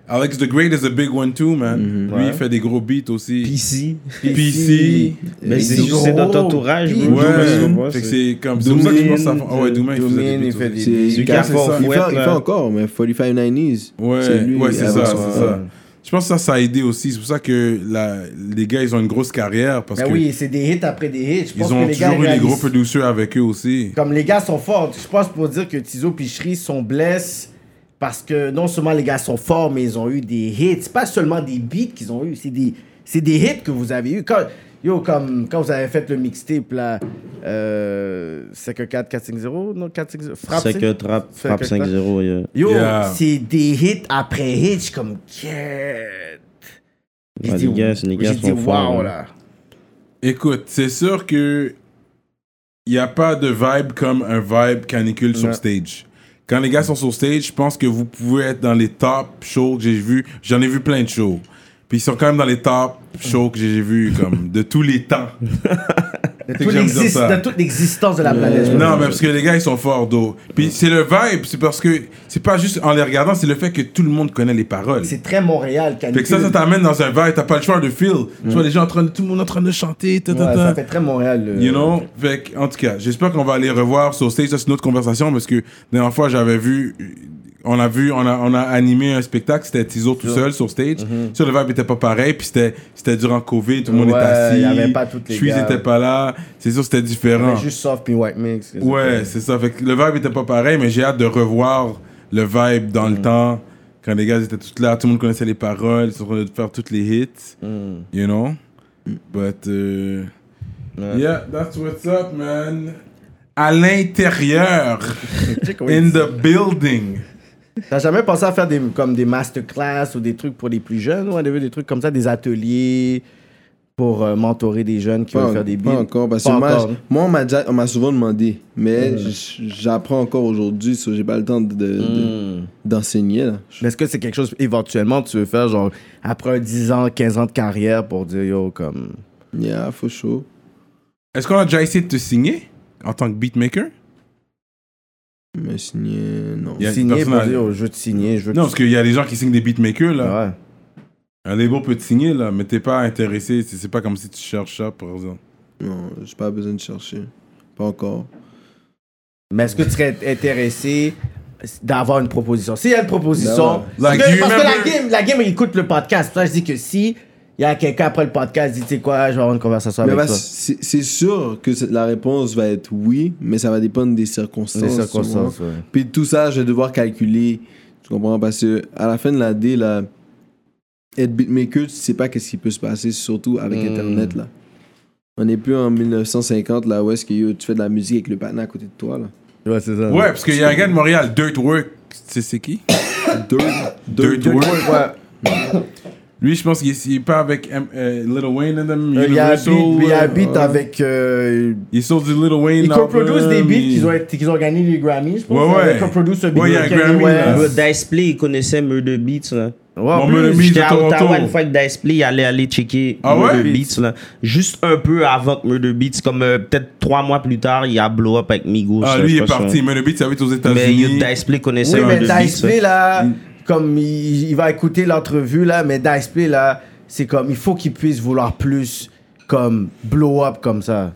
Speaker 1: Alex the Great is a big one too, man.
Speaker 2: Mhm.
Speaker 1: Lui, il fait des gros beats aussi.
Speaker 4: Ici.
Speaker 1: PC.
Speaker 4: Mais c'est
Speaker 2: Ici,
Speaker 4: juste c'est dans
Speaker 2: gros.
Speaker 4: ton entourage,
Speaker 2: Puis-
Speaker 4: bro. Je sais
Speaker 1: Ouais,
Speaker 4: pas,
Speaker 1: Fait que
Speaker 4: c'est-
Speaker 1: c'est comme c'est pour ça que je pense à Ah ouais, Douma, il faisait
Speaker 2: Doomine,
Speaker 1: des
Speaker 2: il
Speaker 1: beats
Speaker 2: fait
Speaker 1: aussi.
Speaker 3: C'est-
Speaker 4: Celui
Speaker 3: il
Speaker 4: qui a
Speaker 3: fait
Speaker 4: fort
Speaker 3: ça. il, fait,
Speaker 4: fouette,
Speaker 3: il
Speaker 4: là.
Speaker 3: fait encore, mais 45 90s.
Speaker 1: Ouais,
Speaker 3: c'est lui,
Speaker 1: ouais, c'est
Speaker 3: avant
Speaker 1: ça,
Speaker 3: ça.
Speaker 1: c'est ça. Je pense que ça, ça a aidé aussi. C'est pour ça que la, les gars, ils ont une grosse carrière parce
Speaker 2: Ben
Speaker 1: que
Speaker 2: oui, c'est des hits après des hits. Je pense
Speaker 1: ils ont
Speaker 2: que les gars,
Speaker 1: toujours eu les
Speaker 2: réalisent-
Speaker 1: gros producers avec eux aussi.
Speaker 2: Comme les gars sont forts, je pense pour dire que Tizo Picherie sont blesses parce que non seulement les gars sont forts, mais ils ont eu des hits. C'est pas seulement des beats qu'ils ont eu, c'est des, c'est des hits que vous avez eu. Quand, yo, comme quand vous avez fait le mixtape là, euh, 514 450, non 450, frappe.
Speaker 4: C'est
Speaker 2: c'est-
Speaker 4: que Trap
Speaker 2: c'est
Speaker 4: frappe
Speaker 2: que
Speaker 4: 5-0. yeah.
Speaker 2: Yo,
Speaker 1: Yeah.
Speaker 2: c'est des hits après hits, je suis comme yeah. J'ai
Speaker 4: Ouais,
Speaker 2: dit,
Speaker 4: les gars, c'est- les gars
Speaker 2: j'ai dit,
Speaker 4: sont forts,
Speaker 2: wow,
Speaker 4: ouais.
Speaker 2: là.
Speaker 1: Écoute, c'est sûr que il n'y a pas de vibe comme un vibe canicule sur stage. Quand les gars sont sur stage, je pense que vous pouvez être dans les top shows que j'ai vu. J'en ai vu plein de shows. Puis ils sont quand même dans les top shows que j'ai vu comme de tous les temps.
Speaker 2: De
Speaker 1: que
Speaker 2: tout
Speaker 1: j'aime dire
Speaker 2: l'exis-
Speaker 1: ça.
Speaker 2: de toute l'existence de la planète. je pense.
Speaker 1: Non, mais parce que les gars, ils sont forts d'eau. Puis c'est le vibe, c'est parce que c'est pas juste en les regardant, c'est le fait que tout le monde connaît les paroles.
Speaker 2: C'est très Montréal,
Speaker 1: Fait que ça, ça t'amène dans un vibe, t'as pas le choix de feel. Tu vois les gens en train de, tout le monde en train de chanter, ta, ta,
Speaker 2: Mm. Ouais,
Speaker 1: ta.
Speaker 2: ça fait très Montréal. le-
Speaker 1: You know, fait que, en tout cas, j'espère qu'on va aller revoir sur stage. Ça, c'est une autre conversation parce que dernière fois, j'avais vu, on a vu, on a, on a animé un spectacle. C'était Tizo tout seul sur stage. Sur le vibe était pas pareil. Puis c'était, c'était durant Covid, tout le monde
Speaker 2: Mm-hmm. Ouais,
Speaker 1: était assis.
Speaker 2: il y avait pas toutes les
Speaker 1: Suisse
Speaker 2: gars.
Speaker 1: était pas là. C'est sûr, c'était différent.
Speaker 2: Mais juste soft puis white mix. que
Speaker 1: Ah. Ouais,
Speaker 2: c'était-
Speaker 1: c'est ça. Fait que le vibe était pas pareil, mais j'ai hâte de revoir le vibe dans
Speaker 2: Mm.
Speaker 1: le temps. Quand les gars étaient tous là, tout le monde connaissait les paroles, ils sont en train de faire toutes les hits.
Speaker 2: Mm.
Speaker 1: You know? But, euh, yeah, that's what's up, man. À l'intérieur, in the building.
Speaker 2: T'as jamais pensé à faire des, comme des masterclass ou des trucs pour les plus jeunes ou des trucs comme ça, des ateliers pour euh, mentorer des jeunes qui
Speaker 3: Pas,
Speaker 2: veulent faire des
Speaker 3: pas
Speaker 2: beats?
Speaker 3: encore, parce que
Speaker 2: Pas
Speaker 3: moi,
Speaker 2: encore.
Speaker 3: j- moi, on m'a déjà- on m'a souvent demandé, mais j- j'apprends encore aujourd'hui, so j'ai pas le temps de- de-
Speaker 1: Hmm.
Speaker 3: de- d'enseigner. là. Je-
Speaker 2: Mais Hmm. est-ce que c'est quelque chose éventuellement tu veux faire genre après 10 ans, 15 ans de carrière pour dire yo comme
Speaker 3: yeah, for sure.
Speaker 1: Est-ce qu'on a déjà essayé de te signer en tant que beatmaker?
Speaker 3: Me signer, non.
Speaker 1: Y a-
Speaker 2: signer
Speaker 1: personne
Speaker 2: pour
Speaker 1: à-
Speaker 2: dire oh, je veux te signer, je veux
Speaker 1: Non,
Speaker 2: te...
Speaker 1: parce qu'il y a des gens qui signent des beatmakers, là.
Speaker 2: Ouais.
Speaker 1: Un label peut te signer, là, mais t'es pas intéressé. C'est c'est pas comme si tu cherches ça, par exemple.
Speaker 3: Non, j'ai pas besoin de chercher. Pas encore.
Speaker 2: Mais est-ce que tu serais intéressé d'avoir une proposition? S'il y a une proposition,
Speaker 3: Ben
Speaker 1: ouais. Like,
Speaker 2: parce, que,
Speaker 1: you
Speaker 2: parce que
Speaker 1: remember-
Speaker 2: la, game, la game, il écoute le podcast. C'est pour ça que je dis que si il y a quelqu'un après le podcast, il dit, tu sais quoi, je vais avoir une conversation
Speaker 3: Mais
Speaker 2: avec
Speaker 3: bah,
Speaker 2: toi.
Speaker 3: c'est c'est sûr que c'est- la réponse va être oui, mais ça va dépendre des circonstances.
Speaker 2: Des
Speaker 3: tu
Speaker 2: circonstances,
Speaker 3: comprends?
Speaker 2: ouais.
Speaker 3: Puis tout ça, je vais devoir calculer. Tu comprends? Parce que à la fin de l'année, là, être beatmaker, tu sais pas qu'est-ce qui peut se passer, surtout avec
Speaker 2: Hmm.
Speaker 3: Internet, là. On n'est plus en 1950, là, où est-ce que yo, tu fais de la musique avec le patin à côté de toi, là.
Speaker 2: Ouais, c'est ça.
Speaker 1: Ouais, parce qu'il y a un gars de Montréal, Dirt Work. Tu sais, c'est qui?
Speaker 3: Dirt,
Speaker 1: Dirt
Speaker 3: Dirt
Speaker 1: Work.
Speaker 2: Ouais.
Speaker 1: Lui, je pense qu'il est pas avec M- euh, Lil Wayne and them,
Speaker 2: Euh, il habite,
Speaker 1: Universal.
Speaker 2: il
Speaker 1: euh,
Speaker 2: habite
Speaker 1: ouais.
Speaker 2: avec. Euh,
Speaker 1: Il sort du Lil Wayne.
Speaker 2: il coproduce
Speaker 1: album,
Speaker 2: des beats
Speaker 1: il-
Speaker 2: qu'ils ont, été- qu'ils ont gagné les Grammys, je pense. euh,
Speaker 1: Ouais, ouais.
Speaker 2: Il coproduce un beat
Speaker 1: Ouais, il y a un
Speaker 2: avec Kanye
Speaker 1: Grammy, là.
Speaker 2: West.
Speaker 4: Bro, Dice Play, il connaissait Murder Beats, là. Ouais,
Speaker 1: Bon,
Speaker 4: en
Speaker 1: mais le
Speaker 4: plus,
Speaker 1: Miz
Speaker 4: j'étais
Speaker 1: de
Speaker 4: à
Speaker 1: Toronto.
Speaker 4: Ottawa une fois que Dice Play allait aller checker
Speaker 1: Ah ouais?
Speaker 4: Murder Beats. Là. Juste un peu avant que Murder Beats, comme euh, peut-être trois mois plus tard, il a blow up avec Migos.
Speaker 1: Ah,
Speaker 4: là,
Speaker 1: lui,
Speaker 4: je
Speaker 1: il est
Speaker 4: pense,
Speaker 1: parti.
Speaker 4: hein.
Speaker 1: Mais le beat, ça va être aux
Speaker 4: Mais
Speaker 1: États-Unis.
Speaker 4: Dice Play connaissait
Speaker 2: Oui, mais
Speaker 4: Murder
Speaker 2: Dice
Speaker 4: Beats.
Speaker 2: Play, là,
Speaker 1: Mm.
Speaker 2: comme il, il va écouter l'entrevue, là, mais Dice Play, là, c'est comme, il faut qu'il puisse vouloir plus, comme, blow up comme ça.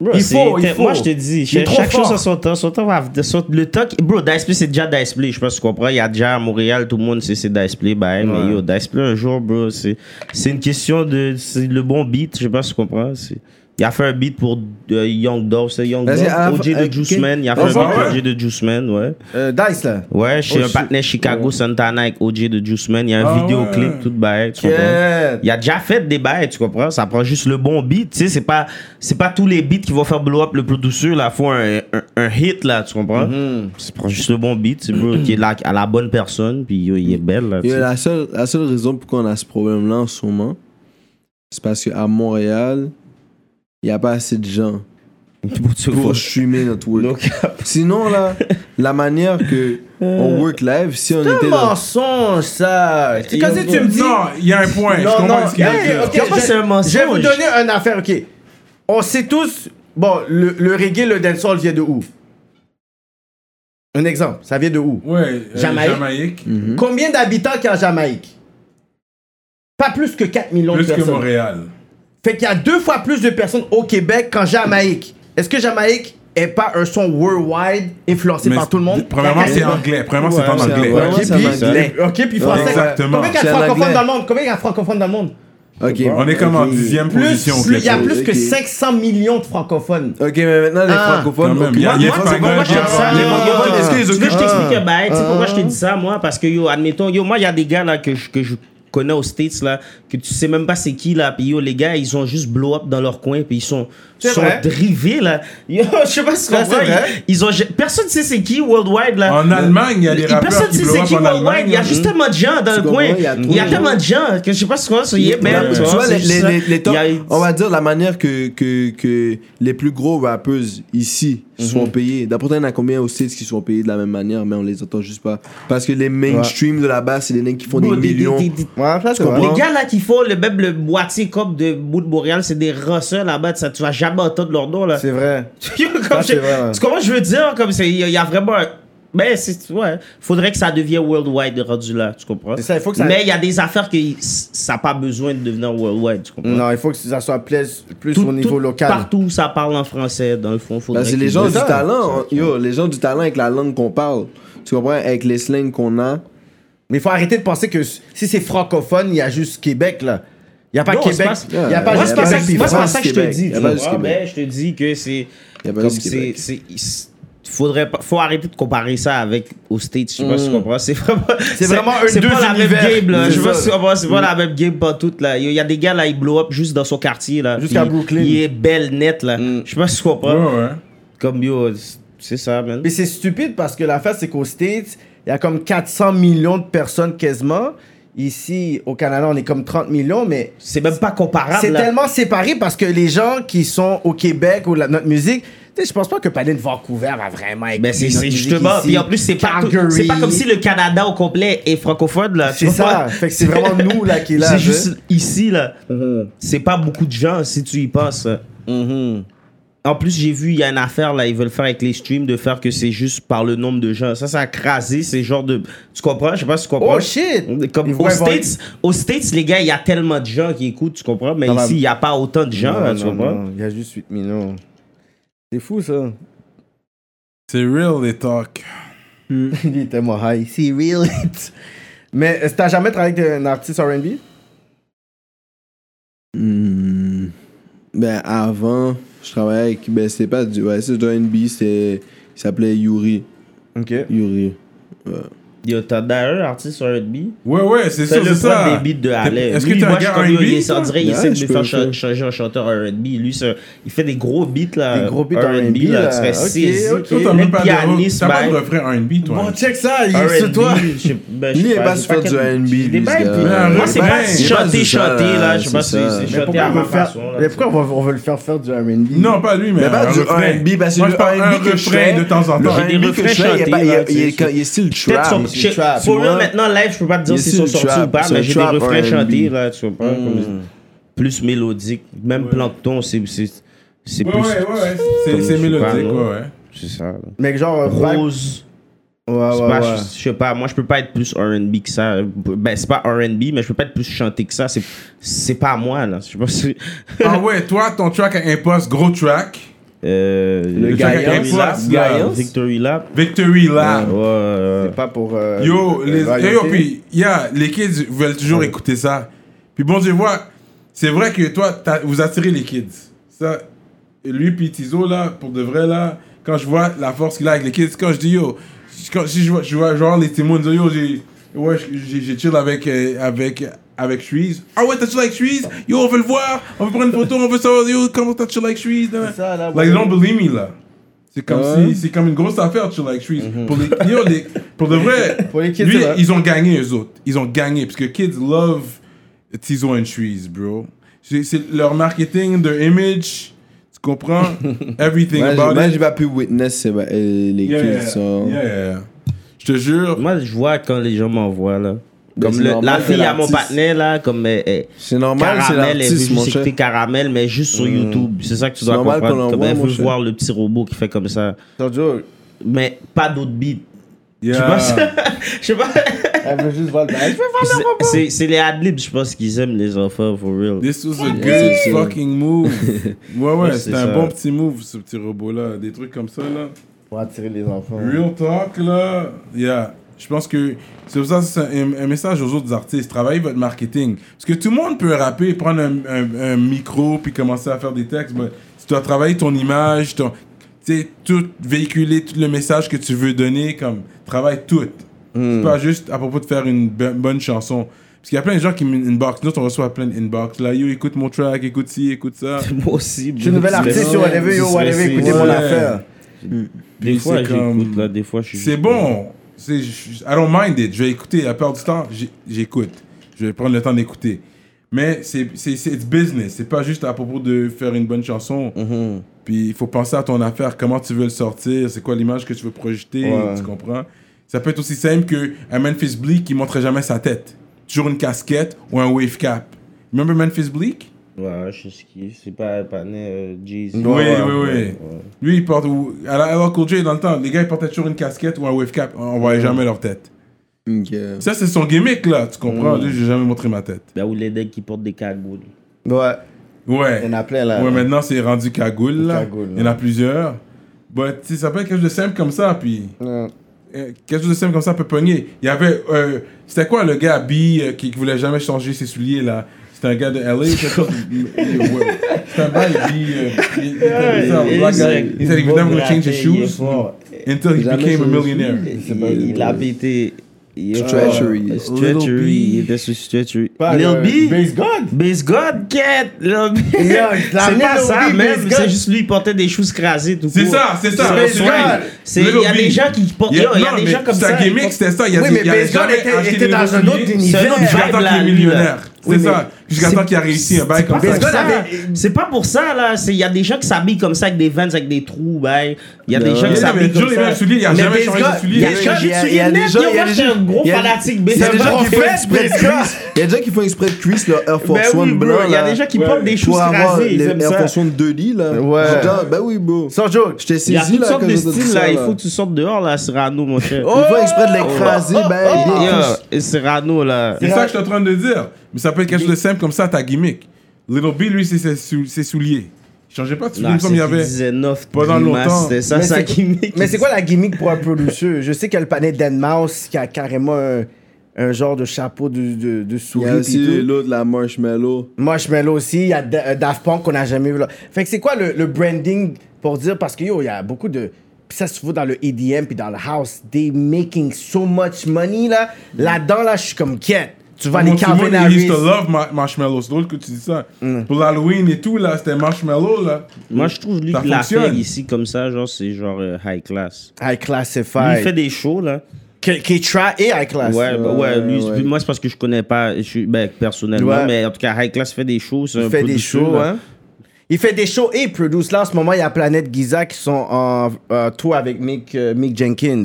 Speaker 4: Bro,
Speaker 2: Il
Speaker 4: c'est-
Speaker 2: faut, il
Speaker 4: t'es-
Speaker 2: faut.
Speaker 4: Moi, je te dis,
Speaker 2: Il est
Speaker 4: chaque,
Speaker 2: trop
Speaker 4: chaque
Speaker 2: fort.
Speaker 4: chose à son temps. Son temps va- de son- le temps. qui- Bro, Diceplay, c'est déjà Diceplay. Je pense que tu comprends. Il y a déjà à Montréal, tout le monde sait c'est Diceplay. Bah, mais yo, Diceplay, un jour, bro, c'est c'est une question de. C'est le bon beat. Je sais pas si tu comprends. c'est- Il a fait un beat pour euh, Young Dove, c'est Young
Speaker 3: Vas-y,
Speaker 4: Dove,
Speaker 3: à la
Speaker 4: OJ
Speaker 3: fin-
Speaker 4: de Juice
Speaker 3: ok.
Speaker 4: Man. Il a fait
Speaker 3: Ah,
Speaker 4: un beat
Speaker 3: ouais,
Speaker 4: pour
Speaker 1: ouais.
Speaker 4: OJ de Juice Man, ouais.
Speaker 2: Euh, Dice,
Speaker 1: Ah
Speaker 2: là.
Speaker 4: Ouais, chez
Speaker 2: Oh,
Speaker 4: un
Speaker 2: shit.
Speaker 4: partenaire Chicago Santana avec OJ de Juice Man. Il y a un
Speaker 1: Ah,
Speaker 4: vidéoclip,
Speaker 1: ouais.
Speaker 4: tout bail.
Speaker 1: ben.
Speaker 4: tu comprends?
Speaker 2: Yeah.
Speaker 4: Il a déjà fait des bails, tu comprends? Ça prend juste le bon beat, tu sais. C'est pas, c'est pas tous les beats qui vont faire blow up le plus douceur, là. Faut un, un, un hit, là, tu comprends? Ça prend juste le bon beat, c'est bro, qui est là, à la bonne personne, puis yo, il est belle, là. tu
Speaker 3: Yo,
Speaker 4: sais.
Speaker 3: la, seule, la seule raison pourquoi on a ce problème-là en ce moment, c'est parce qu'à Montréal, il n'y a pas assez de gens
Speaker 4: Pour te
Speaker 3: pour
Speaker 4: voir.
Speaker 3: streamer notre work.
Speaker 4: No cap.
Speaker 3: Sinon, là, la manière que on work live, si on
Speaker 2: Euh, C'est
Speaker 3: était
Speaker 2: un
Speaker 3: dans...
Speaker 2: mensonge, ça. C'est
Speaker 4: Il-
Speaker 2: comme si tu me dis.
Speaker 1: Non, il y a un point. je
Speaker 2: Non,
Speaker 1: comprends
Speaker 2: non,
Speaker 1: ce qu'il veut
Speaker 2: hey,
Speaker 1: dire.
Speaker 2: ok,
Speaker 4: Comment
Speaker 2: je-
Speaker 4: c'est un mensonge?
Speaker 2: Je vais vous donner une affaire, ok. On sait tous, bon, le, le reggae, le dancehall vient de où Un exemple, ça vient de où
Speaker 1: Ouais, euh,
Speaker 2: Jamaïque.
Speaker 1: Jamaïque.
Speaker 3: Mm.
Speaker 2: Combien d'habitants qu'il y a en Jamaïque Pas plus que 4 millions
Speaker 1: Plus
Speaker 2: de
Speaker 1: que
Speaker 2: personnes.
Speaker 1: Montréal.
Speaker 2: Fait qu'il y a deux fois plus de personnes au Québec qu'en Jamaïque. Est-ce que Jamaïque est pas un son worldwide influencé
Speaker 1: Mais
Speaker 2: par tout le monde
Speaker 1: Premièrement, c'est
Speaker 2: Québec.
Speaker 1: anglais. Premièrement, c'est
Speaker 3: Ouais,
Speaker 1: en
Speaker 3: c'est
Speaker 1: anglais.
Speaker 3: anglais.
Speaker 2: Ok,
Speaker 3: Ouais, c'est
Speaker 2: puis-
Speaker 3: en anglais.
Speaker 2: Ok, puis français.
Speaker 1: Exactement.
Speaker 2: Combien il y a de
Speaker 3: C'est en
Speaker 2: francophones
Speaker 3: anglais.
Speaker 2: dans le monde Combien il y a de francophones dans le monde
Speaker 3: Ok.
Speaker 1: On est comme en
Speaker 3: ok.
Speaker 1: dixième
Speaker 2: Plus,
Speaker 1: position. au
Speaker 2: il y a
Speaker 1: classement.
Speaker 2: plus que
Speaker 3: Ok.
Speaker 2: 500 millions de francophones.
Speaker 3: Ok, mais maintenant, les
Speaker 2: Ah,
Speaker 3: francophones...
Speaker 1: quand même,
Speaker 3: ok.
Speaker 1: il y a- il y a
Speaker 3: Moi,
Speaker 1: pas
Speaker 3: c'est
Speaker 1: un
Speaker 3: pas- moi,
Speaker 1: gars
Speaker 3: je
Speaker 1: qui
Speaker 3: dis ça,
Speaker 1: a-
Speaker 3: les
Speaker 1: Ah.
Speaker 3: francophones, est-ce qu'ils
Speaker 4: Tu veux que je
Speaker 3: occupent-
Speaker 4: t'explique un bail? Tu sais pourquoi je te dis ça, moi? Parce que, yo, admettons, yo, moi, il y a des gars, là, que je, que je connais aux States, là, que tu sais même pas c'est qui, là. Puis, yo, les gars, ils ont juste blow up dans leur coin, puis ils sont,
Speaker 2: C'est
Speaker 4: sont
Speaker 2: vrai.
Speaker 4: drivés, là. Yo, je sais pas si tu
Speaker 2: Ouais, c'est
Speaker 4: comprends,
Speaker 2: vrai.
Speaker 4: Ils, ils ont, personne sait c'est qui, worldwide, là.
Speaker 1: En Allemagne, il y a des
Speaker 4: Et
Speaker 1: rappeurs
Speaker 4: Personne
Speaker 1: qui
Speaker 4: sait
Speaker 1: blow
Speaker 4: c'est
Speaker 1: up
Speaker 4: qui
Speaker 1: en
Speaker 4: worldwide.
Speaker 1: Allemagne. hein.
Speaker 4: Il y a juste tellement de gens dans le
Speaker 3: comprends,
Speaker 4: coin.
Speaker 3: il y a trop
Speaker 4: Il y a
Speaker 3: de
Speaker 4: tellement de gens que je sais pas ce qu'on c'est.
Speaker 3: Il-
Speaker 4: Yeah, man,
Speaker 3: tu
Speaker 4: vois,
Speaker 3: vois,
Speaker 4: c'est
Speaker 3: les,
Speaker 4: juste
Speaker 3: les,
Speaker 4: ça.
Speaker 3: les, les top-
Speaker 4: Il y a-
Speaker 3: on va dire la manière que, que, que les plus gros rappeuses ici
Speaker 4: Mhm.
Speaker 3: sont payés. D'après toi, il y en a combien aux States qui sont payés de la même manière, mais on les entend juste pas. Parce que les mainstream de la base, c'est les mecs qui font
Speaker 4: Bro,
Speaker 3: des
Speaker 4: des-
Speaker 3: millions.
Speaker 4: des- des-
Speaker 2: Ouais, ça c'est
Speaker 3: comprends.
Speaker 4: Les gars là qui font le même le boîtier cop de bout de Boréal, c'est des rosseurs là-bas, ça, tu vas jamais entendre leur nom là.
Speaker 2: C'est vrai.
Speaker 4: Yo, comme
Speaker 2: c'est
Speaker 4: je-
Speaker 2: vrai, ouais.
Speaker 4: Tu comprends ce que je veux dire comme c'est il y, a- il y a vraiment un- mais c'est ouais, faudrait que ça devienne worldwide rendu là, tu comprends
Speaker 2: C'est ça, il faut que ça-
Speaker 4: Mais il y a des affaires que y- ça n'a pas besoin de devenir worldwide, tu comprends
Speaker 2: Non, il faut que ça soit plus, plus
Speaker 4: Tout-
Speaker 2: au niveau
Speaker 4: tout-
Speaker 2: local. Ben,
Speaker 4: Partout où ça parle en français, dans le fond, faudrait
Speaker 3: Parce que
Speaker 4: qu'il
Speaker 3: les gens
Speaker 4: y
Speaker 3: du
Speaker 4: ait-
Speaker 3: talent, on- yo, les gens du talent avec la langue qu'on parle. Tu comprends? Avec les slangs qu'on a.
Speaker 2: Mais il faut arrêter de penser que si c'est francophone, il y a juste Québec, là. Il n'y a pas
Speaker 4: Non, c'est
Speaker 2: Québec.
Speaker 4: pas-
Speaker 2: Il n'y a pas
Speaker 4: moi,
Speaker 2: juste
Speaker 4: c'est pas ça
Speaker 2: Québec.
Speaker 4: que-
Speaker 2: puis
Speaker 4: moi, c'est pas
Speaker 2: France.
Speaker 4: ça que je te
Speaker 3: Québec.
Speaker 4: dis.
Speaker 3: Y a
Speaker 4: tu
Speaker 3: pas juste
Speaker 4: vois,
Speaker 3: Québec.
Speaker 4: ben, je te dis que c'est.
Speaker 3: Y a pas
Speaker 4: comme
Speaker 3: juste
Speaker 4: c'est-
Speaker 3: Québec.
Speaker 4: c'est- il- Faudrait pas, faut arrêter de comparer ça avec aux States, je sais pas si tu comprends. C'est vraiment, c'est
Speaker 2: vraiment un
Speaker 4: c'est
Speaker 2: deux
Speaker 4: pas la même
Speaker 2: univers.
Speaker 4: game là.
Speaker 2: C'est
Speaker 4: Je sais pas
Speaker 2: ça.
Speaker 4: si tu comprends, c'est pas la même game partout là. Il y a des gars là, ils blow up juste dans son quartier là.
Speaker 2: Jusqu'à
Speaker 4: Puis
Speaker 2: Brooklyn.
Speaker 4: Il est belle net là. Je sais pas si tu comprends.
Speaker 1: Ouais, ouais.
Speaker 4: Comme yo, c'est ça man.
Speaker 2: Mais c'est stupide parce que l'affaire, c'est qu'aux States, il y a comme 400 millions de personnes quasiment. Ici, au Canada, on est comme 30 millions, mais
Speaker 4: C'est même pas comparable.
Speaker 2: c'est
Speaker 4: là.
Speaker 2: tellement séparé parce que les gens qui sont au Québec ou la, notre musique, tu sais, je pense pas que Palais de Vancouver va vraiment être.
Speaker 4: Ben c'est c'est justement. Puis en plus, c'est pas, c'est pas comme si le Canada au complet est francophone là. tu
Speaker 2: C'est
Speaker 4: vois.
Speaker 2: ça. Fait que c'est vraiment nous, là, qui est là. hein.
Speaker 4: C'est juste ici, là.
Speaker 2: Mm-hmm.
Speaker 4: C'est pas beaucoup de gens si tu y penses. En plus, j'ai vu, il y a une affaire, là, ils veulent faire avec les streams, de faire que c'est juste par le nombre de gens. Ça, ça a crasé ces genres de... Tu comprends? Je sais pas si tu comprends.
Speaker 2: Oh shit!
Speaker 4: Comme
Speaker 2: Ils
Speaker 4: aux
Speaker 2: vont inventer-
Speaker 4: States, aux States, les gars, il y a tellement de gens qui écoutent, tu comprends? Mais
Speaker 2: Dans la-
Speaker 4: ici, il n'y a pas autant de gens, là, tu comprends?
Speaker 2: Il y a juste 8 millions. C'est fou, ça.
Speaker 1: C'est real, les talk.
Speaker 2: Il est tellement high. C'est real. Mais euh, t'as jamais travaillé avec un artiste R&B?
Speaker 3: Hmm. Ben, avant, je travaillais avec. Ben, c'était pas du. Ouais, c'est du NB, c'était. Il s'appelait Yuri.
Speaker 2: Ok.
Speaker 3: Yuri.
Speaker 4: Yo, t'as d'ailleurs un artiste sur R&B?
Speaker 1: Ouais, ouais, c'est
Speaker 4: C'est
Speaker 1: sûr,
Speaker 4: le
Speaker 1: c'est ça.
Speaker 4: ça. des beats de Halle.
Speaker 1: Est-ce que
Speaker 4: Lui,
Speaker 1: t'es un
Speaker 4: moi, je
Speaker 1: gars
Speaker 4: suis comme, yo, il
Speaker 1: R&B?
Speaker 4: est- on
Speaker 1: toi?
Speaker 4: dirait, il
Speaker 3: Ouais,
Speaker 4: essaie de
Speaker 3: je
Speaker 4: me
Speaker 3: peux
Speaker 4: faire
Speaker 3: le
Speaker 4: cha-
Speaker 3: faire.
Speaker 4: changer en chanteur R&B. Lui, c'est- il fait des gros beats là.
Speaker 2: Des gros beats R&B,
Speaker 4: là.
Speaker 2: là.
Speaker 4: Tu serais
Speaker 2: Ok,
Speaker 4: saisi.
Speaker 2: ok.
Speaker 1: Toi, t'as
Speaker 4: Le
Speaker 1: même pas de
Speaker 4: pianiste,
Speaker 1: t'as pas de
Speaker 4: bah,
Speaker 1: refrain R&B, toi.
Speaker 2: check ça, il
Speaker 4: R&B, je sais- ben, je
Speaker 3: Lui, il
Speaker 4: sais
Speaker 3: est pas
Speaker 4: je sais
Speaker 3: sur faire du
Speaker 4: quel-
Speaker 3: R&B,
Speaker 4: il est
Speaker 3: lui,
Speaker 4: pas
Speaker 3: ce
Speaker 4: un
Speaker 3: gars.
Speaker 4: peu-
Speaker 1: Mais
Speaker 4: Moi,
Speaker 1: arrête,
Speaker 4: c'est
Speaker 1: ben,
Speaker 4: pas
Speaker 1: il est
Speaker 3: pas
Speaker 4: chanter,
Speaker 3: du ça,
Speaker 4: chanter là.
Speaker 3: là,
Speaker 4: Je sais pas si
Speaker 3: c'est ça.
Speaker 4: c'est
Speaker 3: Mais
Speaker 4: chanter
Speaker 2: Pourquoi
Speaker 4: à
Speaker 2: on, veut
Speaker 4: ma
Speaker 2: faire-
Speaker 4: façon.
Speaker 2: mais
Speaker 4: là.
Speaker 2: pourquoi on va- on veut le faire faire du R&B?
Speaker 1: Non, pas lui, mais.
Speaker 3: Mais pas
Speaker 1: un
Speaker 3: ben, du
Speaker 1: refrain.
Speaker 3: R&B, parce que
Speaker 1: Moi,
Speaker 3: le
Speaker 1: je parle un
Speaker 3: R&B que je
Speaker 1: refrain
Speaker 3: fais-
Speaker 1: de temps en
Speaker 3: Le
Speaker 1: temps.
Speaker 4: des
Speaker 3: R&B que
Speaker 4: refrains
Speaker 3: je fais, il est
Speaker 4: chantés,
Speaker 3: pas- il
Speaker 4: là,
Speaker 3: est- il
Speaker 4: c'est
Speaker 3: est-
Speaker 4: sûr.
Speaker 3: il est style
Speaker 4: Peut-être
Speaker 3: trap.
Speaker 4: son
Speaker 2: c'est
Speaker 4: Je-
Speaker 2: trap.
Speaker 4: For
Speaker 2: tu
Speaker 4: real,
Speaker 2: vois.
Speaker 4: maintenant, live, je peux pas te dire
Speaker 3: Mais
Speaker 4: si
Speaker 3: c'est
Speaker 4: sont
Speaker 3: du
Speaker 4: sortis
Speaker 3: trap,
Speaker 4: ou pas,
Speaker 3: c'est
Speaker 4: mais
Speaker 3: un
Speaker 4: j'ai des
Speaker 3: trap
Speaker 4: refrains
Speaker 3: R&B.
Speaker 4: chantés, là, tu vois pas, comme- plus mélodique. Même plancton, c'est c'est- c'est
Speaker 1: Ouais,
Speaker 4: plus.
Speaker 1: ouais, ouais. C'est-
Speaker 4: Comme
Speaker 1: C'est
Speaker 4: je parle,
Speaker 1: mélodique, ouais,
Speaker 4: là.
Speaker 1: ouais.
Speaker 4: C'est ça. là.
Speaker 2: Mais genre, euh,
Speaker 4: Rose.
Speaker 2: Ouais, ouais,
Speaker 4: c'est pas-
Speaker 2: ouais.
Speaker 4: Je sais pas, moi je peux pas être plus RB que ça. Ben, c'est pas RB, mais je peux pas être plus chanté que ça. C'est- C'est pas à moi, là. Je sais pas si.
Speaker 1: Ah ouais, toi, ton track à imposte, gros track.
Speaker 4: Euh,
Speaker 2: Le Gaïens,
Speaker 4: Victory Lap,
Speaker 2: Gaïens.
Speaker 4: là, Victory Lap.
Speaker 1: Victory
Speaker 4: Ouais,
Speaker 3: Ah.
Speaker 1: Lap.
Speaker 4: ouais, ouais.
Speaker 2: C'est pas pour. euh,
Speaker 1: Yo,
Speaker 2: euh,
Speaker 1: les,
Speaker 2: variété.
Speaker 1: yo, puis, yeah, les kids veulent toujours écouter ça. Puis bon, je vois, c'est vrai que toi, t'as- vous attirez les kids. Ça, lui puis Tizo, là, pour de vrai, là, quand je vois la force qu'il a avec les kids, quand je dis, yo, quand, si je vois, je vois genre les témoins dire, yo, j'ai ouais, j'ai- j'ai chill avec, euh, avec, avec Shreeze. Ah ouais, t'as chill avec Shreeze? Yo, on veut le voir, on veut prendre une photo, on veut savoir, yo, comment t'as chill avec Shreeze? là.
Speaker 2: ça, là,
Speaker 1: Like,
Speaker 2: ouais.
Speaker 1: don't believe me, là. C'est comme, si, c'est comme une grosse affaire, Chill Like Trees. pour, les, yo, les- pour de vrai,
Speaker 2: Pour les kids,
Speaker 1: lui,
Speaker 2: c'est vrai.
Speaker 1: ils ont gagné, eux autres. Ils ont gagné, parce que kids love Tizo and Trees, bro. C'est, c'est leur marketing, their image, tu comprends? Everything
Speaker 3: Moi, j'ai-
Speaker 1: about
Speaker 3: moi,
Speaker 1: it.
Speaker 3: j'ai pas pu witness c'est ba- euh, les
Speaker 1: Yeah,
Speaker 3: kids.
Speaker 1: yeah,
Speaker 3: sont-
Speaker 1: yeah. Je te jure.
Speaker 4: Moi, je vois quand les gens m'envoient, là.
Speaker 3: Mais
Speaker 4: Comme
Speaker 3: Ben, c'est
Speaker 4: le-
Speaker 3: normal
Speaker 4: la
Speaker 3: que
Speaker 4: fille à mon
Speaker 3: l'artiste-
Speaker 4: partenaire, là, comme. elle- elle-
Speaker 3: C'est normal, c'est
Speaker 4: Caramel, elle veut
Speaker 3: l'artiste, mon
Speaker 4: juste
Speaker 3: cher.
Speaker 4: écouter Caramel, mais juste sur YouTube. C'est ça que tu dois
Speaker 3: normal qu'on
Speaker 4: comprendre.
Speaker 3: l'envoie,
Speaker 4: Comme elle
Speaker 3: mon
Speaker 4: veut
Speaker 3: cher.
Speaker 4: voir le petit robot qui fait comme ça.
Speaker 2: T'as dit, oh,
Speaker 4: Mais pas d'autres beats.
Speaker 1: Yeah.
Speaker 4: Je pense. je sais pas.
Speaker 2: Elle veut juste voir le badge.
Speaker 4: C'est- C'est c'est les adlibs, je pense, qu'ils aiment les enfants, for real.
Speaker 1: This was a good
Speaker 3: c'est-
Speaker 1: fucking move. Ouais, ouais,
Speaker 4: C'est
Speaker 1: c'était un
Speaker 4: ça.
Speaker 1: bon petit move, ce petit robot-là. Des trucs comme ça, là.
Speaker 2: Pour attirer les enfants.
Speaker 1: Real talk, là, yeah. Je pense que c'est pour ça que c'est un, un message aux autres artistes. Travaillez votre marketing. Parce que tout le monde peut rapper, prendre un, un- un micro, puis commencer à faire des textes. mais tu dois travailler ton image, ton, tu sais, tout, véhiculer tout le message que tu veux donner, comme, travaille tout. C'est pas juste à propos de faire une bo- bonne chanson. Parce qu'il y a plein de gens qui m'inbox. Nous, on reçoit plein d'inbox. Là, yo, écoute mon track, écoute ci, écoute ça.
Speaker 4: Moi aussi,
Speaker 2: Je suis nouvel artiste, yo, whatever, yo, whatever, écoutez mon
Speaker 1: Ouais.
Speaker 3: hein.
Speaker 2: affaire.
Speaker 4: Des
Speaker 1: Puis
Speaker 4: fois,
Speaker 1: c'est comme-
Speaker 4: j'écoute, là, des fois, je suis.
Speaker 1: C'est bon. C'est, je- I don't mind it. Je vais écouter. La part du temps, j'ai- j'écoute. Je vais prendre le temps d'écouter. Mais c'est, c'est, c'est it's business. C'est pas juste à propos de faire une bonne chanson.
Speaker 4: Mm-hmm.
Speaker 1: Puis il faut penser à ton affaire. Comment tu veux le sortir. C'est quoi l'image que tu veux projeter.
Speaker 2: Ouais.
Speaker 1: Tu comprends? Ça peut être aussi simple qu'un Memphis Bleak qui montrait jamais sa tête. Toujours une casquette ou un wave cap. Remember Memphis Bleak?
Speaker 4: Ouais, je sais qui. C'est pas pas né, euh, Jay-Z.
Speaker 1: Oui,
Speaker 4: Ouais,
Speaker 1: oui, oui.
Speaker 4: ouais,
Speaker 1: Lui, il porte. ou- À la alors Cool J, dans le temps, les gars, ils portaient toujours une casquette ou un wave cap. On
Speaker 4: Mm-hmm.
Speaker 1: voyait jamais leur tête.
Speaker 3: Ok.
Speaker 1: Ça, c'est son gimmick, là. Tu comprends?
Speaker 2: Mm.
Speaker 1: Lui, j'ai jamais montré ma tête.
Speaker 4: Là où Ben, les decks qui portent des cagoules.
Speaker 2: Ouais,
Speaker 1: Ouais.
Speaker 2: il y en a plein là.
Speaker 1: Ouais, maintenant, c'est rendu cagoule, là.
Speaker 2: Cagoule,
Speaker 1: Il y en a plusieurs. But, tu sais, ça peut être quelque chose de simple comme ça, puis...
Speaker 2: Ouais.
Speaker 1: euh, Quelque chose de simple comme ça peut pogner. Il y avait... euh, C'était quoi, le gars, B, euh, qui, qui voulait jamais changer ses souliers, là? C'était un gars de L.A. quelque chose- il- il- ouais. C'était un bail, B... euh, il- il était ça, un black guy. He said he was never gonna change his shoes until he
Speaker 3: Jamais
Speaker 1: became a
Speaker 3: changer ses
Speaker 1: millionaire.
Speaker 3: souliers.
Speaker 4: Il, il a pété. Il
Speaker 3: Stretchery.
Speaker 4: Ah,
Speaker 3: Little B.
Speaker 4: Stretchery. Il était sur Stretchery.
Speaker 2: Pas, euh,
Speaker 4: Lil B.
Speaker 2: Base God.
Speaker 4: Base God, get! Lil B.
Speaker 2: Yeah, il
Speaker 4: C'est
Speaker 2: l'a amené,
Speaker 4: pas
Speaker 2: Lil
Speaker 4: ça,
Speaker 2: B, Base
Speaker 4: même.
Speaker 2: God.
Speaker 4: C'est juste lui, il portait des choses crasées, tout
Speaker 1: C'est
Speaker 4: court.
Speaker 1: ça, c'est ça.
Speaker 4: C'est un
Speaker 2: Base
Speaker 4: swag.
Speaker 2: God.
Speaker 4: C'est- Il y a
Speaker 1: Little
Speaker 4: des
Speaker 1: B.
Speaker 4: gens qui portent. yo, Il y a
Speaker 1: non,
Speaker 4: des
Speaker 1: mais
Speaker 4: gens comme
Speaker 1: sa
Speaker 4: ça. ils
Speaker 1: gimmick,
Speaker 4: portent-
Speaker 1: c'était ça. Il y a
Speaker 2: Oui,
Speaker 1: des-
Speaker 2: mais
Speaker 1: il y a
Speaker 2: Base God
Speaker 1: jamais
Speaker 2: était-
Speaker 1: acheté
Speaker 2: était
Speaker 1: des
Speaker 2: dans
Speaker 1: nouveaux
Speaker 2: un autre
Speaker 1: souliers.
Speaker 2: univers.
Speaker 4: C'est un autre
Speaker 1: Jusqu'à
Speaker 4: vibe,
Speaker 1: temps qu'il
Speaker 4: là,
Speaker 1: est
Speaker 4: lui,
Speaker 1: millionnaire.
Speaker 4: là.
Speaker 1: C'est ça. Jusqu'à temps qu'il a réussi un bail comme
Speaker 4: Parce
Speaker 1: ça.
Speaker 2: Base
Speaker 4: que
Speaker 2: God
Speaker 4: ça,
Speaker 2: avait-
Speaker 4: C'est pas pour ça, là. C'est- Il y a des gens qui s'habillent comme ça avec des vans, avec des trous, ben. Il y a des gens
Speaker 1: Il
Speaker 4: qui
Speaker 1: y avait
Speaker 4: s'habillent
Speaker 1: toujours
Speaker 4: comme
Speaker 1: les mêmes
Speaker 4: ça.
Speaker 1: souliers, il a jamais
Speaker 2: Base
Speaker 1: changé
Speaker 2: God,
Speaker 1: de
Speaker 4: Il y
Speaker 1: souliers. Oui.
Speaker 4: a- il y a- il y a-
Speaker 2: il y a
Speaker 4: il y a
Speaker 2: des gens- il y a des
Speaker 4: des gens.
Speaker 2: gens-
Speaker 4: gros
Speaker 2: il y a-
Speaker 4: fanatique.
Speaker 2: il y a des gens qui font exprès de cuisse.
Speaker 3: Il y a des gens qui font exprès de cuisse leur Air
Speaker 4: Ben
Speaker 3: Force
Speaker 4: oui,
Speaker 3: One
Speaker 4: bro.
Speaker 3: blanc.
Speaker 4: Il y a
Speaker 3: là,
Speaker 4: des gens qui
Speaker 3: pour
Speaker 4: portent des choses
Speaker 3: avoir
Speaker 4: rasées.
Speaker 3: les
Speaker 4: Ils aiment
Speaker 3: Air
Speaker 4: ça.
Speaker 3: Force One 2D, là.
Speaker 2: Ouais.
Speaker 3: J'ai dit, ah, ben oui, bro.
Speaker 2: Sans joke.
Speaker 3: Je t'ai
Speaker 4: Il y a
Speaker 3: saisi,
Speaker 4: toutes
Speaker 3: là, Oh,
Speaker 4: sortes
Speaker 3: quand
Speaker 4: de
Speaker 3: j'ai entendu
Speaker 4: styles
Speaker 3: ça,
Speaker 4: là, il faut que tu sortes dehors là, Cyrano mon cher.
Speaker 3: Ils font exprès de l'écraser,
Speaker 4: Oh,
Speaker 3: ben, il est
Speaker 4: Yeah, et Cyrano là.
Speaker 1: C'est ça que je suis en train de dire. Mais ça peut être quelque chose de simple comme ça, ta gimmick. Little B, lui, c'est ses, sou- ses souliers. Il changeait pas de souliers
Speaker 4: Là,
Speaker 1: comme il y avait.
Speaker 4: disait 9
Speaker 1: pendant longtemps.
Speaker 4: C'était ça,
Speaker 2: Mais
Speaker 4: ça
Speaker 2: c'est-
Speaker 4: qui m'écrit.
Speaker 2: Mais c'est quoi la gimmick pour un producer Je sais qu'il y a le panier Dan Mouse qui a carrément un, un genre de chapeau de, de, de
Speaker 3: Il y
Speaker 2: souris.
Speaker 3: a
Speaker 2: pis
Speaker 3: aussi
Speaker 2: tout.
Speaker 3: l'autre, la marshmallow.
Speaker 2: Moi, je mets là aussi. Il y a Da- euh, Daft Punk qu'on n'a jamais vu là. Fait que c'est quoi le, le branding pour dire Parce que yo, il y a beaucoup de. Puis ça, souvent dans le EDM puis dans le house, they making so much money là. Là-dedans, là, je suis comme quête. Tu vas les
Speaker 1: Mon Simone,
Speaker 2: Calvin
Speaker 1: il
Speaker 2: Harris.
Speaker 1: used to love ma- marshmallows. C'est drôle que tu dis ça. Pour l'Halloween et tout, là, c'était marshmallow, là.
Speaker 4: Mm. Moi je trouve lui
Speaker 1: Ça
Speaker 4: que l'affaire
Speaker 1: fonctionne.
Speaker 4: ici comme ça, genre c'est genre euh, high class.
Speaker 2: High
Speaker 4: Lui, il fait
Speaker 2: Classified.
Speaker 4: des shows là.
Speaker 2: Qui qui est tra et High Class.
Speaker 4: Ouais, bah, ouais,
Speaker 3: ouais,
Speaker 4: lui,
Speaker 3: ouais.
Speaker 4: moi c'est parce que je connais pas, je suis, ben, personnellement,
Speaker 2: Ouais.
Speaker 4: mais en tout cas high class fait des shows. c'est un
Speaker 2: Il fait des
Speaker 4: producer,
Speaker 2: shows,
Speaker 4: là.
Speaker 2: hein. Il fait des shows et il produce. Là, en ce moment, il y a Planète Giza qui sont en euh, tour avec Mick, euh, Mick Jenkins.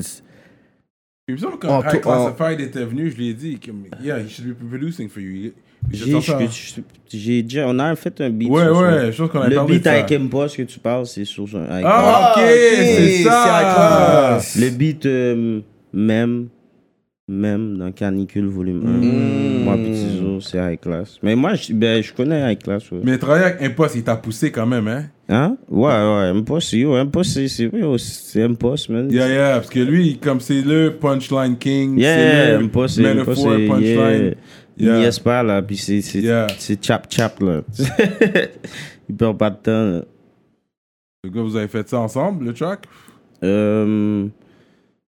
Speaker 1: Il me semble que
Speaker 2: Oh,
Speaker 1: quand High
Speaker 2: toi- oh.
Speaker 1: Classified était venu, je lui ai dit, que, yeah, he should be producing for you. Il-
Speaker 4: J'ai-
Speaker 1: j'attends ça.
Speaker 4: je- je- j'ai déjà, on a fait un beat.
Speaker 1: Ouais,
Speaker 4: sur ça.
Speaker 1: ouais, je pense qu'on a
Speaker 4: Le
Speaker 1: parlé
Speaker 4: beat
Speaker 1: de ça.
Speaker 4: avec Mpa, ce que tu parles, c'est sur un. avec-
Speaker 1: Ah, ok,
Speaker 2: Ah, ok,
Speaker 1: c'est
Speaker 2: c'est High
Speaker 1: ça.
Speaker 2: Class.
Speaker 4: Le beat euh, même, même dans Canicule Volume 1.
Speaker 1: Hmm.
Speaker 4: Moi, Petit Zo, c'est High Class. Mais moi, je, ben, je connais High Class. ouais.
Speaker 1: Mais travailler avec Impost, il t'a poussé quand même, hein.
Speaker 4: Hein? Ouais, ouais, Mpa, c'est yo, Mpa, c'est- c'est yo, c'est Mpa, man.
Speaker 1: Yeah, yeah, parce que lui, comme c'est le punchline king,
Speaker 4: Yeah,
Speaker 1: c'est le
Speaker 4: Mpa, c'est Mpa,
Speaker 1: metaphor
Speaker 4: c'est. Yeah.
Speaker 1: punchline. Yeah.
Speaker 4: Il niaise pas, là, puis c'est c'est-
Speaker 1: Yeah.
Speaker 4: c'est chap chap, là. Il perd pas de temps, là.
Speaker 1: Le gars, vous avez fait ça ensemble, le track?
Speaker 4: Euh,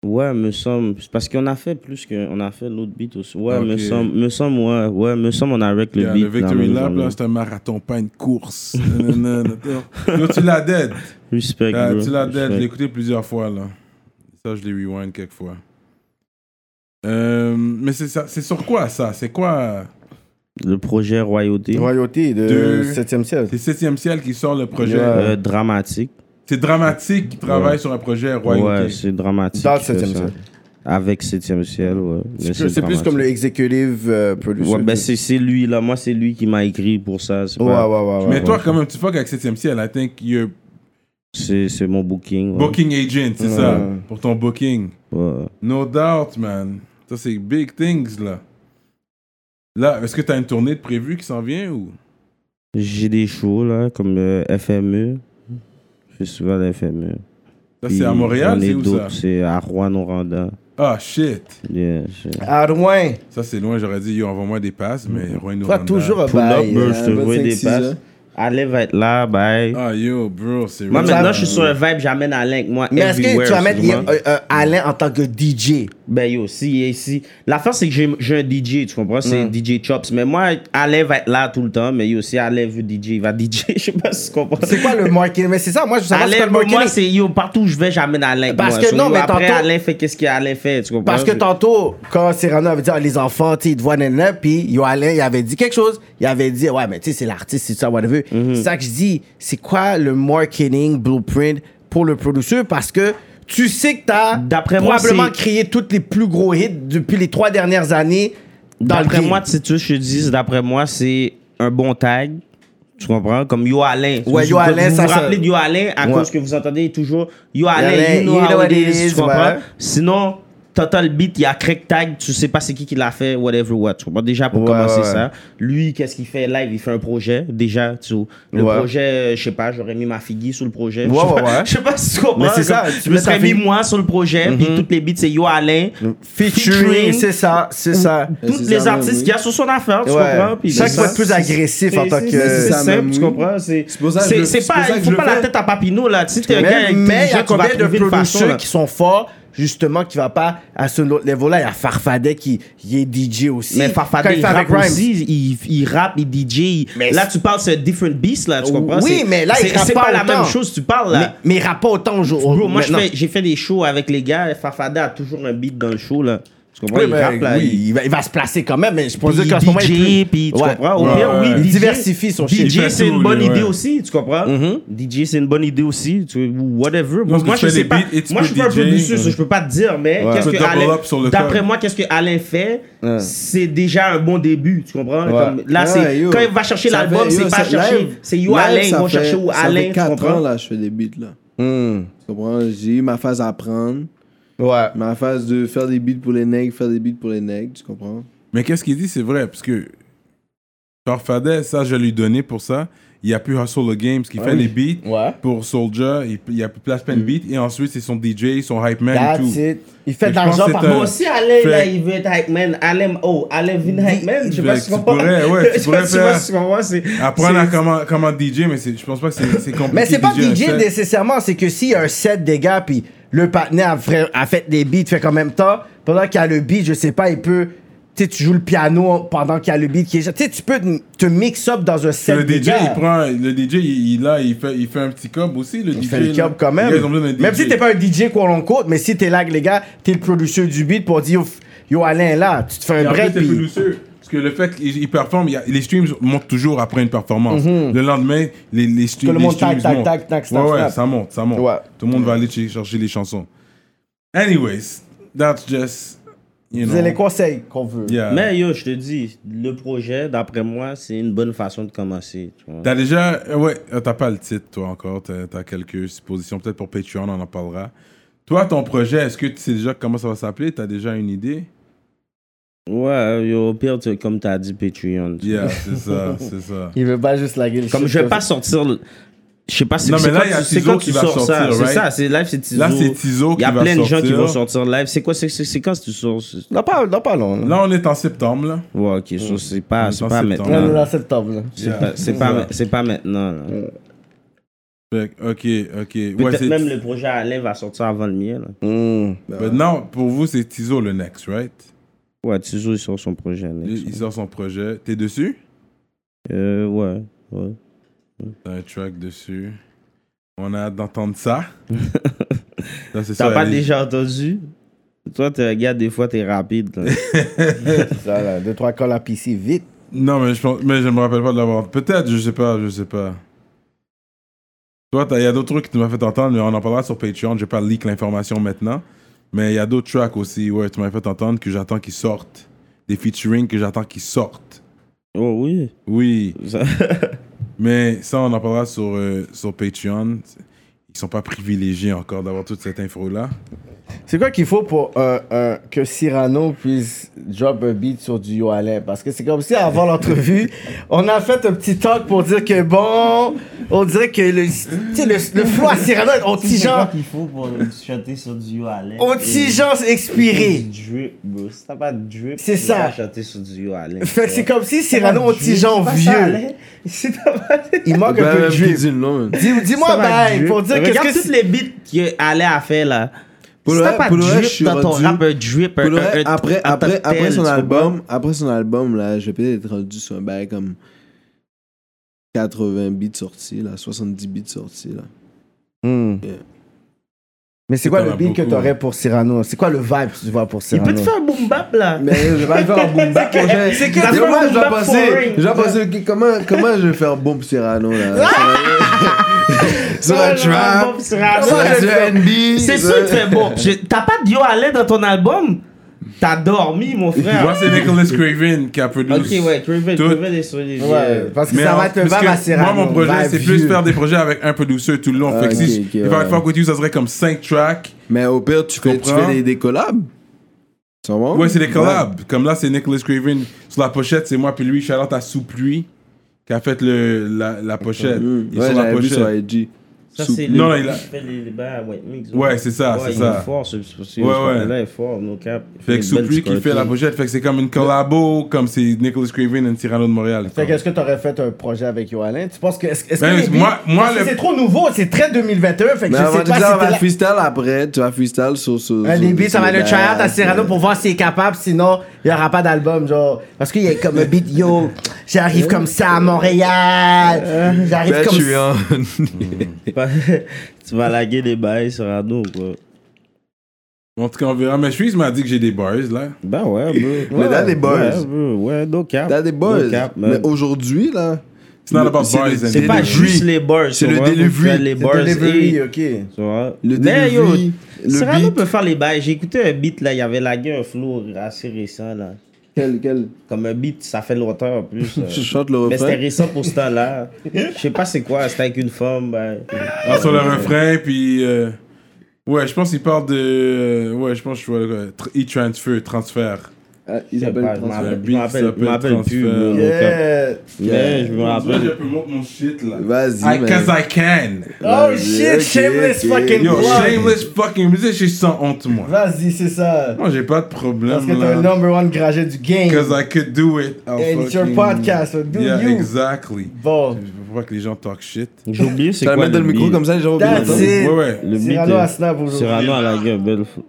Speaker 4: ouais, me semble. C'est Parce qu'on a fait plus que. On a fait l'autre beat aussi. Ouais,
Speaker 1: Ok.
Speaker 4: me semble. Me semble, ouais. Ouais, me semble, on a avec le
Speaker 1: Yeah,
Speaker 4: beat.
Speaker 1: le Victory
Speaker 4: dans la
Speaker 1: Lap,
Speaker 4: journée.
Speaker 1: là, c'est un marathon, pas une course. Nanana, nanana. Yo, tu l'as dead.
Speaker 4: Respect,
Speaker 1: Ah,
Speaker 4: bro.
Speaker 1: tu l'as dead, je l'ai
Speaker 4: Respect.
Speaker 1: écouté plusieurs fois, là. Ça, je l'ai rewind quelques fois. Euh, mais c'est ça- c'est sur quoi, ça? C'est quoi?
Speaker 4: Le projet Royauté.
Speaker 2: Royauté
Speaker 1: Deux.
Speaker 2: de 7ème ciel.
Speaker 1: C'est Septième Ciel qui sort le projet.
Speaker 2: Yeah.
Speaker 4: Euh, dramatique.
Speaker 1: C'est dramatique qui travaille sur un projet royauté.
Speaker 4: Ouais, c'est dramatique.
Speaker 2: Dans le
Speaker 4: qui fait
Speaker 2: 7e
Speaker 4: ça.
Speaker 2: ciel.
Speaker 4: Avec 7e ciel, ouais. Mais
Speaker 2: C'est c'est plus
Speaker 4: dramatique.
Speaker 2: comme le executive euh, producer.
Speaker 4: Ouais, ben c'est c'est lui, là. Moi, c'est lui qui m'a écrit pour ça. c'est
Speaker 2: Ouais, ouais,
Speaker 4: pas-
Speaker 2: ouais. ouais.
Speaker 1: mais toi, quand même, tu fuck avec Septième Ciel. I think you're
Speaker 4: C'est c'est mon booking. ouais.
Speaker 1: booking agent, c'est
Speaker 2: Ouais.
Speaker 1: ça, pour ton booking.
Speaker 4: Ouais.
Speaker 1: No doubt, man. Ça, c'est big things, là. Là, est-ce que t'as une tournée de prévue qui s'en vient ou?
Speaker 4: J'ai des shows, là, comme euh, FME. Festival FME.
Speaker 1: Ça,
Speaker 4: Puis
Speaker 1: c'est à Montréal,
Speaker 4: j'en ai
Speaker 1: c'est où ça?
Speaker 4: d'autres, C'est à Rouen, Oranda.
Speaker 1: Ah, shit.
Speaker 4: Yeah, c'est-
Speaker 2: À Rouen.
Speaker 1: Ça, c'est loin, j'aurais dit, yo, envoie-moi des passes, mais Rouen
Speaker 2: Mhm. Toi,
Speaker 1: Orlando.
Speaker 2: toujours un
Speaker 4: Pull up,
Speaker 1: euh,
Speaker 2: bail.
Speaker 4: bro,
Speaker 2: hein,
Speaker 4: ben, je te
Speaker 2: un
Speaker 4: vois
Speaker 2: 25,
Speaker 4: des
Speaker 2: 6
Speaker 4: passes.
Speaker 2: heures.
Speaker 4: Allez va être là, bye.
Speaker 1: Ah, yo, bro, c'est
Speaker 4: moi,
Speaker 1: real.
Speaker 4: maintenant, je suis sur un vibe, j'amène Alain avec moi.
Speaker 2: Mais est-ce que
Speaker 4: everywhere,
Speaker 2: tu vas mettre
Speaker 4: excuse-moi.
Speaker 2: euh, euh, Alain en tant que DJ
Speaker 4: Ben yo, si, et si. L'affaire, c'est que j'ai j'ai un DJ, tu comprends?
Speaker 2: Mm.
Speaker 4: C'est DJ Chops. Mais moi, Alain va être là tout le temps. Mais yo, si Alain veut DJ, il va DJ. Je sais pas si tu comprends.
Speaker 2: C'est quoi le marketing Mais c'est ça, moi je veux savoir c'est
Speaker 4: Alain,
Speaker 2: quoi le
Speaker 4: pour moi,
Speaker 2: marketing.
Speaker 4: c'est yo, partout où je vais, j'amène Alain. avec
Speaker 2: Parce
Speaker 4: moi.
Speaker 2: que
Speaker 4: So,
Speaker 2: non,
Speaker 4: yo,
Speaker 2: mais
Speaker 4: après,
Speaker 2: tantôt-
Speaker 4: Alain fait qu'est-ce qu'Alain fait, tu comprends?
Speaker 2: Parce que
Speaker 4: Je-
Speaker 2: tantôt, quand Cyrano avait dit Ah, les enfants, tu sais, ils te voient nanana, puis yo Alain, il avait dit quelque chose. Il avait dit ouais, mais tu sais, c'est l'artiste, c'est ça, whatever.
Speaker 4: Mhm.
Speaker 2: C'est ça que je dis. C'est quoi le marketing blueprint pour le producteur Parce que tu sais que t'as
Speaker 4: D'après moi,
Speaker 2: probablement
Speaker 4: c'est-
Speaker 2: créé tous les plus gros hits depuis les trois dernières années dans le
Speaker 4: D'après
Speaker 2: game.
Speaker 4: moi, si tu veux, je te dis, d'après moi, c'est un bon tag. Tu comprends? Comme Yo Alain.
Speaker 2: Ouais,
Speaker 4: Vous-
Speaker 2: Yo Alain,
Speaker 4: vous
Speaker 2: ça,
Speaker 4: vous
Speaker 2: ça-
Speaker 4: rappelez de Yo Alain à
Speaker 2: Ouais.
Speaker 4: cause que vous entendez toujours Yo Alain,
Speaker 2: Alain,
Speaker 4: you know how it is, tu comprends?
Speaker 2: ouais.
Speaker 4: Sinon, t'entends le beat, il y a crack tag, tu sais pas c'est qui qui l'a fait, whatever what. Tu comprends? Déjà, pour
Speaker 2: Ouais,
Speaker 4: commencer
Speaker 2: ouais.
Speaker 4: ça, lui, qu'est-ce qu'il fait live? Il fait un projet, déjà. Tu, le
Speaker 2: Ouais.
Speaker 4: projet, euh, je sais pas, j'aurais mis ma figuille sur le projet.
Speaker 2: Ouais,
Speaker 4: je sais
Speaker 2: ouais,
Speaker 4: pas-
Speaker 2: ouais.
Speaker 4: Je sais pas si tu comprends.
Speaker 2: Mais c'est ça,
Speaker 4: comme,
Speaker 2: tu
Speaker 4: Je
Speaker 2: mets
Speaker 4: me
Speaker 2: ta
Speaker 4: serais mis
Speaker 2: figui-
Speaker 4: moi sur le projet, puis toutes les beats, c'est Yo Alain.
Speaker 2: Featuring, c'est ça, c'est ça.
Speaker 3: Et
Speaker 4: Toutes
Speaker 3: c'est
Speaker 4: les
Speaker 3: ça,
Speaker 4: artistes
Speaker 3: oui.
Speaker 4: qu'il y a sur son affaire, tu
Speaker 2: Ouais.
Speaker 4: comprends? Puis
Speaker 2: Chaque
Speaker 4: c'est
Speaker 2: fois
Speaker 4: ça.
Speaker 2: plus agressif en
Speaker 4: C'est-
Speaker 2: tant
Speaker 4: c'est-
Speaker 2: que.
Speaker 4: C'est
Speaker 3: ça,
Speaker 4: simple,
Speaker 3: même,
Speaker 4: tu
Speaker 3: oui.
Speaker 4: comprends? C'est
Speaker 3: C'est pour ça que je
Speaker 4: c'est-
Speaker 3: le-
Speaker 4: c'est
Speaker 3: c'est
Speaker 4: pas,
Speaker 3: pour ça
Speaker 4: il
Speaker 3: que
Speaker 4: faut
Speaker 3: je
Speaker 4: pas
Speaker 3: le
Speaker 4: la
Speaker 3: fais.
Speaker 4: tête à Papineau, là. Tu sais, t'es un gars
Speaker 2: Mais mais il y
Speaker 4: intelligent,
Speaker 2: a
Speaker 4: tu vas
Speaker 2: combien de
Speaker 4: trouver une façon.
Speaker 2: producteurs
Speaker 4: là.
Speaker 2: qui sont forts, justement, qui va pas à ce autre niveau-là. Il y a Farfadet qui qui est DJ aussi.
Speaker 4: Mais
Speaker 2: Quand
Speaker 4: Farfadet, il
Speaker 2: fait avec
Speaker 4: rappe
Speaker 2: Rhymes.
Speaker 4: aussi, il, il rappe, il DJ. il-
Speaker 2: Mais
Speaker 4: là,
Speaker 2: c'est-
Speaker 4: tu parles, c'est un different beast, là, tu comprends?
Speaker 2: Oui,
Speaker 4: C'est-
Speaker 2: mais là, il
Speaker 4: c'est-
Speaker 2: rappe
Speaker 4: C'est
Speaker 2: pas
Speaker 4: pas la
Speaker 2: autant.
Speaker 4: même chose, tu parles,
Speaker 2: Mais,
Speaker 4: là.
Speaker 2: mais il rappe pas autant aujourd'hui.
Speaker 4: Bro, moi, je
Speaker 2: maintenant.
Speaker 4: fais- j'ai fait des shows avec les gars. Farfadet a toujours un beat dans le show, là. Tu comprends?
Speaker 2: Oui,
Speaker 4: Il
Speaker 2: mais
Speaker 4: rappe, là.
Speaker 2: oui,
Speaker 4: il-
Speaker 2: il va, il va se placer quand même, mais je pense
Speaker 4: Puis
Speaker 2: dire qu'en ce moment, il est
Speaker 4: DJ,
Speaker 2: plus-
Speaker 4: puis tu
Speaker 2: Ouais.
Speaker 4: comprends? Au
Speaker 1: Ouais,
Speaker 4: pire,
Speaker 1: ouais.
Speaker 4: oui,
Speaker 2: Il
Speaker 4: DJ,
Speaker 2: diversifie son shit.
Speaker 1: Il
Speaker 4: DJ,
Speaker 1: fait
Speaker 4: c'est
Speaker 1: tout,
Speaker 4: une bonne
Speaker 1: lui,
Speaker 4: idée
Speaker 1: ouais.
Speaker 4: aussi, tu comprends?
Speaker 3: Mm-hmm.
Speaker 4: DJ, c'est une bonne idée aussi, tu ou whatever.
Speaker 1: parce que
Speaker 4: moi,
Speaker 1: tu
Speaker 4: je
Speaker 1: fais
Speaker 4: sais
Speaker 1: des
Speaker 4: pas.
Speaker 1: beats et tu
Speaker 4: moi,
Speaker 1: peux
Speaker 4: je suis pas un
Speaker 1: DJ.
Speaker 4: producer,
Speaker 1: Mhm.
Speaker 4: je peux pas te dire, mais
Speaker 2: Ouais.
Speaker 4: qu'est-ce
Speaker 1: Tu
Speaker 4: que
Speaker 1: peux double
Speaker 4: Alain-
Speaker 1: up sur le
Speaker 4: d'après
Speaker 1: code.
Speaker 4: moi, qu'est-ce que Alain fait, c'est déjà un bon début, tu comprends?
Speaker 2: Ouais.
Speaker 4: Comme, là,
Speaker 3: Ouais,
Speaker 4: c'est,
Speaker 3: yo.
Speaker 4: quand il va chercher
Speaker 3: Ça
Speaker 4: l'album,
Speaker 3: fait- yo,
Speaker 4: c'est
Speaker 3: ça-
Speaker 4: pas chercher,
Speaker 3: live-
Speaker 4: c'est You
Speaker 3: live,
Speaker 4: Alain, ils
Speaker 3: ça
Speaker 4: vont
Speaker 3: fait-
Speaker 4: chercher où
Speaker 3: Ça
Speaker 4: Alain,
Speaker 3: fait
Speaker 4: tu
Speaker 3: 4 ans,
Speaker 4: comprends?
Speaker 3: là, je fais des beats, là.
Speaker 2: Hmm.
Speaker 3: Tu comprends? J'ai eu ma phase à apprendre,
Speaker 2: Ouais.
Speaker 3: ma phase de faire des beats pour les nègres, faire des beats pour les nègres, tu comprends?
Speaker 1: Mais qu'est-ce qu'il dit, c'est vrai, parce que Farfadet, ça, je vais lui donner pour ça. Il a plus Hustle the Games qui fait les beats
Speaker 2: Ah Ouais. Mhm.
Speaker 1: pour Soldier. Il, il a place plein de beats. Et ensuite, c'est son DJ, son hype man et
Speaker 2: That's
Speaker 1: tout.
Speaker 2: it. Il fait
Speaker 1: Mais
Speaker 2: de
Speaker 1: je pense
Speaker 2: l'argent
Speaker 1: que c'est euh,
Speaker 2: par
Speaker 1: un-
Speaker 2: mois.
Speaker 4: Moi aussi, Alain,
Speaker 1: Fait-
Speaker 4: là, il veut être Hackman. Alain, oh, Alain vient Hackman. Je sais
Speaker 1: Fait
Speaker 4: pas
Speaker 1: que
Speaker 4: si
Speaker 1: tu
Speaker 4: tu comprends.
Speaker 1: pourrais, ouais, tu
Speaker 4: Je sais pas
Speaker 1: pourrais
Speaker 4: si tu vois
Speaker 1: faire-
Speaker 4: ce qu'on voit, c'est-
Speaker 1: Apprendre
Speaker 4: c'est-
Speaker 1: à comment, comment DJ, mais c'est- je pense pas que c'est c'est compliqué.
Speaker 2: Mais c'est pas
Speaker 1: un
Speaker 2: DJ
Speaker 1: set.
Speaker 2: nécessairement, c'est que s'il y a un set des gars, puis le partenaire a fait, a fait des beats, fait qu'en même temps, pendant qu'il y a le beat, je sais pas, il peut. Tu sais, tu joues le piano pendant qu'il y a le beat qui est. Tu sais, tu peux te- te mix up dans un set.
Speaker 1: Le
Speaker 2: des
Speaker 1: DJ,
Speaker 2: gars.
Speaker 1: il prend, le DJ, il, il- là, il fait, il fait un petit cob aussi, le DJ.
Speaker 2: Il fait le
Speaker 1: là.
Speaker 2: job quand
Speaker 1: Les
Speaker 2: même.
Speaker 1: gars, ils ont besoin d'un
Speaker 2: Même
Speaker 1: DJ.
Speaker 2: si t'es pas un DJ quoi l'on compte, mais si t'es là avec les gars, t'es le producteur du beat pour dire yo, f- yo Alain là, tu te fais
Speaker 1: Et
Speaker 2: un
Speaker 1: en plus,
Speaker 2: break
Speaker 1: t'es plus
Speaker 2: puis
Speaker 1: douceur. Parce que le fait qu'il il performe, il y a- les streams montent toujours après une performance. Le lendemain, les, les, streams-
Speaker 2: Mhm. le
Speaker 1: les
Speaker 2: monde
Speaker 1: streams
Speaker 2: tac, tac,
Speaker 1: montent.
Speaker 2: tac, tac,
Speaker 1: ouais,
Speaker 2: snap,
Speaker 1: ouais,
Speaker 2: snap.
Speaker 1: ça monte, ça monte.
Speaker 2: Ouais.
Speaker 1: Tout le monde va aller ch- chercher les chansons. Anyways, that's just, you know.
Speaker 2: C'est les conseils qu'on veut.
Speaker 1: Yeah.
Speaker 4: Mais yo, je te dis, le projet, d'après moi, c'est une bonne façon de commencer. tu vois.
Speaker 1: T'as déjà. euh, Ouais, euh, t'as pas le titre, toi encore. T'as t'as quelques suppositions. Peut-être pour Patreon, on en parlera. Toi, ton projet, est-ce que tu sais déjà comment ça va s'appeler T'as déjà une idée
Speaker 4: Ouais, yo, au pire, tu- comme t'as dit, Patreon. tu
Speaker 1: Yeah, c'est ça, c'est ça.
Speaker 2: Il veut pas juste la gueule.
Speaker 4: Comme je vais pas sortir. le- Je sais pas si
Speaker 1: Non, mais
Speaker 4: c'est
Speaker 1: là,
Speaker 4: quand
Speaker 1: il y a
Speaker 4: tu- c'est
Speaker 1: Tizo
Speaker 4: quand
Speaker 1: qui
Speaker 4: tu
Speaker 1: va
Speaker 4: sors ça.
Speaker 1: sortir,
Speaker 4: C'est
Speaker 1: right?
Speaker 4: ça, c'est live, c'est Tizo.
Speaker 1: Là, c'est Tizo
Speaker 4: Il y a
Speaker 1: qui va
Speaker 4: plein de gens qui
Speaker 1: sortir.
Speaker 4: vont sortir live. C'est quoi, c'est- c'est c'est quand tu sors c'est-
Speaker 2: Dans pas, dans pas long. là.
Speaker 1: Là, on est en septembre, là.
Speaker 4: Ouais, ok,
Speaker 1: Mm.
Speaker 4: so c'est pas,
Speaker 1: On
Speaker 4: c'est
Speaker 1: est en
Speaker 4: pas
Speaker 1: septembre.
Speaker 2: On est
Speaker 4: maintenant.
Speaker 2: dans septembre. là.
Speaker 4: C'est pas, c'est pas, ma- c'est pas maintenant. là.
Speaker 1: Fait que, ok, ok. Ouais,
Speaker 4: Peut-être
Speaker 1: c'est-
Speaker 4: même le projet Alain va sortir avant le mien. là.
Speaker 2: Mm.
Speaker 1: Mais non, pour vous, c'est Tizo le next, right
Speaker 4: Ouais, Tizo, il sort son projet.
Speaker 1: Il
Speaker 4: next.
Speaker 1: il sort son projet. T'es dessus
Speaker 4: Euh, ouais, ouais.
Speaker 1: T'as un track dessus. On a hâte d'entendre ça. Ça, c'est
Speaker 4: T'as
Speaker 1: ça,
Speaker 4: pas
Speaker 1: les-
Speaker 4: déjà entendu? Toi, t'es un gars, des fois, t'es rapide. là.
Speaker 2: Ça, là, deux, trois cols à pisser vite.
Speaker 1: Non, mais je, pense... mais je me rappelle pas de l'avoir. Peut-être, je sais pas, je sais pas. Toi, t'as- il y a d'autres trucs que tu m'as fait entendre, mais on en parlera sur Patreon. Je vais pas leak l'information maintenant. Mais il y a d'autres tracks aussi, ouais, tu m'as fait entendre que j'attends qu'ils sortent. Des featuring que j'attends qu'ils sortent.
Speaker 4: oh oui.
Speaker 1: Oui,
Speaker 4: Ça-
Speaker 1: mais ça, on en parlera sur, euh, sur Patreon. Ils sont pas privilégiés encore d'avoir toute cette info-là.
Speaker 2: C'est quoi qu'il faut pour euh, euh, que Cyrano puisse drop un beat sur du Yo Alain? Parce que c'est comme si avant l'entrevue, on a fait un petit talk pour dire que bon, on dirait que le, tu sais, le, le flow à Cyrano, on tigeant,
Speaker 4: qu'il faut pour chanter sur du yo Alain.
Speaker 2: on tigeant expiré.
Speaker 4: drip, bro. Si t'as pas de drip,
Speaker 2: C'est
Speaker 4: tu peux
Speaker 2: ça.
Speaker 4: pas chanter sur du yo Alain.
Speaker 2: Fait que c'est comme si Cyrano, on tigeant vieux.
Speaker 4: Si t'as pas de
Speaker 2: Il manque un
Speaker 1: Ben,
Speaker 2: peu de drip.
Speaker 3: non, man.
Speaker 2: Dis- Dis-moi,
Speaker 4: Ça va,
Speaker 2: bye,
Speaker 4: Dieu.
Speaker 2: pour dire
Speaker 4: Ben, Regarde
Speaker 2: qu'est-ce
Speaker 4: toutes
Speaker 2: que
Speaker 4: les beats qu'Alain a fait là.
Speaker 3: Pour
Speaker 4: si
Speaker 3: le
Speaker 4: t'as
Speaker 3: vrai-
Speaker 4: pas
Speaker 3: pour
Speaker 4: de
Speaker 3: le vrai, je
Speaker 4: drip
Speaker 3: suis
Speaker 4: dans ton
Speaker 3: rendu-
Speaker 4: rap, un drip, un,
Speaker 3: Pour le vrai,
Speaker 4: un- un-
Speaker 3: après,
Speaker 4: un
Speaker 3: après,
Speaker 4: cocktail,
Speaker 3: après son
Speaker 4: tu
Speaker 3: album, après son album, là, je vais peut-être être rendu sur un bail comme 80 beats sortis, là, 70 beats sortis, là.
Speaker 2: Hmm.
Speaker 3: Yeah.
Speaker 2: Mais c'est quoi
Speaker 1: T'en
Speaker 2: le
Speaker 1: as
Speaker 2: beat que
Speaker 1: beaucoup. hein.
Speaker 2: t'aurais pour Cyrano? C'est quoi le vibe que tu vois pour
Speaker 4: Il
Speaker 2: Cyrano?
Speaker 4: peut te faire un boom bap là.
Speaker 3: Mais je vais pas le faire en boom bap.
Speaker 4: C'est que-
Speaker 3: moi, je-
Speaker 4: c'est que
Speaker 3: Mais
Speaker 4: t'as fait
Speaker 3: moi,
Speaker 4: un
Speaker 3: je
Speaker 4: boom
Speaker 3: vais
Speaker 4: bap for
Speaker 3: passer.
Speaker 4: ring.
Speaker 3: Je vais passer. ok, Comment, comment je vais faire bombe Cyrano là Sur un trap. Sur
Speaker 4: trap.
Speaker 3: du NB.
Speaker 4: C'est
Speaker 3: sur-
Speaker 4: sûr que c'est bon. Je- T'as pas de Yo Alain dans ton album T'as dormi, mon frère.
Speaker 1: Moi, c'est
Speaker 3: Ah,
Speaker 1: Nicholas Craven qui a produit.
Speaker 4: Ok, ouais, Craven,
Speaker 1: Tout.
Speaker 4: Craven est sur les. euh,
Speaker 2: Ouais, parce que
Speaker 1: Mais
Speaker 2: ça
Speaker 1: en-
Speaker 2: va être le vibe
Speaker 1: parce
Speaker 2: à
Speaker 1: que
Speaker 2: Cyrano.
Speaker 1: Moi, mon projet,
Speaker 2: vibe
Speaker 1: c'est plus
Speaker 2: vieux.
Speaker 1: faire des projets avec un producteur tout le long.
Speaker 3: Ah,
Speaker 1: fait que
Speaker 3: ok,
Speaker 1: si
Speaker 3: ok,
Speaker 1: je- If
Speaker 3: ouais.
Speaker 1: I Fuck With You, ça serait comme 5 tracks.
Speaker 3: Mais au pire, tu fais, tu
Speaker 1: Comprends.
Speaker 3: fais des, des collabs. Ça va?
Speaker 1: Ouais, c'est des collabs. Comme là, c'est Nicholas Craven. Sur la pochette, c'est moi puis lui. Charlotte à Sous Pluie qui a fait le, la, la pochette.
Speaker 3: Mmh.
Speaker 1: Ils
Speaker 3: Ouais,
Speaker 1: sont la
Speaker 3: j'avais vu sur
Speaker 1: pochette.
Speaker 3: IG.
Speaker 4: Ça,
Speaker 3: Sous-
Speaker 4: c'est le.
Speaker 1: Non, non, il a-
Speaker 4: il fait les- les bains à White Mix.
Speaker 1: Ouais, c'est ça,
Speaker 4: Ouais,
Speaker 1: c'est
Speaker 4: il
Speaker 1: ça.
Speaker 4: est fort, ce- ce- ce-
Speaker 1: Ouais,
Speaker 4: ce-
Speaker 1: ouais.
Speaker 4: Là, il est fort, no cap. Il
Speaker 1: Fait
Speaker 4: une
Speaker 1: que Sous
Speaker 4: belle
Speaker 1: Pluie qui
Speaker 4: petite
Speaker 1: fait la
Speaker 4: cartoon.
Speaker 1: pochette. Fait que c'est comme une collabo, comme c'est Nicholas Craven et Cyrano de Montréal.
Speaker 2: Fait qu'est-ce que t'aurais fait un projet avec Yo Alain? Tu penses que. Est-ce, est-ce
Speaker 1: Ben,
Speaker 2: que les beats-
Speaker 1: moi- moi,
Speaker 2: parce que
Speaker 1: le- Ben,
Speaker 2: c'est trop nouveau, c'est très 2021. Fait que
Speaker 3: Mais
Speaker 2: je
Speaker 3: on
Speaker 2: sais
Speaker 3: va
Speaker 2: pas
Speaker 3: dire, on va
Speaker 2: si
Speaker 3: freestyle après. Tu vas freestyle sur. sur
Speaker 2: t'es là. Un
Speaker 3: sur-
Speaker 2: début,
Speaker 3: sur
Speaker 2: ça va
Speaker 3: les
Speaker 2: le try-out à
Speaker 3: bails.
Speaker 2: Cyrano pour voir s'il est capable, sinon il n'y aura pas d'album, genre. Parce qu'il y a comme un beat, yo, j'arrive comme ça à Montréal, j'arrive
Speaker 3: Ben,
Speaker 2: comme
Speaker 3: je suis
Speaker 2: ça.
Speaker 3: en-
Speaker 4: tu vas laguer les bails sur Arnaud, quoi.
Speaker 1: En tout cas, on verra. Mais Suisse m'a dit que j'ai des bars, là.
Speaker 4: Ben ouais, bro.
Speaker 3: Mais
Speaker 4: Ouais,
Speaker 3: dans les boys.
Speaker 4: Ouais, bro. Ouais, no cap.
Speaker 3: T'as des boys.
Speaker 4: No cap, man.
Speaker 3: mais aujourd'hui, là.
Speaker 1: It's not
Speaker 3: le-
Speaker 1: about
Speaker 3: c'est
Speaker 1: bars
Speaker 3: le-
Speaker 1: and
Speaker 3: C'est
Speaker 4: C'est pas
Speaker 3: le
Speaker 4: juste
Speaker 3: delivery.
Speaker 4: les bars.
Speaker 3: C'est
Speaker 4: tu
Speaker 3: le
Speaker 4: vois, faut
Speaker 3: delivery.
Speaker 4: faire Les bars et-
Speaker 2: ok.
Speaker 4: Tu vois.
Speaker 3: Le
Speaker 4: Mais yo,
Speaker 3: delivery, le
Speaker 4: Cyrano
Speaker 3: beat.
Speaker 4: peut faire les bails. J'ai écouté un beat là, il y avait lagué un flow assez récent là.
Speaker 3: Quel, quel.
Speaker 4: Comme un beat, ça fait longtemps en plus. euh.
Speaker 3: Je chante le
Speaker 4: Mais c'était
Speaker 3: refrain.
Speaker 4: récent pour ce temps-là. Je sais pas c'est quoi, c'était avec une femme. ben.
Speaker 1: Ah, sur le refrain, puis. euh, ouais, je pense qu'il parle de. euh, ouais, je pense que je vois le- tr- e-transfer, transfert.
Speaker 3: Ah, Il
Speaker 4: Je sais
Speaker 3: s'appelle
Speaker 4: pas,
Speaker 3: le
Speaker 4: je
Speaker 3: transfert.
Speaker 1: Le
Speaker 4: m'en- je
Speaker 1: beat
Speaker 4: m'en rappelle- je
Speaker 1: s'appelle
Speaker 4: m'en rappelle plus.
Speaker 1: Transfer.
Speaker 4: bro.
Speaker 2: Yeah.
Speaker 4: Mais je me rappelle.
Speaker 1: peux monter mon shit, là.
Speaker 3: Vas-y,
Speaker 1: I,
Speaker 3: man.
Speaker 1: cause I can.
Speaker 2: Oh
Speaker 3: Vas-y,
Speaker 2: shit,
Speaker 3: ok,
Speaker 2: shameless
Speaker 3: ok.
Speaker 2: fucking
Speaker 1: Yo,
Speaker 2: plug.
Speaker 1: shameless fucking music, je suis sans honte, moi.
Speaker 2: Vas-y, c'est ça.
Speaker 1: Moi, j'ai pas de problème.
Speaker 2: Parce que t'es
Speaker 1: là.
Speaker 2: le number one graget du game.
Speaker 1: Cause I could do it. I'll
Speaker 2: And it's your
Speaker 1: fucking-
Speaker 2: podcast, so do
Speaker 1: yeah,
Speaker 2: you.
Speaker 1: exactly.
Speaker 2: Bon.
Speaker 1: Je veux pas que les gens talk shit.
Speaker 4: J'ai oublié c'est
Speaker 3: Tu vas
Speaker 4: quoi.
Speaker 3: le mettre dans le micro
Speaker 4: beat.
Speaker 3: comme ça, les gens vont bien
Speaker 2: That's
Speaker 3: entendre.
Speaker 2: it.
Speaker 1: Ouais, ouais.
Speaker 4: Le beat.
Speaker 2: Cyrano
Speaker 4: euh,
Speaker 2: à Snap aujourd'hui.
Speaker 4: Cyrano a lagué un bel flow.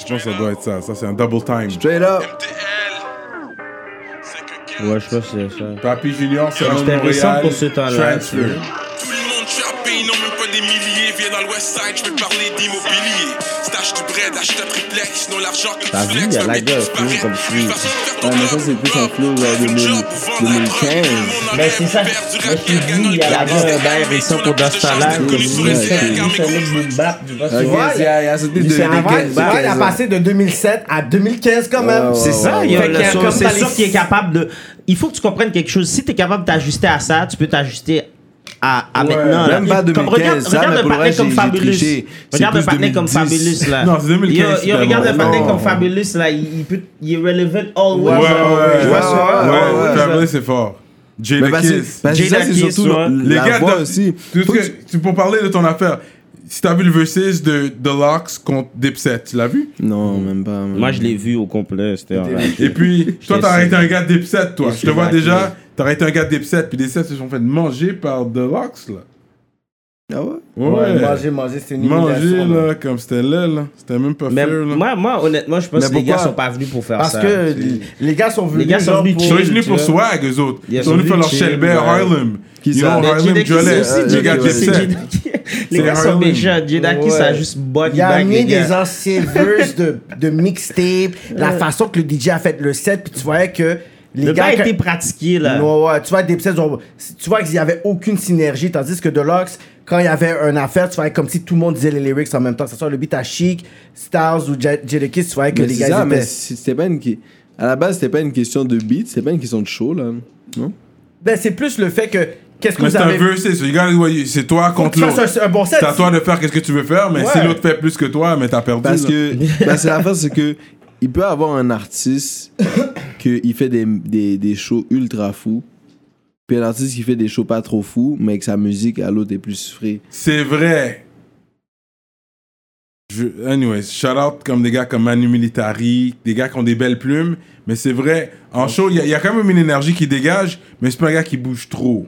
Speaker 1: Je pense que ça doit être ça. Ça, c'est un double time.
Speaker 3: Straight up.
Speaker 4: Ouais, je pense que c'est ça.
Speaker 1: Papi Junior, c'est
Speaker 4: C'était
Speaker 1: un
Speaker 4: récent
Speaker 1: Montréal.
Speaker 4: pour ce temps-là.
Speaker 1: Transfer.
Speaker 5: Tout le monde trappé, ils n'ont même pas des milliers, viennent à l'ouest
Speaker 6: Westside, je peux parler d'immobilier. Stache du bread, achète un triplex, sinon l'argent que
Speaker 4: Ta
Speaker 6: tu
Speaker 4: vie,
Speaker 6: flex,
Speaker 4: elle
Speaker 6: va
Speaker 4: lag
Speaker 6: m'être
Speaker 4: up,
Speaker 6: disparu.
Speaker 4: nous, comme
Speaker 6: Plus
Speaker 4: si-
Speaker 6: facile de faire
Speaker 3: Ouais,
Speaker 6: ton
Speaker 3: mais ça,
Speaker 6: job.
Speaker 3: c'est plus un flow, genre,
Speaker 6: Faire ton
Speaker 3: 2000,
Speaker 6: job pour vendre la drogue.
Speaker 3: 2015.
Speaker 6: Mon
Speaker 4: Mais Ben, c'est ça.
Speaker 6: enlève, faire du
Speaker 4: Mais
Speaker 6: rap,
Speaker 4: je te dis, il
Speaker 6: gagne
Speaker 4: y
Speaker 6: dans
Speaker 4: a
Speaker 6: le
Speaker 4: déjà un
Speaker 6: business.
Speaker 4: bail récent pour Dastala.
Speaker 3: Ouais,
Speaker 4: Il
Speaker 6: Connu sur les
Speaker 3: ouais,
Speaker 6: scènes,
Speaker 3: ouais.
Speaker 6: car mes
Speaker 4: fait un mix boom bap, tu vois, tu
Speaker 3: Ok,
Speaker 4: vois.
Speaker 3: il y a- il y a cette idée de-
Speaker 2: C'est un
Speaker 3: des
Speaker 2: vibe,
Speaker 3: quinze-
Speaker 2: c'est un vibe, il a
Speaker 3: 15 ans.
Speaker 2: passé de 2007 à 2015 quand même.
Speaker 3: Ouais,
Speaker 4: C'est ça, il y a
Speaker 2: Fait
Speaker 4: le-
Speaker 2: qu'il y a
Speaker 4: so-
Speaker 2: comme
Speaker 4: c'est
Speaker 2: t'as les-
Speaker 4: sûr qu'il est capable de. Il faut que tu comprennes quelque chose. Si tu es capable de t'ajuster à ça, tu peux t'ajuster à, à
Speaker 3: Ouais,
Speaker 4: maintenant. là.
Speaker 3: même pas 2015,
Speaker 4: regarde,
Speaker 3: ça, mais
Speaker 4: regarde un
Speaker 3: pour le
Speaker 4: partenaire
Speaker 3: reste,
Speaker 4: comme
Speaker 3: j'ai- j'ai
Speaker 4: Fabulous.
Speaker 3: triché. C'est
Speaker 4: Regarde un
Speaker 3: plus
Speaker 4: partenaire comme
Speaker 3: 2010.
Speaker 4: Fabulous là.
Speaker 1: Non, c'est 2015
Speaker 4: Yo, yo,
Speaker 1: d'abord.
Speaker 4: regarde un partenaire
Speaker 3: Non.
Speaker 4: comme Fabulous là. Il, il peut, il est relevant always.
Speaker 1: Ouais, ouais, ouais.
Speaker 4: always.
Speaker 3: ouais, ouais, ouais.
Speaker 1: Fabulous, c'est fort. Jay
Speaker 3: Mais parce que
Speaker 1: Kiss.
Speaker 3: parce que
Speaker 4: Jada
Speaker 3: ça, c'est
Speaker 4: Kiss,
Speaker 3: surtout
Speaker 4: ouais.
Speaker 1: Les
Speaker 3: la
Speaker 1: gars,
Speaker 3: voix
Speaker 1: t'as-
Speaker 3: aussi.
Speaker 1: tout ce
Speaker 3: Faut
Speaker 1: que-
Speaker 3: que-
Speaker 1: tu pour parler de ton affaire. Si t'as vu le versus de The Locks contre Dipset, tu l'as vu
Speaker 3: Non, même pas. même
Speaker 4: Moi,
Speaker 3: pas.
Speaker 4: je l'ai vu au complet. C'était en
Speaker 1: Et puis, toi, t'as
Speaker 4: sais.
Speaker 1: arrêté un gars de Dipset, toi.
Speaker 4: Je
Speaker 1: Je te vois
Speaker 4: sais.
Speaker 1: déjà, t'as arrêté un gars de Dipset, puis Dipset se sont fait manger par The Locks, là.
Speaker 3: Ah ouais?
Speaker 2: Ouais,
Speaker 1: Ouais.
Speaker 2: manger, manger, c'est une
Speaker 1: Manger,
Speaker 2: humiliation, là.
Speaker 1: là, comme c'était là, là. C'était même pas
Speaker 4: Mais
Speaker 1: fair, là.
Speaker 4: moi, moi, honnêtement, je pense
Speaker 3: Mais
Speaker 4: que les gars
Speaker 3: pourquoi?
Speaker 4: sont pas venus pour faire
Speaker 2: Parce
Speaker 4: ça.
Speaker 2: que les gars sont venus.
Speaker 4: Les gars sont
Speaker 2: genre,
Speaker 4: venus
Speaker 2: pour-
Speaker 1: Ils sont venus
Speaker 4: tu
Speaker 1: pour
Speaker 4: vois.
Speaker 1: swag, eux autres. Ils
Speaker 4: Yes,
Speaker 1: sont venus
Speaker 4: ils
Speaker 1: faire
Speaker 4: sont
Speaker 1: leur
Speaker 4: venus chill,
Speaker 1: Shelbert,
Speaker 4: ouais.
Speaker 1: Harlem.
Speaker 3: Qui
Speaker 1: Ils ont
Speaker 3: ça? Mais
Speaker 1: Harlem Jollet.
Speaker 3: euh,
Speaker 1: Les gars de Dipset.
Speaker 4: Les gars sont
Speaker 1: Harlem.
Speaker 4: méchants. Jadaki, ça a juste body
Speaker 2: Il a
Speaker 4: bag, les
Speaker 2: amené
Speaker 4: gars.
Speaker 2: des anciens verses de, de mixtape, la façon que le DJ a fait le set, puis tu voyais que les
Speaker 4: Le
Speaker 2: gars.
Speaker 4: gars a
Speaker 2: que-
Speaker 4: été pratiqué, là.
Speaker 2: Ouais, ouais, tu vois, des pièces, ont- tu vois qu'il n'y avait aucune synergie, tandis que Deluxe, quand il y avait une affaire, tu voyais comme si tout le monde disait les lyrics en même temps, que ce soit le beat à Chic, Stars ou J- Jadakiss, tu voyais que
Speaker 3: Mais
Speaker 2: les
Speaker 3: c'est
Speaker 2: gars
Speaker 3: ça,
Speaker 2: ils
Speaker 3: mais
Speaker 2: étaient.
Speaker 3: c'est- c'était pas une qui- À la base, c'était pas une question de beat, c'était pas une question de show, là. Non?
Speaker 2: Ben, c'est plus le fait que. Qu'est-ce que
Speaker 1: Mais
Speaker 2: vous
Speaker 1: c'est un
Speaker 2: avez.
Speaker 1: versus. You gotta- ouais, C'est toi
Speaker 2: Faut que
Speaker 1: contre
Speaker 2: tu
Speaker 1: l'autre.
Speaker 2: fasses un, un bon set.
Speaker 1: C'est à toi de faire qu'est-ce que tu veux faire, mais si
Speaker 2: Ouais.
Speaker 1: l'autre fait plus que toi, mais t'as perdu.
Speaker 3: Parce
Speaker 1: là.
Speaker 3: que, parce que la face, c'est que il peut avoir un artiste qui fait des, des, des shows ultra fous, puis un artiste qui fait des shows pas trop fous, mais que sa musique à l'autre est plus souffrée.
Speaker 1: C'est vrai. Je, anyways, shout out comme des gars comme Manu Militari, des gars qui ont des belles plumes, mais c'est vrai, en show, il y, a- il y a quand même une énergie qui dégage, mais c'est pas un gars qui bouge trop.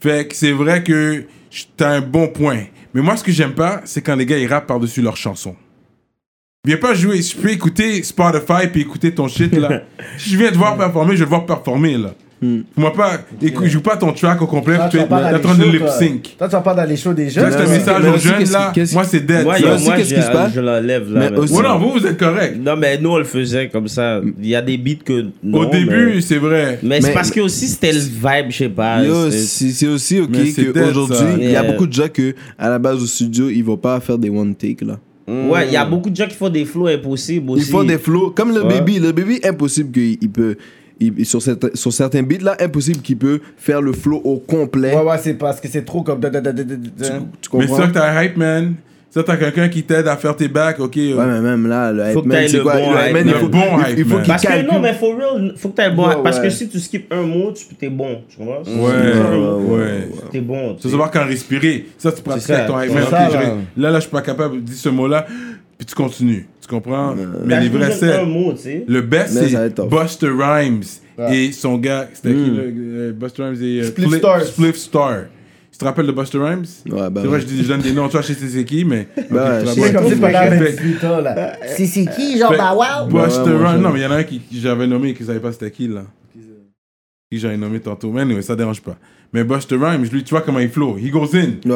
Speaker 1: Fait que c'est vrai que j- t'as un bon point. Mais moi, ce que j'aime pas, c'est quand les gars ils rappent par-dessus leurs chansons. Viens pas jouer, je peux écouter Spotify puis écouter ton shit là. Si je viens te voir performer, je vais te voir performer là. Moi pas, écoute, joue pas ton track au complet,
Speaker 2: Toi,
Speaker 1: tu
Speaker 2: tu
Speaker 1: es
Speaker 2: vas pas dans
Speaker 1: en
Speaker 2: les
Speaker 1: train de
Speaker 2: shows,
Speaker 1: lip
Speaker 2: toi.
Speaker 1: sync.
Speaker 2: Toi, tu vas pas dans les shows des jeunes.
Speaker 1: Juste un
Speaker 3: non,
Speaker 1: message
Speaker 3: mais
Speaker 1: aux
Speaker 3: aussi,
Speaker 1: jeunes
Speaker 3: qu'est-ce-
Speaker 1: là,
Speaker 3: qu'est-ce-
Speaker 1: moi c'est dead.
Speaker 4: Moi,
Speaker 1: ça.
Speaker 4: yo,
Speaker 3: aussi,
Speaker 4: moi,
Speaker 3: qu'est-ce
Speaker 4: j'ai-
Speaker 3: qui se passe?
Speaker 4: Je l'enlève, là.
Speaker 3: Mais
Speaker 4: maintenant.
Speaker 3: aussi-
Speaker 1: Ouais, non, vous, vous êtes correct.
Speaker 4: Non, mais nous, on le faisait comme ça. Il y a des beats que. non,
Speaker 1: Au début,
Speaker 4: mais-
Speaker 1: c'est vrai.
Speaker 4: Mais, c'est
Speaker 3: Mais-
Speaker 4: parce que aussi, c'était le vibe, je sais pas.
Speaker 3: Yo,
Speaker 4: c'est-
Speaker 3: Ah, c'est c'est aussi ok
Speaker 1: Mais c'est dead, ça.
Speaker 3: qu'aujourd'hui, il y a
Speaker 4: Yeah.
Speaker 3: beaucoup de gens que, à la base, au studio, ils vont pas faire des one take, là.
Speaker 4: Ouais, il y a beaucoup de gens qui font des flows impossibles aussi.
Speaker 3: Ils font des flows comme le
Speaker 4: Ouais.
Speaker 3: baby. Le baby, impossible qu'il il peut. il- sur, certains- sur certains beats là, impossible qu'il peut faire le flow au complet.
Speaker 2: Ouais, ouais, c'est parce que c'est trop comme. da, da, da, da, da, da.
Speaker 3: Tu
Speaker 1: Mais c'est
Speaker 3: comprends?
Speaker 1: ça que t'as hype, man. Ça, t'as quelqu'un qui t'aide à faire tes bacs, ok. euh,
Speaker 3: Ouais, mais même là, le
Speaker 4: Faut
Speaker 3: hype
Speaker 4: que
Speaker 3: man,
Speaker 4: t'ailles
Speaker 3: c'est
Speaker 4: le
Speaker 3: quoi?
Speaker 4: bon
Speaker 3: le
Speaker 4: hype
Speaker 3: hype man, il
Speaker 1: man.
Speaker 3: faut,
Speaker 1: Le bon hype
Speaker 3: il faut
Speaker 1: man.
Speaker 3: qu'il
Speaker 4: Parce que
Speaker 3: calcule.
Speaker 4: non, mais for real, faut que t'aies bon.
Speaker 3: Ouais,
Speaker 4: Parce que
Speaker 3: ouais.
Speaker 4: si tu skips un mot, tu t'es bon. Tu comprends? Si tu
Speaker 1: Ouais,
Speaker 4: skippes un mot,
Speaker 1: ouais, ouais.
Speaker 4: T'es bon. tu
Speaker 1: C'est
Speaker 4: sais.
Speaker 1: savoir quand respirer. Ça, tu pratiques
Speaker 4: C'est ça.
Speaker 1: avec ton hype, man.
Speaker 4: C'est
Speaker 2: ça,
Speaker 1: Ok, je
Speaker 2: là.
Speaker 1: vais- Là, là, je suis pas capable de dire ce mot-là. Puis tu continues. Tu comprends? Mais
Speaker 4: T'as
Speaker 1: les vrais
Speaker 4: toujours un
Speaker 1: sets.
Speaker 4: mot, tu sais.
Speaker 1: Le best,
Speaker 3: Mais ça va
Speaker 1: c'est
Speaker 3: être tough. Hmm.
Speaker 1: Buster Rhymes et son gars. C'était qui le. euh, Buster Rhymes et. euh,
Speaker 2: Spliff
Speaker 1: Fli-
Speaker 2: Stars.
Speaker 1: Spliff Star. Tu te rappelles de Buster Rhymes?
Speaker 3: Ouais, bah
Speaker 1: C'est vrai,
Speaker 3: ouais.
Speaker 1: je, dis- je donne des noms, toi, je sais c'est qui, mais. Ok,
Speaker 3: Bah ouais,
Speaker 1: tu Euh, ben,
Speaker 3: je
Speaker 1: vas
Speaker 3: sais
Speaker 2: C'est
Speaker 1: voir.
Speaker 2: comme si pas grave
Speaker 1: Fait-
Speaker 2: 28 ans, là. C'est c'est qui, genre,
Speaker 1: Fait-
Speaker 2: bah, wow.
Speaker 1: Buster
Speaker 3: Ouais, ouais, moi,
Speaker 1: Rhymes.
Speaker 3: je-
Speaker 1: Non, mais il y en a un qui, qui j'avais nommé et qui savait pas c'était qui, là. Qui j'avais nommé tantôt. Mais anyway, ça dérange pas. Mais Buster Rhymes, lui, tu vois comment il flow. He goes in.
Speaker 3: Ouais,
Speaker 1: Fait que c'est- il y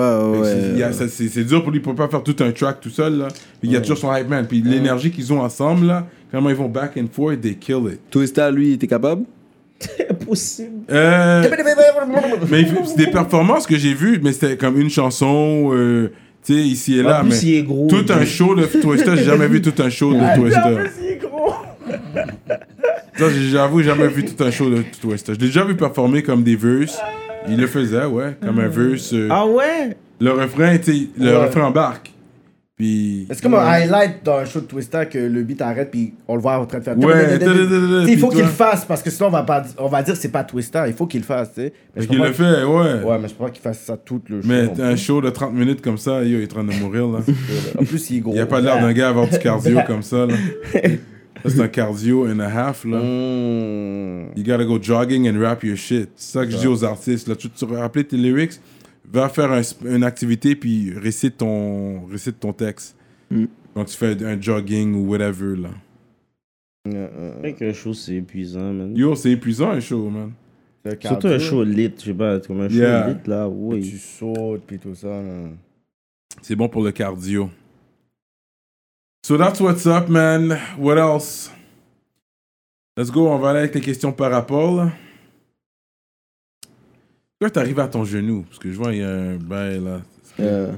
Speaker 3: ouais,
Speaker 1: a-
Speaker 3: ouais.
Speaker 1: ça- C'est c'est dur pour lui, il peut pas faire tout un track tout seul, là. Puis Il y a toujours son hype man. Puis l'énergie qu'ils ont ensemble, là, comment ils vont back and forth, they kill it.
Speaker 3: Twista, lui, il était capable?
Speaker 4: Impossible.
Speaker 1: Euh, mais il fait- c'est des performances que j'ai vues, mais c'était comme une chanson, euh, tu sais, ici et là.
Speaker 4: En Ah, plus,
Speaker 1: mais
Speaker 4: il est gros,
Speaker 1: tout un
Speaker 4: lui.
Speaker 1: show de Twister, j'ai jamais vu tout un show de Twister.
Speaker 4: C'est gros.
Speaker 1: Ça, j'ai- j'avoue, j'ai jamais vu tout un show de Twister. Je l'ai déjà vu performer comme des verses. Il le faisait, ouais, comme un verse. euh,
Speaker 4: Ah ouais?
Speaker 1: Le refrain, tu sais, le
Speaker 2: Ouais.
Speaker 1: refrain embarque. Puis.
Speaker 2: C'est comme un
Speaker 4: ah,
Speaker 2: highlight dans un show de Twister que le beat arrête puis on le voit en train de faire.
Speaker 1: Ouais,
Speaker 2: Tu sais, Il faut
Speaker 1: puis
Speaker 2: qu'il le
Speaker 1: toi-
Speaker 2: fasse parce que sinon on va, pas, on va dire que c'est pas Twister. Il faut qu'il le fasse, tu sais. Mais
Speaker 1: Fait
Speaker 2: je
Speaker 1: qu'il le
Speaker 2: comprends-
Speaker 1: fait, ouais.
Speaker 2: Ouais, mais je crois qu'il fasse ça tout le show. non
Speaker 1: Mais
Speaker 2: plus.
Speaker 1: un show de 30 minutes comme ça, yo, il est en train de mourir, là.
Speaker 2: En plus, il est gros.
Speaker 1: Il a pas l'air d'un gars à avoir du cardio comme ça, là. Ça, C'est un cardio and a half, là.
Speaker 2: Mmh.
Speaker 1: You gotta go jogging and rap your shit. C'est ça que je dis aux artistes. Là, tu te rappelles tes lyrics, va faire un sp- une activité puis récite ton, récite ton texte. Quand tu fais un jogging ou whatever, là.
Speaker 4: C'est vrai qu'un show, c'est épuisant, man.
Speaker 1: Yo, c'est épuisant un show, man.
Speaker 2: Le
Speaker 4: Surtout
Speaker 2: cardio,
Speaker 4: un show lit, je sais pas, comme un show
Speaker 1: Yeah.
Speaker 4: lit là, oui.
Speaker 2: Tu sautes puis tout ça. là.
Speaker 1: C'est bon pour le cardio. So that's what's up, man. What else? Let's go, on va aller avec les questions par rapport. Pourquoi t'arrives à ton genou? Parce que je vois, il y a un bail là.
Speaker 3: Euh,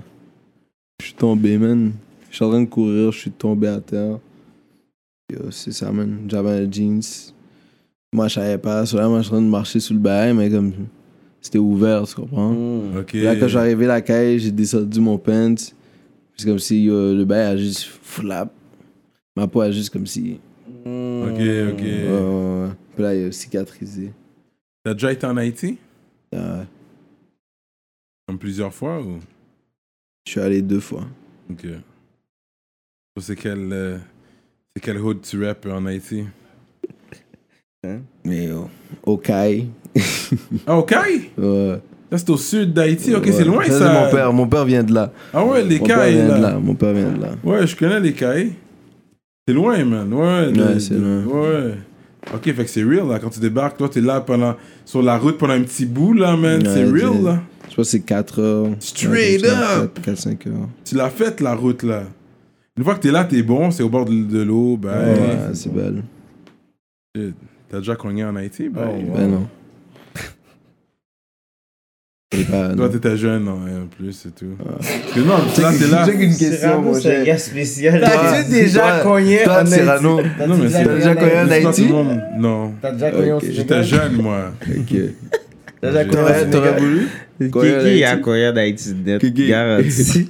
Speaker 3: je suis tombé, man. Je suis en train de courir, je suis tombé à terre. Yo, C'est ça, man. J'avais un jeans. Moi, je savais pas. Sur la moi, je suis en train de marcher sous le bail, mais comme c'était ouvert, tu comprends?
Speaker 1: Ok.
Speaker 3: Là, quand je suis arrivé à la caille, j'ai descendu mon pant. C'est comme si yo, le bail a juste flap. Ma peau a juste comme si.
Speaker 1: Ok, ok.
Speaker 3: Ouais, ouais, ouais. Puis là, il a cicatrisé.
Speaker 1: T'as déjà été en Haïti?
Speaker 3: Là,
Speaker 1: Comme plusieurs fois ou?
Speaker 3: je suis allé deux fois.
Speaker 1: Ok. So, C'est quel, euh, c'est quel hood tu rap en Haïti?
Speaker 3: Mais yo, au caille.
Speaker 1: Ah, ok!
Speaker 3: Ouais.
Speaker 1: Là, c'est au sud d'Haïti. Ok, c'est
Speaker 3: Ouais.
Speaker 1: loin ça.
Speaker 3: c'est Mon père, mon père vient de là.
Speaker 1: Ah ouais, les
Speaker 3: mon père
Speaker 1: cailles
Speaker 3: vient
Speaker 1: là.
Speaker 3: de là. Mon père vient de là.
Speaker 1: Ouais, je connais les cailles. C'est loin, man. Ouais,
Speaker 3: Ouais,
Speaker 1: de-
Speaker 3: c'est
Speaker 1: de-
Speaker 3: loin.
Speaker 1: Ouais. Ok, fait que c'est real là. Quand tu débarques, toi, t'es là pendant, sur la route pendant un petit bout là, man.
Speaker 3: Ouais,
Speaker 1: c'est real
Speaker 3: j'ai-
Speaker 1: là.
Speaker 3: Je pense que c'est 4 heures.
Speaker 1: Straight up!
Speaker 3: 4-5 heures.
Speaker 1: Tu l'as faite la route là. Une fois que t'es là, t'es bon, c'est au bord de, de l'eau. Ben,
Speaker 3: Ouais, c'est belle.
Speaker 1: t'as déjà cogné en Haïti. Ben,
Speaker 3: Ben non. C'est pas.
Speaker 1: Toi,
Speaker 3: Ben non.
Speaker 1: t'étais jeune non, et en plus, c'est tout. Parce que non, là, t'es là.
Speaker 3: Check une question,
Speaker 4: Cyrano,
Speaker 3: mon
Speaker 4: c'est un
Speaker 3: cher.
Speaker 4: gars spécial.
Speaker 3: Toi,
Speaker 2: T'as-tu déjà
Speaker 3: toi,
Speaker 2: cogné en
Speaker 3: Toi,
Speaker 2: Haïti?
Speaker 3: Cyrano.
Speaker 1: Non, mais c'est.
Speaker 3: T'as déjà cogné en
Speaker 1: c'est pas tout
Speaker 3: Haïti
Speaker 1: le monde. Non.
Speaker 2: T'as déjà cogné au
Speaker 3: Ok,
Speaker 1: J'étais
Speaker 2: Sénégal?
Speaker 1: jeune, moi.
Speaker 3: Ok.
Speaker 4: T'as déjà
Speaker 3: T'aurais-
Speaker 4: connu-
Speaker 3: T'aurais voulu Coréen
Speaker 4: Kiki a
Speaker 3: d'Haïti.
Speaker 4: Coréen d'Haïti,
Speaker 3: Kiki.
Speaker 4: garanti.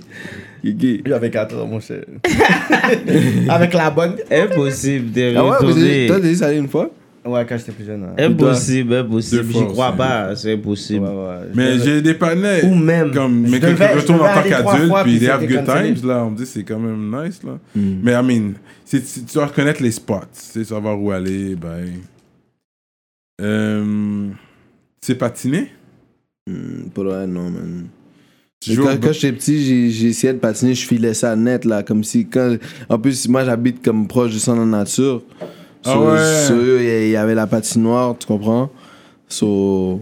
Speaker 3: Gigi.
Speaker 2: J'avais 4 ans, mon cher. Avec la bonne.
Speaker 4: Impossible de
Speaker 3: Ah ouais, vous
Speaker 4: retourner.
Speaker 3: êtes- toi, t'es juste allé une fois
Speaker 2: Ouais, quand j'étais plus jeune. hein.
Speaker 4: Impossible, impossible.
Speaker 1: Deux fois
Speaker 4: J'y crois
Speaker 1: aussi.
Speaker 4: pas, c'est
Speaker 2: Ouais,
Speaker 4: impossible.
Speaker 2: ouais.
Speaker 1: Mais
Speaker 2: Je-
Speaker 1: j'ai des panneaux.
Speaker 2: Ou même.
Speaker 1: Comme, mais
Speaker 2: Je
Speaker 1: quand
Speaker 2: devais-
Speaker 1: tu
Speaker 2: je
Speaker 1: retournes en
Speaker 2: devais
Speaker 1: tant
Speaker 2: aller trois
Speaker 1: qu'adulte,
Speaker 2: fois,
Speaker 1: puis they have
Speaker 2: c'était Mm.
Speaker 1: good
Speaker 2: cancellé.
Speaker 1: times, là, on me dit c'est quand même nice, là. Mais, I mean, c'est- c'est- tu dois reconnaître les spots, tu sais, savoir où aller, ben. Euh, tu sais patiner?
Speaker 3: Hmm, Pas loin, non, man.
Speaker 1: Tu
Speaker 3: Mais
Speaker 1: joues au
Speaker 3: Quand,
Speaker 1: ba-
Speaker 3: quand j'étais petit, j'ai- j'ai essayé de patiner, je filais ça net, là, comme si... Quand, en plus, moi, j'habite comme proche du centre de la nature.
Speaker 1: Ah ouais.
Speaker 3: so, il y- il y avait la patinoire, tu comprends? So,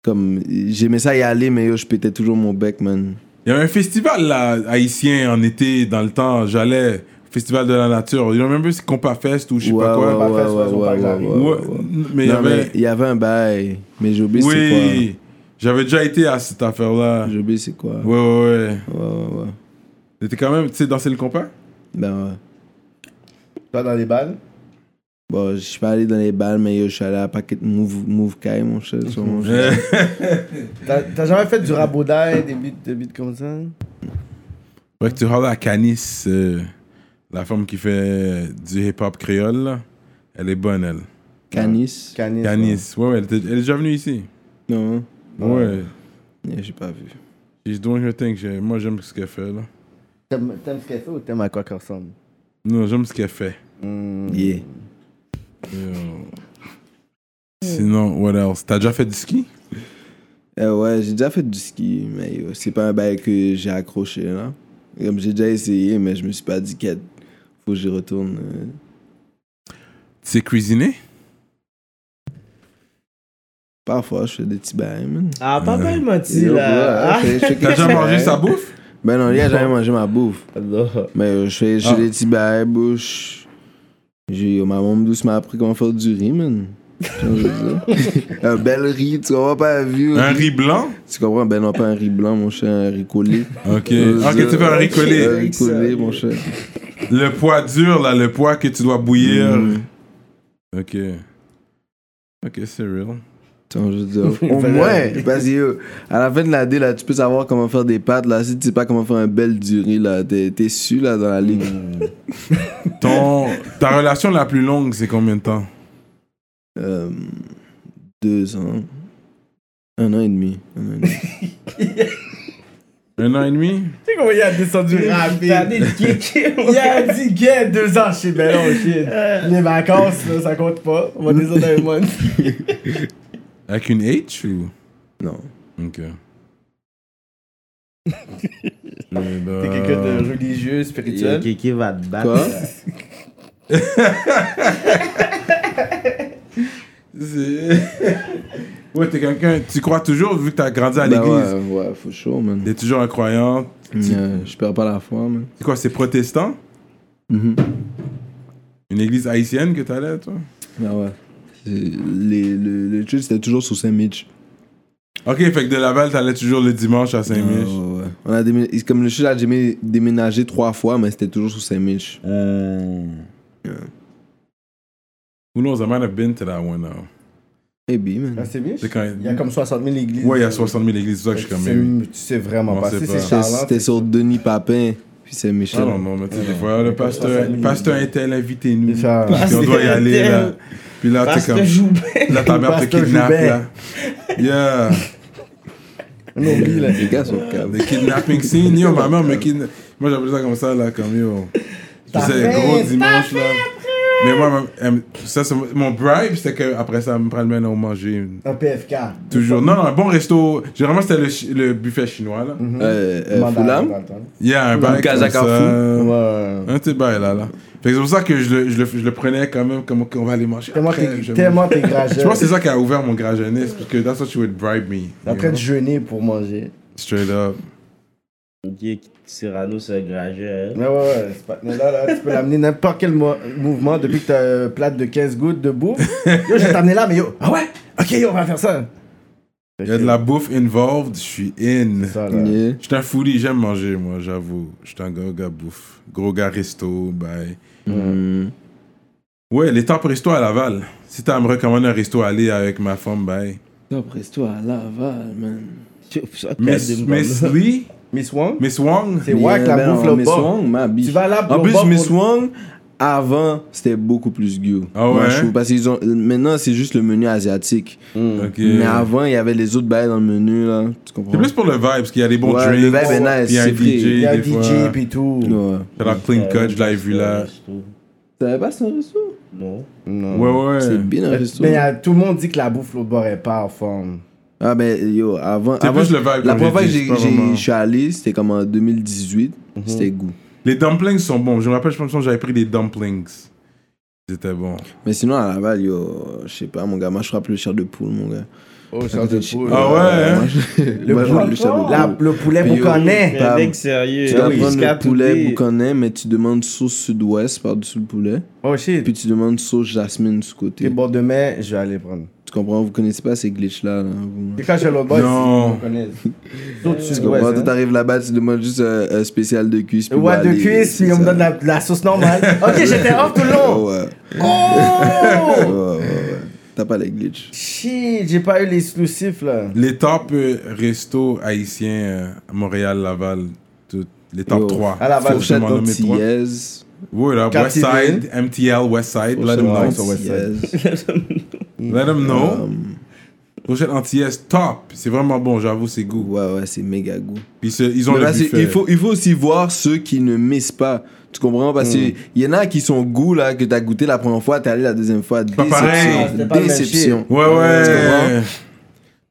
Speaker 3: comme, j'aimais ça y aller, mais yo, je pétais toujours mon bec, man.
Speaker 1: Il y avait un festival là, haïtien en été, dans le temps, j'allais, festival de la nature. You remember, c'est Compa Fest ou je sais
Speaker 3: Ouais,
Speaker 1: pas quoi.
Speaker 3: ouais, ouais,
Speaker 2: Fest, Oiseau
Speaker 3: ouais,
Speaker 2: Parc,
Speaker 3: ouais,
Speaker 2: j'arrive.
Speaker 3: ouais, ouais,
Speaker 1: Ouais,
Speaker 3: ouais.
Speaker 1: Mais il y
Speaker 3: Non, mais
Speaker 1: avait.
Speaker 3: il y avait un bail, mais j'ai oublié c'est
Speaker 1: Oui, j'avais déjà été à cette affaire-là.
Speaker 3: quoi. J'ai oublié c'est quoi.
Speaker 1: Ouais, ouais, ouais.
Speaker 3: Ouais, ouais, ouais.
Speaker 1: T'étais quand même, tu sais, danser le compas?
Speaker 3: Ben ouais.
Speaker 2: Toi, dans les balles.
Speaker 3: Bon, je suis pas allé dans les balles, mais yo, je suis allé à Packet Move, move Kai, mon chat, sur mon chat.
Speaker 2: T'as t'as jamais fait du rabodai, des beats, des beats comme ça
Speaker 1: Ouais, que tu parles à Canis, euh, la femme qui fait euh, du hip-hop créole, là. elle est bonne, elle.
Speaker 3: Canis.
Speaker 2: Canis.
Speaker 1: Canis, ouais, ouais, elle, était- elle est déjà venue ici.
Speaker 3: Non, hein.
Speaker 1: Ouais.
Speaker 3: Yeah, j'ai pas vu.
Speaker 1: She's doing her thing. J'ai- Moi, j'aime ce qu'elle fait, là.
Speaker 2: T'aimes t'aimes ce qu'elle fait ou t'aimes à quoi qu'elle ressemble
Speaker 1: Non, j'aime ce qu'elle fait.
Speaker 2: Hmm.
Speaker 3: Yeah.
Speaker 1: Yo. Sinon, what else? T'as déjà fait du ski?
Speaker 3: Eh ouais, j'ai déjà fait du ski, mais yo, c'est pas un bail que j'ai accroché, là. Comme j'ai déjà essayé, mais je me suis pas dit qu'il faut que j'y retourne. euh.
Speaker 1: Tu sais cuisiner?
Speaker 3: Parfois, je fais des petits bails, man.
Speaker 4: Ah, pas mal menti,
Speaker 3: Yo,
Speaker 4: là.
Speaker 3: ouais, je fais- je fais
Speaker 1: T'as
Speaker 3: quelque
Speaker 1: déjà
Speaker 3: chose.
Speaker 1: mangé sa bouffe?
Speaker 3: Ben non, il a jamais mangé ma bouffe.
Speaker 4: Ah, non.
Speaker 3: Mais euh, je fais, je fais
Speaker 1: Ah.
Speaker 3: des petits bails, bouche. J'ai, ma maman douce m'a appris comment faire du riz, man. J'ai envie de dire. un bel riz, tu comprends pas un vieux.
Speaker 1: Un riz blanc?
Speaker 3: Tu comprends? Ben non, pas un riz blanc, mon cher, un riz collé.
Speaker 1: Ok. Ah,
Speaker 3: Euh,
Speaker 1: Ok, tu fais un riz collé.
Speaker 3: Un riz collé, mon cher.
Speaker 1: Le poids dur, là, le poids que tu dois bouillir.
Speaker 3: Mhm.
Speaker 1: Ok. Ok, c'est real.
Speaker 3: Tu vois, je veux dire, Au moins, parce que yo, à la fin de l'année, là, tu peux savoir comment faire des pâtes, là. Si tu sais pas comment faire un bel du riz, là, t'es, t'es su, là, dans la ligue.
Speaker 1: Ton, ta relation la plus longue, c'est combien de temps?
Speaker 3: Euh, deux ans. Un an et demi. Un an et demi.
Speaker 1: Un an et demi?
Speaker 2: Tu sais comment il a descendu
Speaker 4: T'as dit Kiki.
Speaker 2: Il a dit gay deux ans chez Bellon, shit. Les vacances, là, ça compte pas. On va descendre un mois.
Speaker 1: Avec une H ou?
Speaker 3: Non.
Speaker 1: Ok. bah,
Speaker 2: T'es quelqu'un
Speaker 1: Euh,
Speaker 2: de religieux, spirituel.
Speaker 4: Kiki va te battre.
Speaker 3: Quoi?
Speaker 1: C'est- ouais, t'es quelqu'un, tu crois toujours, vu que t'as grandi à
Speaker 3: Bah
Speaker 1: l'église.
Speaker 3: ouais, ouais, faut chaud, man.
Speaker 1: T'es toujours un croyant.
Speaker 2: Mm-hmm.
Speaker 3: Euh, je perds pas la foi, man.
Speaker 1: C'est quoi, c'est protestant
Speaker 2: Mm-hmm.
Speaker 3: Mhm.
Speaker 1: Une église haïtienne que t'allais, toi
Speaker 3: Ah ouais. C'est- Les, le, le church, c'était toujours sous Saint-Mitch.
Speaker 1: Ok, fait que de Laval, t'allais toujours le dimanche à
Speaker 3: Ouais,
Speaker 1: Saint-Mich.
Speaker 3: Ah, ouais, ouais. On a déménagé- c'est comme le church a démé- déménagé trois fois, mais c'était toujours sous Saint-Mitch. Euh.
Speaker 1: Who knows, I might have been to that one now.
Speaker 3: Maybe, Eh man.
Speaker 2: Ah, c'est bien.
Speaker 1: C'est quand
Speaker 2: Il y a comme 60 000 églises.
Speaker 1: Ouais, il y a 60 000 églises, c'est pour ça que je suis comme.
Speaker 2: C'est-
Speaker 1: maybe.
Speaker 2: Tu sais vraiment
Speaker 1: On
Speaker 2: pas.
Speaker 1: sait
Speaker 2: Si
Speaker 1: pas.
Speaker 2: c'est
Speaker 3: C'était-
Speaker 2: Charlotte,
Speaker 3: C'était sur Denis Papin, puis
Speaker 1: Ah
Speaker 3: Saint-Michel.
Speaker 1: non, non, mais tu sais, des fois, le pasteur,
Speaker 2: 60 000
Speaker 1: pasteur est tel, invitez-nous.
Speaker 2: C'est ça.
Speaker 1: Puis on doit y aller, là. Puis là, t'es
Speaker 4: Parce
Speaker 1: comme.
Speaker 4: que Joubert.
Speaker 1: Là, ta mère te
Speaker 2: Pasteur
Speaker 1: kidnappe, là.
Speaker 2: Joubert.
Speaker 1: Yeah.
Speaker 2: on oublie là.
Speaker 3: Les gars sont câbles.
Speaker 1: The kidnapping scene, yo, ma mère me kidnappe. Moi, j'appelle ça comme ça, là, comme yo. Je faisais un gros dimanche, là. Mais moi, ma- elle me- ça, c'est mon- mon bribe, c'était qu'après ça, elle me prend le menu, on mangeait.
Speaker 2: Un PFK.
Speaker 1: Toujours. Non, non, un bon resto. Généralement, c'était le, chi- le buffet chinois, là.
Speaker 2: Mm-hmm.
Speaker 3: Euh, euh,
Speaker 2: Mandarin,
Speaker 3: Fulham,
Speaker 2: dans le temps.
Speaker 1: Il y a un bail comme
Speaker 3: Kazakh à
Speaker 1: ça.
Speaker 2: Ouais.
Speaker 1: Un petit bail, là, là. Fait que c'est pour ça que je le, je le, je le prenais quand même comme on va aller manger.
Speaker 2: Tellement
Speaker 1: après,
Speaker 2: t'es-
Speaker 1: je-
Speaker 2: Tellement t'es
Speaker 1: Je pense que c'est
Speaker 2: grageux.
Speaker 1: ça qui a ouvert mon gras jeunesse, parce que that's what she would bribe me. you
Speaker 2: En train de
Speaker 1: know?
Speaker 2: jeûner pour manger.
Speaker 1: Straight up.
Speaker 4: Ok, Cyrano, c'est grageux.
Speaker 2: Mais ouais, ouais, ce partenaire-là, là, tu peux l'amener n'importe quel mo- mouvement depuis que t'as une plate de 15 gouttes de bouffe. Yo, je vais t'amener là, mais yo, ah ouais? Ok, yo, on va faire ça.
Speaker 1: Il y a de la bouffe involved, je suis in.
Speaker 2: Ça, là.
Speaker 3: yeah.
Speaker 1: Je suis un foodie, j'aime manger, moi, j'avoue. Je suis un gros gars bouffe. Gros gars resto, bye.
Speaker 3: Mm.
Speaker 1: Ouais, les top resto à Laval. Si t'as à me recommander un resto à aller avec ma femme, bye.
Speaker 3: Après toi, à Laval, man.
Speaker 1: Miss, Miss Lee,
Speaker 2: Miss Wong?
Speaker 1: Miss Wong.
Speaker 2: C'est wack la
Speaker 3: ben,
Speaker 2: bouffe là-bas.
Speaker 3: Miss Wong, ma biche.
Speaker 2: Tu vas là pour
Speaker 3: En
Speaker 2: le
Speaker 3: plus,
Speaker 2: bord
Speaker 3: Miss
Speaker 2: pour-
Speaker 3: Wong, avant, c'était beaucoup plus gueux.
Speaker 1: Ah
Speaker 3: Moi,
Speaker 1: ouais?
Speaker 3: je trouve, parce qu'ils ont, euh, maintenant, c'est juste le menu asiatique.
Speaker 1: Ok.
Speaker 3: Mais avant, il y avait les autres bails dans le menu, là. Tu comprends?
Speaker 1: C'est plus pour le vibe, parce qu'il y a des bons
Speaker 3: Ouais,
Speaker 1: drinks.
Speaker 3: le vibe est nice,
Speaker 1: Puis il y a un
Speaker 3: c'est vrai.
Speaker 2: Il y
Speaker 1: DJ,
Speaker 2: a
Speaker 1: des fois.
Speaker 2: DJ pis tout.
Speaker 3: Ouais.
Speaker 1: T'as la clean cut, je l'avais vu là.
Speaker 3: T'avais pas ce resto?
Speaker 4: Non.
Speaker 2: Non.
Speaker 1: Ouais, ouais.
Speaker 3: C'est bien un resto.
Speaker 2: Mais euh, tout le monde dit que la bouffe l'autre bord est pas en forme.
Speaker 3: Ah, ben, yo, avant.
Speaker 1: C'est
Speaker 3: avant-
Speaker 1: plus le vibe,
Speaker 3: La
Speaker 1: comme
Speaker 3: première
Speaker 1: j'ai dit,
Speaker 3: fois que j'ai-
Speaker 1: c'est pas
Speaker 3: j'ai-
Speaker 1: vraiment-
Speaker 3: je suis allé, c'était comme en 2018.
Speaker 2: Mhm.
Speaker 3: C'était goût.
Speaker 1: Les dumplings sont bons. Je me rappelle, je pense que j'avais pris des dumplings. C'était bon.
Speaker 3: Mais sinon, à Laval, yo, je sais pas, mon gars, moi, je frappe le chair de poule, mon gars.
Speaker 2: Oh,
Speaker 1: Ah ouais, hein?
Speaker 3: Moi, je- moi, je frappe le chair de poule.
Speaker 2: La- le poulet
Speaker 3: Puis,
Speaker 1: euh,
Speaker 2: boucanais.
Speaker 3: Bah,
Speaker 4: Mec, sérieux.
Speaker 3: Tu dois
Speaker 4: oui,
Speaker 3: prendre
Speaker 4: jusqu'à
Speaker 3: le poulet
Speaker 4: tout est-
Speaker 3: boucanin, mais tu demandes sauce sud-ouest par-dessus le poulet.
Speaker 2: Oh shit.
Speaker 3: Puis tu demandes sauce jasmine de ce côté.
Speaker 2: T'es bon demain, je vais aller prendre.
Speaker 3: Tu comprends? Vous connaissez pas ces glitches-là. Là, vous.
Speaker 2: Et quand je vais l'autre bord,
Speaker 1: Non.
Speaker 2: ils connaissent. D'autres, tu
Speaker 3: Tu
Speaker 2: sais,
Speaker 3: comprends?
Speaker 2: ouais,
Speaker 3: Toi,
Speaker 2: hein.
Speaker 3: t'arrives là-bas, tu demandes juste euh, un spécial de cuisse. puis
Speaker 2: Ouais,
Speaker 3: bah,
Speaker 2: de
Speaker 3: allez,
Speaker 2: cuisse,
Speaker 3: c'est
Speaker 2: puis on me
Speaker 3: ça.
Speaker 2: donne la, la sauce normale. ok, j'étais off tout le long.
Speaker 3: Ouais, ouais,
Speaker 1: Oh.
Speaker 3: ouais,
Speaker 2: Oh
Speaker 3: ouais, ouais. T'as pas les glitches.
Speaker 2: Shit, j'ai pas eu l'exclusif là.
Speaker 1: Les top euh, restos haïtiens euh, à Montréal, Laval, tout- les top
Speaker 3: Yo.
Speaker 1: 3.
Speaker 2: À Laval,
Speaker 1: Faut
Speaker 3: Fourchette
Speaker 1: seulement nommer trois.
Speaker 3: antillaise.
Speaker 1: Oui, là,
Speaker 2: Quatre
Speaker 1: Westside, MTL, Westside. Let them know.
Speaker 3: Fourchette
Speaker 2: sur Westside.
Speaker 3: antillaise.
Speaker 1: Let them know.
Speaker 3: Um,
Speaker 1: Fourchette antillaise, top. C'est vraiment bon, j'avoue, c'est goût.
Speaker 3: Ouais, ouais, c'est méga goût.
Speaker 1: Puis ce- ils ont
Speaker 3: Mais
Speaker 1: le
Speaker 3: là, c'est-
Speaker 1: buffet.
Speaker 3: il, faut, il faut aussi voir ceux qui ne missent pas. Tu comprends? Parce
Speaker 1: Hmm.
Speaker 3: qu'il y en a qui sont goût là, que t'as goûté la première fois, t'es allé la deuxième fois.
Speaker 1: pas pareil.
Speaker 2: Ah,
Speaker 3: Déception.
Speaker 2: C'était pas le même
Speaker 3: Déception.
Speaker 1: Ouais,
Speaker 3: Tu
Speaker 1: ouais.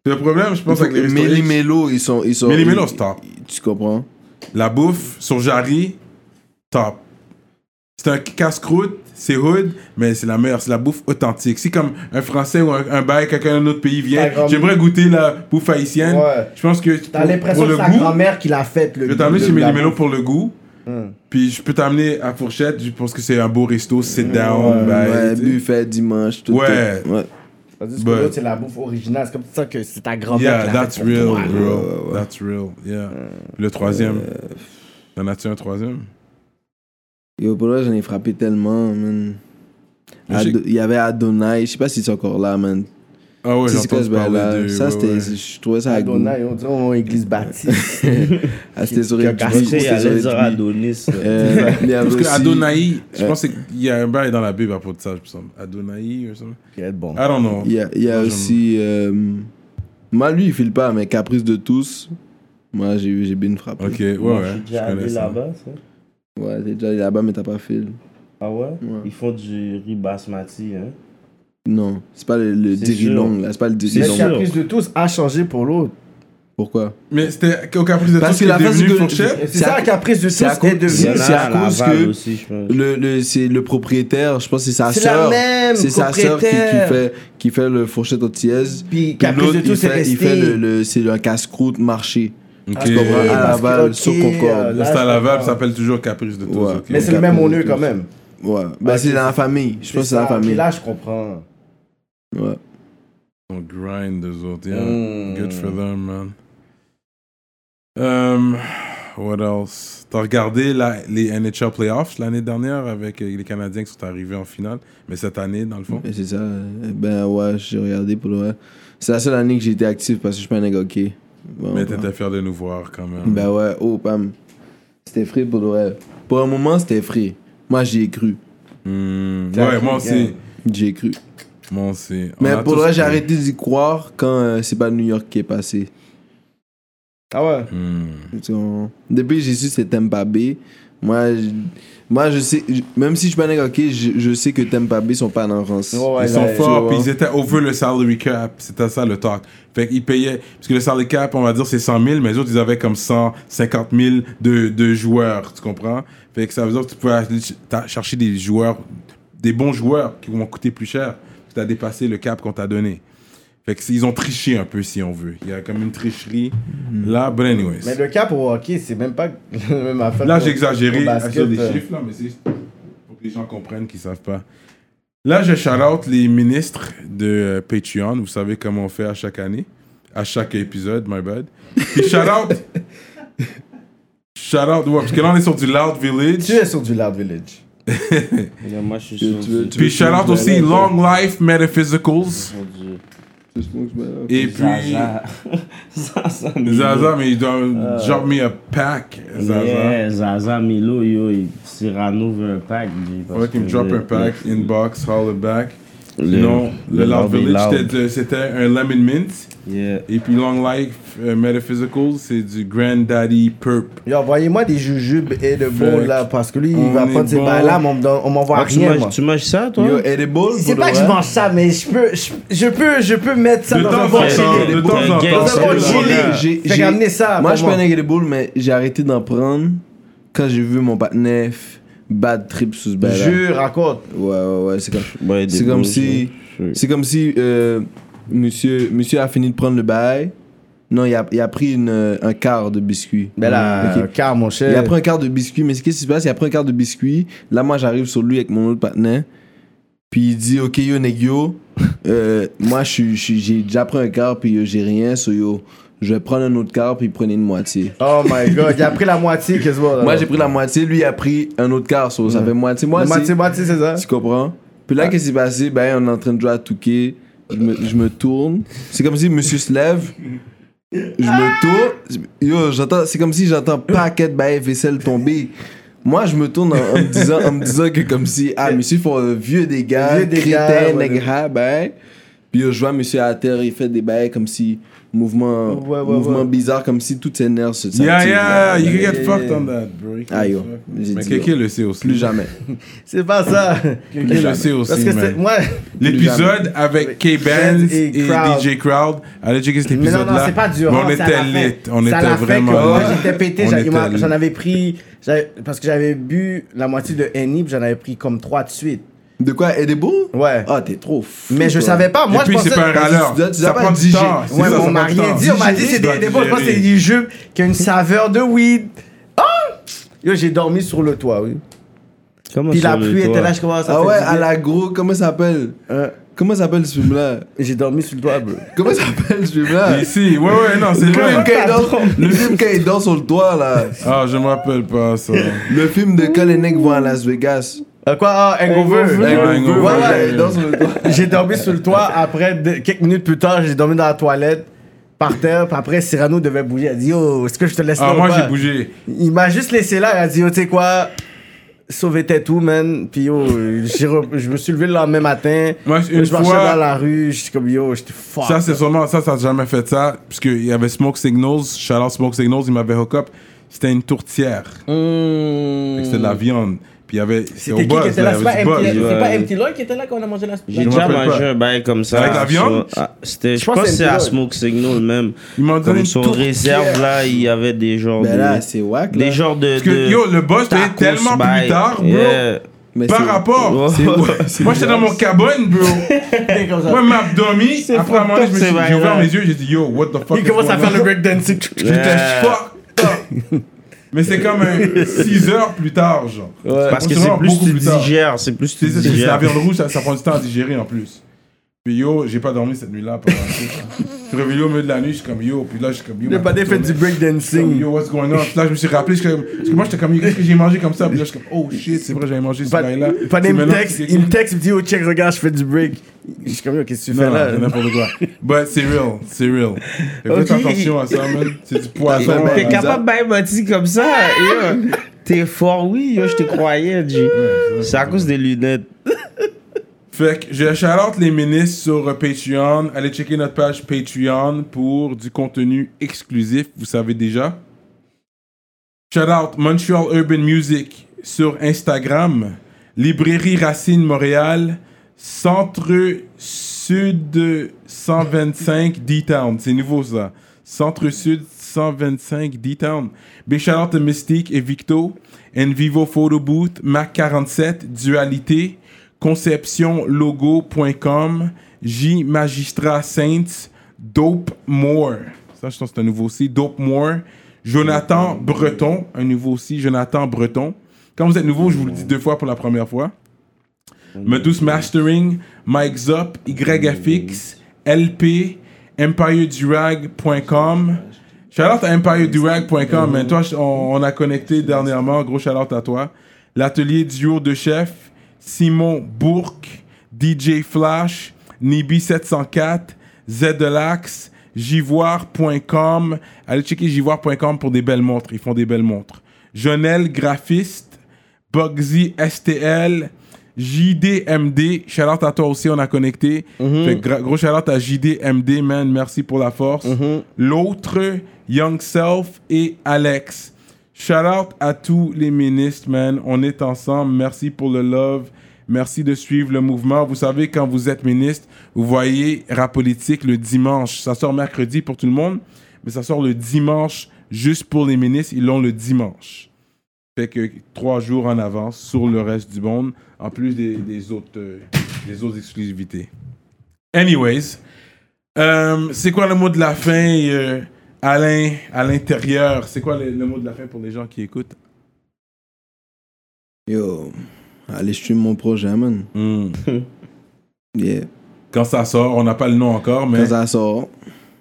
Speaker 1: Le problème, je pense, avec les restos
Speaker 3: Méli
Speaker 1: haïtiens,
Speaker 3: Mélo, ils sont. Ils sont
Speaker 1: Méli
Speaker 3: ils-
Speaker 1: Mélo, c'est top.
Speaker 3: Tu comprends?
Speaker 1: la bouffe, sur Jarry, top. C'est un casse-croûte, c'est hood, mais c'est la meilleure, c'est la bouffe authentique. Si comme un Français ou un, un bail, quelqu'un d'un autre pays vient,
Speaker 2: Ta grand-
Speaker 1: j'aimerais goûter la bouffe haïtienne.
Speaker 2: Ouais.
Speaker 1: Je pense que
Speaker 2: T'as
Speaker 1: pour,
Speaker 2: l'impression
Speaker 1: pour
Speaker 2: que
Speaker 1: le
Speaker 2: c'est ta
Speaker 1: goût,
Speaker 2: grand-mère qui l'a faite le
Speaker 1: je vais t'amener
Speaker 2: le-
Speaker 1: chez
Speaker 2: la
Speaker 1: Mélimélo
Speaker 2: bouffe.
Speaker 1: pour le goût.
Speaker 2: Hum.
Speaker 1: Puis je peux t'amener à Fourchette, je pense que c'est un beau resto, sit down,
Speaker 3: Ouais,
Speaker 1: bail, tu sais.
Speaker 3: buffet, dimanche, tout.
Speaker 1: Ouais.
Speaker 3: tout. ouais.
Speaker 2: Tandis que
Speaker 1: But-
Speaker 2: l'autre, c'est la bouffe originale. C'est comme ça que c'est ta grand-mère
Speaker 1: Yeah,
Speaker 2: qui l'a
Speaker 1: that's
Speaker 2: faite pour
Speaker 1: real,
Speaker 2: toi.
Speaker 1: bro. That's real, yeah.
Speaker 3: Euh,
Speaker 1: Le troisième. T'en as-tu un troisième?
Speaker 3: Yo, pour vrai, j'en ai frappé tellement, man.
Speaker 1: Moi, j'ai-
Speaker 3: Ado- Il y avait Adonai, je sais pas si c'est encore là, man.
Speaker 1: Ah ouais,
Speaker 3: Tu sais, c'est quoi
Speaker 1: j'entends
Speaker 3: ce
Speaker 1: parler
Speaker 3: bail-là?
Speaker 1: de...
Speaker 3: Ça,
Speaker 1: ouais,
Speaker 3: c'était.
Speaker 1: ouais.
Speaker 3: Je trouvais ça à goût.
Speaker 2: Adonai, on dirait mon
Speaker 3: Euh,
Speaker 2: église baptiste.
Speaker 3: Ah, c'était sur
Speaker 2: Qui a
Speaker 3: Airbnb,
Speaker 2: cassé,
Speaker 3: c'était
Speaker 4: Après,
Speaker 3: sur
Speaker 4: allait dire
Speaker 3: Airbnb.
Speaker 4: Adonis. là.
Speaker 3: Euh, il y avait
Speaker 1: Parce que
Speaker 3: aussi-
Speaker 1: Adonai, je pense qu'il y a un bail dans la Bible à propos de ça, je me semble. Adonai ou something.
Speaker 2: Quel bon.
Speaker 1: I don't know.
Speaker 3: Il y a, il y a
Speaker 1: Moi, j'aime-
Speaker 3: aussi. euh, moi, lui, il file pas, mais Caprice de tous. Moi, j'ai j'ai bien frappé.
Speaker 1: Ok, ouais,
Speaker 4: Moi,
Speaker 1: ouais.
Speaker 4: j'ai
Speaker 1: Je
Speaker 4: déjà
Speaker 1: connais
Speaker 4: allé
Speaker 1: ça.
Speaker 4: là-bas, ça.
Speaker 3: Ouais, t'es déjà allé là-bas, mais t'as pas fait.
Speaker 4: Ah ouais? Ils font du riz basmati, hein.
Speaker 3: Non, c'est pas le, le
Speaker 4: C'est
Speaker 3: diri
Speaker 4: sûr.
Speaker 3: long, là. C'est pas le diri
Speaker 4: C'est
Speaker 2: Mais
Speaker 3: long.
Speaker 4: sûr.
Speaker 2: Caprice de tous a changé pour l'autre.
Speaker 3: Pourquoi
Speaker 1: Mais c'était au caprice de
Speaker 3: Parce
Speaker 1: tous qui
Speaker 3: que la
Speaker 1: est
Speaker 3: face
Speaker 1: devenu
Speaker 3: que-
Speaker 1: Fourchette.
Speaker 2: C'est ça, la caprice de
Speaker 3: C'est à,
Speaker 2: tous
Speaker 3: cause-
Speaker 2: est
Speaker 3: c'est
Speaker 2: devenu.
Speaker 3: à cause que
Speaker 4: Aussi, je pense.
Speaker 3: le, le, c'est le propriétaire, je pense que c'est sa
Speaker 2: C'est la
Speaker 3: sœur.
Speaker 2: même
Speaker 3: C'est sa sœur qui, qui,
Speaker 2: propriétaire.
Speaker 3: fait, qui fait le fourchette antillaise.
Speaker 2: Puis Caprice
Speaker 3: l'autre,
Speaker 2: de tous
Speaker 3: il
Speaker 2: est
Speaker 3: fait, il
Speaker 2: resté.
Speaker 3: fait le, le- c'est le casse-croûte marché.
Speaker 1: Ok.
Speaker 3: Tu comprends? Ah, À
Speaker 2: parce que,
Speaker 3: Laval,
Speaker 2: ok,
Speaker 3: sur Concorde.
Speaker 2: euh,
Speaker 1: C'est à Laval, ça s'appelle toujours Caprice de tous.
Speaker 3: Ouais.
Speaker 1: ok.
Speaker 2: Mais c'est le même honneur quand même.
Speaker 3: Ouais. Ben,
Speaker 2: Ok.
Speaker 3: c'est dans la famille. Je pense que c'est dans la
Speaker 2: ça. Mais
Speaker 3: famille.
Speaker 2: là, je comprends.
Speaker 3: Ouais.
Speaker 1: On grind eux autres, yeah.
Speaker 3: Hmm.
Speaker 2: Mm.
Speaker 1: Good for them, man. Um, what else? T'as regardé la- les NHL playoffs l'année dernière avec euh, les Canadiens qui sont arrivés en finale, mais cette année, dans le fond?
Speaker 3: Et C'est ça. euh, Ben ouais, j'ai regardé pour le vrai. C'est la seule année que j'ai été actif parce que je suis pas un nègre hockey. Bon,
Speaker 1: Mais
Speaker 3: ben.
Speaker 1: t'étais fier de nous voir quand même.
Speaker 3: Ben ouais, oh pam. C'était frais pour le vrai. Pour un moment, c'était frais. Moi, j'y ai cru.
Speaker 1: Mm. Ouais, moi aussi.
Speaker 3: J'y ai cru.
Speaker 1: Moi aussi. On
Speaker 3: Mais
Speaker 1: a
Speaker 3: pour le
Speaker 1: tous
Speaker 3: vrai, j'ai
Speaker 1: cru.
Speaker 3: arrêté d'y croire quand euh, c'est pas New York qui est passé.
Speaker 4: Ah ouais?
Speaker 1: Mm.
Speaker 3: Tu comprends? Depuis que j'ai su que c'était Tampa Bay, moi, je, moi, je sais, je- même si je suis pas un nègre hockey, je, je sais que Tampa Bay sont pas en France.
Speaker 1: Ils
Speaker 2: Ouais, là,
Speaker 1: sont
Speaker 2: tu
Speaker 1: forts,
Speaker 3: vois.
Speaker 1: puis ils étaient over le salary cap. C'était ça le talk. Fait qu'ils payaient, parce que le salary cap, on va dire, c'est 100 000, mais les autres, ils avaient comme 150 000 de, de joueurs, tu comprends? Fait que ça veut dire que tu pouvais aller ch- t'as- chercher des joueurs, des bons joueurs qui vont coûter plus cher. Tu as dépassé le cap qu'on t'a donné. Fait que c'est- ils ont triché un peu, si on veut. Il y a comme une tricherie là, but anyways.
Speaker 2: Mm-hmm. Mais le cap au hockey, c'est même pas la même affaire.
Speaker 1: Là,
Speaker 2: qu'au-
Speaker 1: j'ai exagéré
Speaker 2: au basket,
Speaker 1: sur des
Speaker 2: euh.
Speaker 1: chiffres, là, mais c'est pour que les gens comprennent qu'ils savent pas. Là, je shout-out les ministres de euh, Patreon. Vous savez comment on fait à chaque année, à chaque épisode, my bad. Puis shout-out... shout-out, ouais, parce que là, on est sur du Loud
Speaker 2: Tu
Speaker 1: Village.
Speaker 2: es sur du Loud Village.
Speaker 4: Regarde, Moi, je suis
Speaker 3: Tu veux-
Speaker 4: sur.
Speaker 3: tu veux- tu veux-
Speaker 1: Puis shout-out aussi Long Life Metaphysicals.
Speaker 4: sur du-
Speaker 1: Et puis...
Speaker 4: Zaza. Zaza Milo.
Speaker 1: Zaza, mais il doit
Speaker 2: Euh.
Speaker 1: drop me a pack, Zaza.
Speaker 4: Yeah, Zaza Milo, yo, il- Cyrano veut un pack.
Speaker 1: Faudrait qu'il me drop un pack, inbox, holler back.
Speaker 4: Le-
Speaker 1: non, le
Speaker 4: le
Speaker 1: Loud
Speaker 4: Loud Village
Speaker 1: Village, c'était-
Speaker 4: Loud.
Speaker 1: c'était un Lemon Mint.
Speaker 4: Yeah.
Speaker 1: Et puis Long Life euh, Metaphysical, c'est du Granddaddy Perp.
Speaker 2: Yo, envoyez-moi des jujubes et de bol là, parce que lui, il
Speaker 1: on
Speaker 2: va
Speaker 1: est
Speaker 2: prendre ses
Speaker 1: bon.
Speaker 2: balles là, mais on me donne- on m'envoie
Speaker 4: Ah, tu,
Speaker 2: rien. moi.
Speaker 4: manges, tu manges ça, toi
Speaker 3: Yo, edible,
Speaker 2: C'est
Speaker 3: pour
Speaker 2: pas
Speaker 3: le
Speaker 2: que je
Speaker 3: vrai?
Speaker 2: mange ça, mais je peux, je, je peux, je peux mettre ça
Speaker 1: De
Speaker 2: dans
Speaker 1: temps
Speaker 2: un
Speaker 1: en
Speaker 2: bon
Speaker 1: temps,
Speaker 2: chili.
Speaker 1: de temps en
Speaker 4: Gay,
Speaker 1: temps.
Speaker 2: Dans un bon
Speaker 4: c'est
Speaker 2: chili.
Speaker 4: bon.
Speaker 3: J'ai-
Speaker 2: Fait
Speaker 3: j'ai-
Speaker 2: qu'amener ça. pour
Speaker 3: Moi, je suis pas un nègre de boule, mais j'ai arrêté d'en prendre quand j'ai vu mon partenaire f- bad trip sous ce bail
Speaker 2: Je raconte.
Speaker 3: Ouais, ouais, ouais, c'est comme,
Speaker 4: Ouais, des
Speaker 3: c'est comme
Speaker 4: boules,
Speaker 3: si,
Speaker 4: ouais.
Speaker 3: c'est comme si euh, monsieur, monsieur a fini de prendre le bail. Non, il a, il a pris une, euh, un quart de biscuit.
Speaker 2: Ben là,
Speaker 3: Ok.
Speaker 2: car mon
Speaker 3: Il a
Speaker 2: cher.
Speaker 3: pris un quart de biscuit, mais ce qui se passe, il a pris un quart de biscuit. Là, moi, j'arrive sur lui avec mon autre partenaire. Puis il dit, OK, yo, nègre, yo, euh, moi, je suis- je suis- j'ai déjà pris un quart, puis yo, j'ai rien, so yo, je vais prendre un autre quart, puis prenez une moitié.
Speaker 2: Oh my god, il a pris la moitié, qu'est-ce que
Speaker 3: Moi, j'ai pris la moitié, lui, il a pris un autre quart, so ça fait moitié,
Speaker 2: moitié.
Speaker 3: moitié.
Speaker 2: Moitié, moitié, c'est ça.
Speaker 3: Tu comprends? Puis
Speaker 2: Ah.
Speaker 3: là, qu'est-ce qui s'est passé? Ben, on est en train de jouer à Touquet. Je me, je me tourne. C'est comme si monsieur se lève. Je me tourne. Yo, j'entends. C'est comme si j'entends paquet de bails vaisselle tomber. Moi, je me tourne en, en me disant, en me disant que comme si, ah, monsieur fait un vieux dégât,
Speaker 2: Vieux dégât,
Speaker 3: crétin,
Speaker 2: ouais.
Speaker 3: nègre, ben. Puis yo, je vois monsieur à terre, il fait des bails comme si, mouvement,
Speaker 2: Ouais, ouais,
Speaker 3: mouvement
Speaker 2: ouais.
Speaker 3: bizarre, comme si toutes ses nerfs se
Speaker 1: Yeah,
Speaker 3: s'activent,
Speaker 1: yeah,
Speaker 3: là,
Speaker 1: you
Speaker 3: là,
Speaker 1: can
Speaker 3: là.
Speaker 1: get fucked on that, bro. You can
Speaker 3: Ah,
Speaker 1: get
Speaker 3: yo,
Speaker 1: fucked.
Speaker 3: j'ai
Speaker 1: Mais
Speaker 3: dit,
Speaker 1: quelqu'un le sait aussi.
Speaker 3: Plus jamais.
Speaker 2: C'est pas ça.
Speaker 1: Quelqu'un le sait
Speaker 2: Parce
Speaker 1: aussi,
Speaker 2: que c'est.
Speaker 1: man.
Speaker 2: Moi.
Speaker 1: L'épisode avec K-Benz et
Speaker 2: Et Crowd.
Speaker 1: DJ Crowd. Allez checker cet
Speaker 2: Mais non, non,
Speaker 1: épisode-là.
Speaker 2: c'est pas
Speaker 1: Mais
Speaker 2: dur.
Speaker 1: On était lit. On était vraiment
Speaker 2: Moi,
Speaker 1: lit.
Speaker 2: j'étais pété,
Speaker 1: On
Speaker 2: j'a-
Speaker 1: était
Speaker 2: il m'a-
Speaker 1: lit.
Speaker 2: j'en avais pris. j'avais- Parce que j'avais bu la moitié de Henny, puis j'en avais pris comme trois de suite.
Speaker 3: De quoi? Edible?
Speaker 2: Ouais.
Speaker 3: Ah, t'es trop fou.
Speaker 2: Mais je
Speaker 3: toi.
Speaker 2: savais pas, Ah, moi
Speaker 1: et
Speaker 2: je
Speaker 1: puis,
Speaker 2: pensais.
Speaker 1: c'est pas un râleur.
Speaker 3: tu dois- tu
Speaker 1: Ça
Speaker 3: dois pas
Speaker 1: prend du
Speaker 3: digérer.
Speaker 1: temps. C'est
Speaker 2: Ouais,
Speaker 1: ça,
Speaker 2: mais
Speaker 1: ça
Speaker 2: on
Speaker 1: prend
Speaker 2: m'a
Speaker 1: du
Speaker 2: rien
Speaker 1: temps.
Speaker 2: dit, on m'a dit
Speaker 1: Digérer,
Speaker 2: c'est des, des
Speaker 1: dois
Speaker 2: je pense que c'est
Speaker 1: digérer.
Speaker 2: des jupes qui a une saveur de weed. Ah Yo, j'ai dormi sur le toit, oui.
Speaker 4: Comment
Speaker 2: Puis la
Speaker 4: sur le
Speaker 2: pluie
Speaker 4: toit?
Speaker 2: était là, je commence à
Speaker 3: Ah
Speaker 2: faire
Speaker 3: ouais,
Speaker 2: du bien.
Speaker 3: à la gros, comment ça s'appelle
Speaker 2: Euh,
Speaker 3: Comment ça s'appelle ce film-là
Speaker 2: J'ai dormi sur le toit, bro.
Speaker 3: Comment ça s'appelle ce film-là
Speaker 1: Ici, ouais, ouais, non, c'est
Speaker 3: Le film
Speaker 1: vrai.
Speaker 3: quand il danse- le film quand il danse sur le toit, là.
Speaker 1: Ah, je me rappelle pas ça.
Speaker 3: Le film de quand les nègres vont à Las Vegas.
Speaker 2: Euh, quoi Ah, hangover.
Speaker 1: Ouais,
Speaker 3: Ouais,
Speaker 1: Hangover.
Speaker 3: ouais, il danse sur le toit.
Speaker 2: J'ai dormi sur le toit. Après, de- quelques minutes plus tard, j'ai dormi dans la toilette, par terre. Puis après, Cyrano devait bouger. Elle a dit Yo, est-ce que je te laisse là
Speaker 1: Ah,
Speaker 2: ou
Speaker 1: moi,
Speaker 2: pas?
Speaker 1: j'ai bougé.
Speaker 2: Il m'a juste laissé là. Il a dit Yo, tu sais quoi Sauver tes tout, man. Puis yo, j'ai re- je me suis levé le lendemain matin.
Speaker 1: Moi, une
Speaker 2: je marchais
Speaker 1: fois-
Speaker 2: dans la rue. J'étais comme Yo, j'étais fuck.
Speaker 1: Ça, c'est sûrement, ça, ça a jamais fait ça. Parce qu'il y avait Smoke Signals, Chaleur Smoke Signals, il m'avait hook up. C'était une tourtière. Fait que C'était de la viande. Puis Puis il y avait.
Speaker 2: C'était qui qui était là? C'est pas
Speaker 1: Buzz,
Speaker 2: MT
Speaker 1: là.
Speaker 2: c'est
Speaker 4: ouais.
Speaker 2: pas MT Lloyd qui était là quand on a mangé la
Speaker 4: J'ai
Speaker 1: Je me
Speaker 4: déjà
Speaker 1: rappelle
Speaker 4: mangé
Speaker 1: pas.
Speaker 4: un bail comme ça.
Speaker 1: Avec la viande?
Speaker 4: sur- ah, c'était- je
Speaker 2: pense
Speaker 4: pense que
Speaker 2: que
Speaker 4: c'est
Speaker 2: c'est
Speaker 4: à
Speaker 2: drôle.
Speaker 4: Smoke Signal même.
Speaker 1: Ils m'ont donné
Speaker 4: Comme
Speaker 1: une
Speaker 4: son
Speaker 1: toute
Speaker 4: réserve
Speaker 1: pièce.
Speaker 4: là, il y avait des genres
Speaker 3: Ben là,
Speaker 4: de.
Speaker 3: c'est wack, là.
Speaker 4: Des genres de.
Speaker 1: Parce que
Speaker 4: de
Speaker 1: yo, le boss, t'es
Speaker 4: tacos
Speaker 1: tellement plus
Speaker 4: bail.
Speaker 1: tard, bro.
Speaker 4: Yeah.
Speaker 3: Mais
Speaker 1: Par
Speaker 3: c'est-
Speaker 1: rapport.
Speaker 3: C'est wack, c'est
Speaker 1: Moi, j'étais dans mon cabane, bro.
Speaker 2: comme
Speaker 1: Moi, m'a abdomi.
Speaker 4: C'est
Speaker 1: Après, à un moment,
Speaker 4: fucked
Speaker 1: donné,
Speaker 4: up,
Speaker 1: je me suis-
Speaker 4: c'est
Speaker 1: j'ai ouvert
Speaker 4: vrai.
Speaker 1: mes yeux, j'ai dit, yo, what the fuck.
Speaker 2: Il
Speaker 1: is
Speaker 2: commence à
Speaker 1: going
Speaker 2: faire
Speaker 1: on?
Speaker 2: le breakdancing.
Speaker 1: J'étais
Speaker 4: Yeah.
Speaker 1: fucked up. Mais c'est comme 6 heures plus tard, genre.
Speaker 4: Parce que
Speaker 1: Bon,
Speaker 4: c'est
Speaker 1: vraiment
Speaker 4: plus
Speaker 1: beaucoup
Speaker 4: tu
Speaker 1: plus tard.
Speaker 4: digères. C'est plus tu
Speaker 1: C'est ça, c'est la
Speaker 4: digères.
Speaker 1: viande rouge, ça, ça prend du temps à digérer en plus. Puis yo, j'ai pas dormi cette nuit-là. pendant- je suis réveillé au milieu de la nuit, je suis comme yo, puis là, je suis comme yo.
Speaker 2: Le
Speaker 1: ma
Speaker 2: badé
Speaker 1: tête
Speaker 2: fait
Speaker 1: tournait.
Speaker 2: du
Speaker 1: Je suis comme,
Speaker 2: breakdancing.
Speaker 1: Yo, what's going on? Puis là, je me suis rappelé, je suis comme, parce que moi, j'étais comme, yo, qu'est-ce que j'ai mangé comme ça? Puis là, je suis comme, oh shit, c'est vrai, j'avais mangé ce
Speaker 2: Pas-
Speaker 1: gars-là.
Speaker 2: Pas
Speaker 1: C'est
Speaker 2: il me
Speaker 1: maintenant-
Speaker 2: texte, il me texte, il me dit Oh, check, regarde, je fais du break. Je suis comme Yo, qu'est-ce que tu fais
Speaker 1: Non,
Speaker 2: là
Speaker 1: c'est n'importe quoi. But c'est real, c'est real. Fait que
Speaker 4: Ok.
Speaker 1: Faites attention à ça, man. C'est du poison.
Speaker 3: Ouais,
Speaker 4: T'es
Speaker 1: euh,
Speaker 3: bizarre.
Speaker 4: capable de bâtir comme ça. yo. T'es fort, oui. Yo, je te croyais. G. C'est à cause des lunettes.
Speaker 1: Fait que je shout-out les ministres sur euh, Patreon. Allez checker notre page Patreon pour du contenu exclusif, vous savez déjà. Shout-out Montreal Urban Music sur Instagram, Librairie Racine Montréal, Centre Sud 125 D-Town. C'est nouveau ça. Centre Sud 125 D-Town. Big shout-out à Mystique et Victo, Envivo Photo Booth, Mac47, Dualité, conceptionlogo.com, J Magistrat Saints, Dope More. Ça, je pense que c'est un nouveau site. Dope More. Jonathan Breton, un nouveau site. Jonathan Breton. Quand vous êtes nouveau, je vous le dis deux fois pour la première fois. Medus Mastering, Mike Zop, YFX, LP, EmpireDurag.com. Shout-out à EmpireDurag.com. man. Toi, je- on, on a connecté dernièrement. Gros shout-out à toi. L'atelier duo de chef, Simon Bourque, DJ Flash, Nibi704, Zdelax, Jivoire.com. Allez checker Jivoire.com pour des belles montres. Ils font des belles montres. Jonel, graphiste. Bugsy STL, JDMD. Shout-out à toi aussi, on a connecté. Fait que gra- gros shout-out à JDMD, man. Merci pour la force. L'autre, Young Self et Alex. Shout-out à tous les ministres, man. On est ensemble. Merci pour le love. Merci de suivre le mouvement. Vous savez, quand vous êtes ministre, vous voyez Rap Politique le dimanche. Ça sort mercredi pour tout le monde, mais ça sort le dimanche juste pour les ministres. Ils l'ont le dimanche fait que trois jours en avance sur le reste du monde, en plus des, des autres, euh, des autres exclusivités. Anyways, euh, c'est quoi le mot de la fin, euh, Alain, à l'intérieur? C'est quoi le, le mot de la fin pour les gens qui écoutent?
Speaker 3: Yo, allez, je tue mon projet, man.
Speaker 2: Mm.
Speaker 3: Yeah.
Speaker 1: Hmm. Quand ça sort, on n'a pas le nom encore, mais...
Speaker 3: Quand ça sort.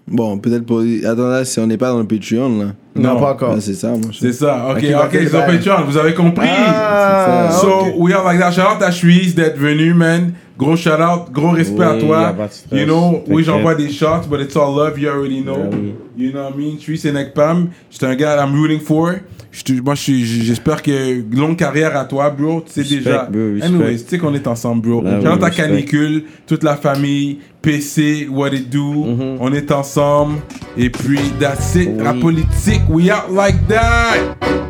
Speaker 3: Bon, peut-être pour. Attendez, si on n'est pas dans le Patreon, là.
Speaker 2: Non, pas encore.
Speaker 3: Là, c'est ça, moi. je-
Speaker 1: C'est ça, ok,
Speaker 2: Ok,
Speaker 1: ok,
Speaker 2: ok,
Speaker 1: sur
Speaker 2: bye.
Speaker 1: Patreon, vous avez compris.
Speaker 2: Ah,
Speaker 3: C'est
Speaker 1: So,
Speaker 2: ok.
Speaker 1: we are like that. Shout out à Suisse d'être venu, man. Gros shout out, gros respect à
Speaker 4: Oui, y a
Speaker 1: toi.
Speaker 4: pas de stress.
Speaker 1: You know, oui,
Speaker 4: T'inquiète.
Speaker 1: j'envoie des shots, but it's all love, you already know.
Speaker 4: Ben oui.
Speaker 1: You know what I mean? Suisse et Nekpam, j'étais un gars I'm rooting for. Je te- Moi, je suis- j'espère que longue carrière à toi, bro. Tu sais
Speaker 4: Respect,
Speaker 1: déjà.
Speaker 4: bro, respect.
Speaker 1: Anyways, tu sais qu'on est ensemble, bro.
Speaker 4: Ben
Speaker 1: shout out
Speaker 4: oui,
Speaker 1: à
Speaker 4: respect.
Speaker 1: Canicule, toute la famille, PC, What It Do.
Speaker 4: Mm-hmm.
Speaker 1: On est ensemble. Et puis, that's it, la politique, we out like that.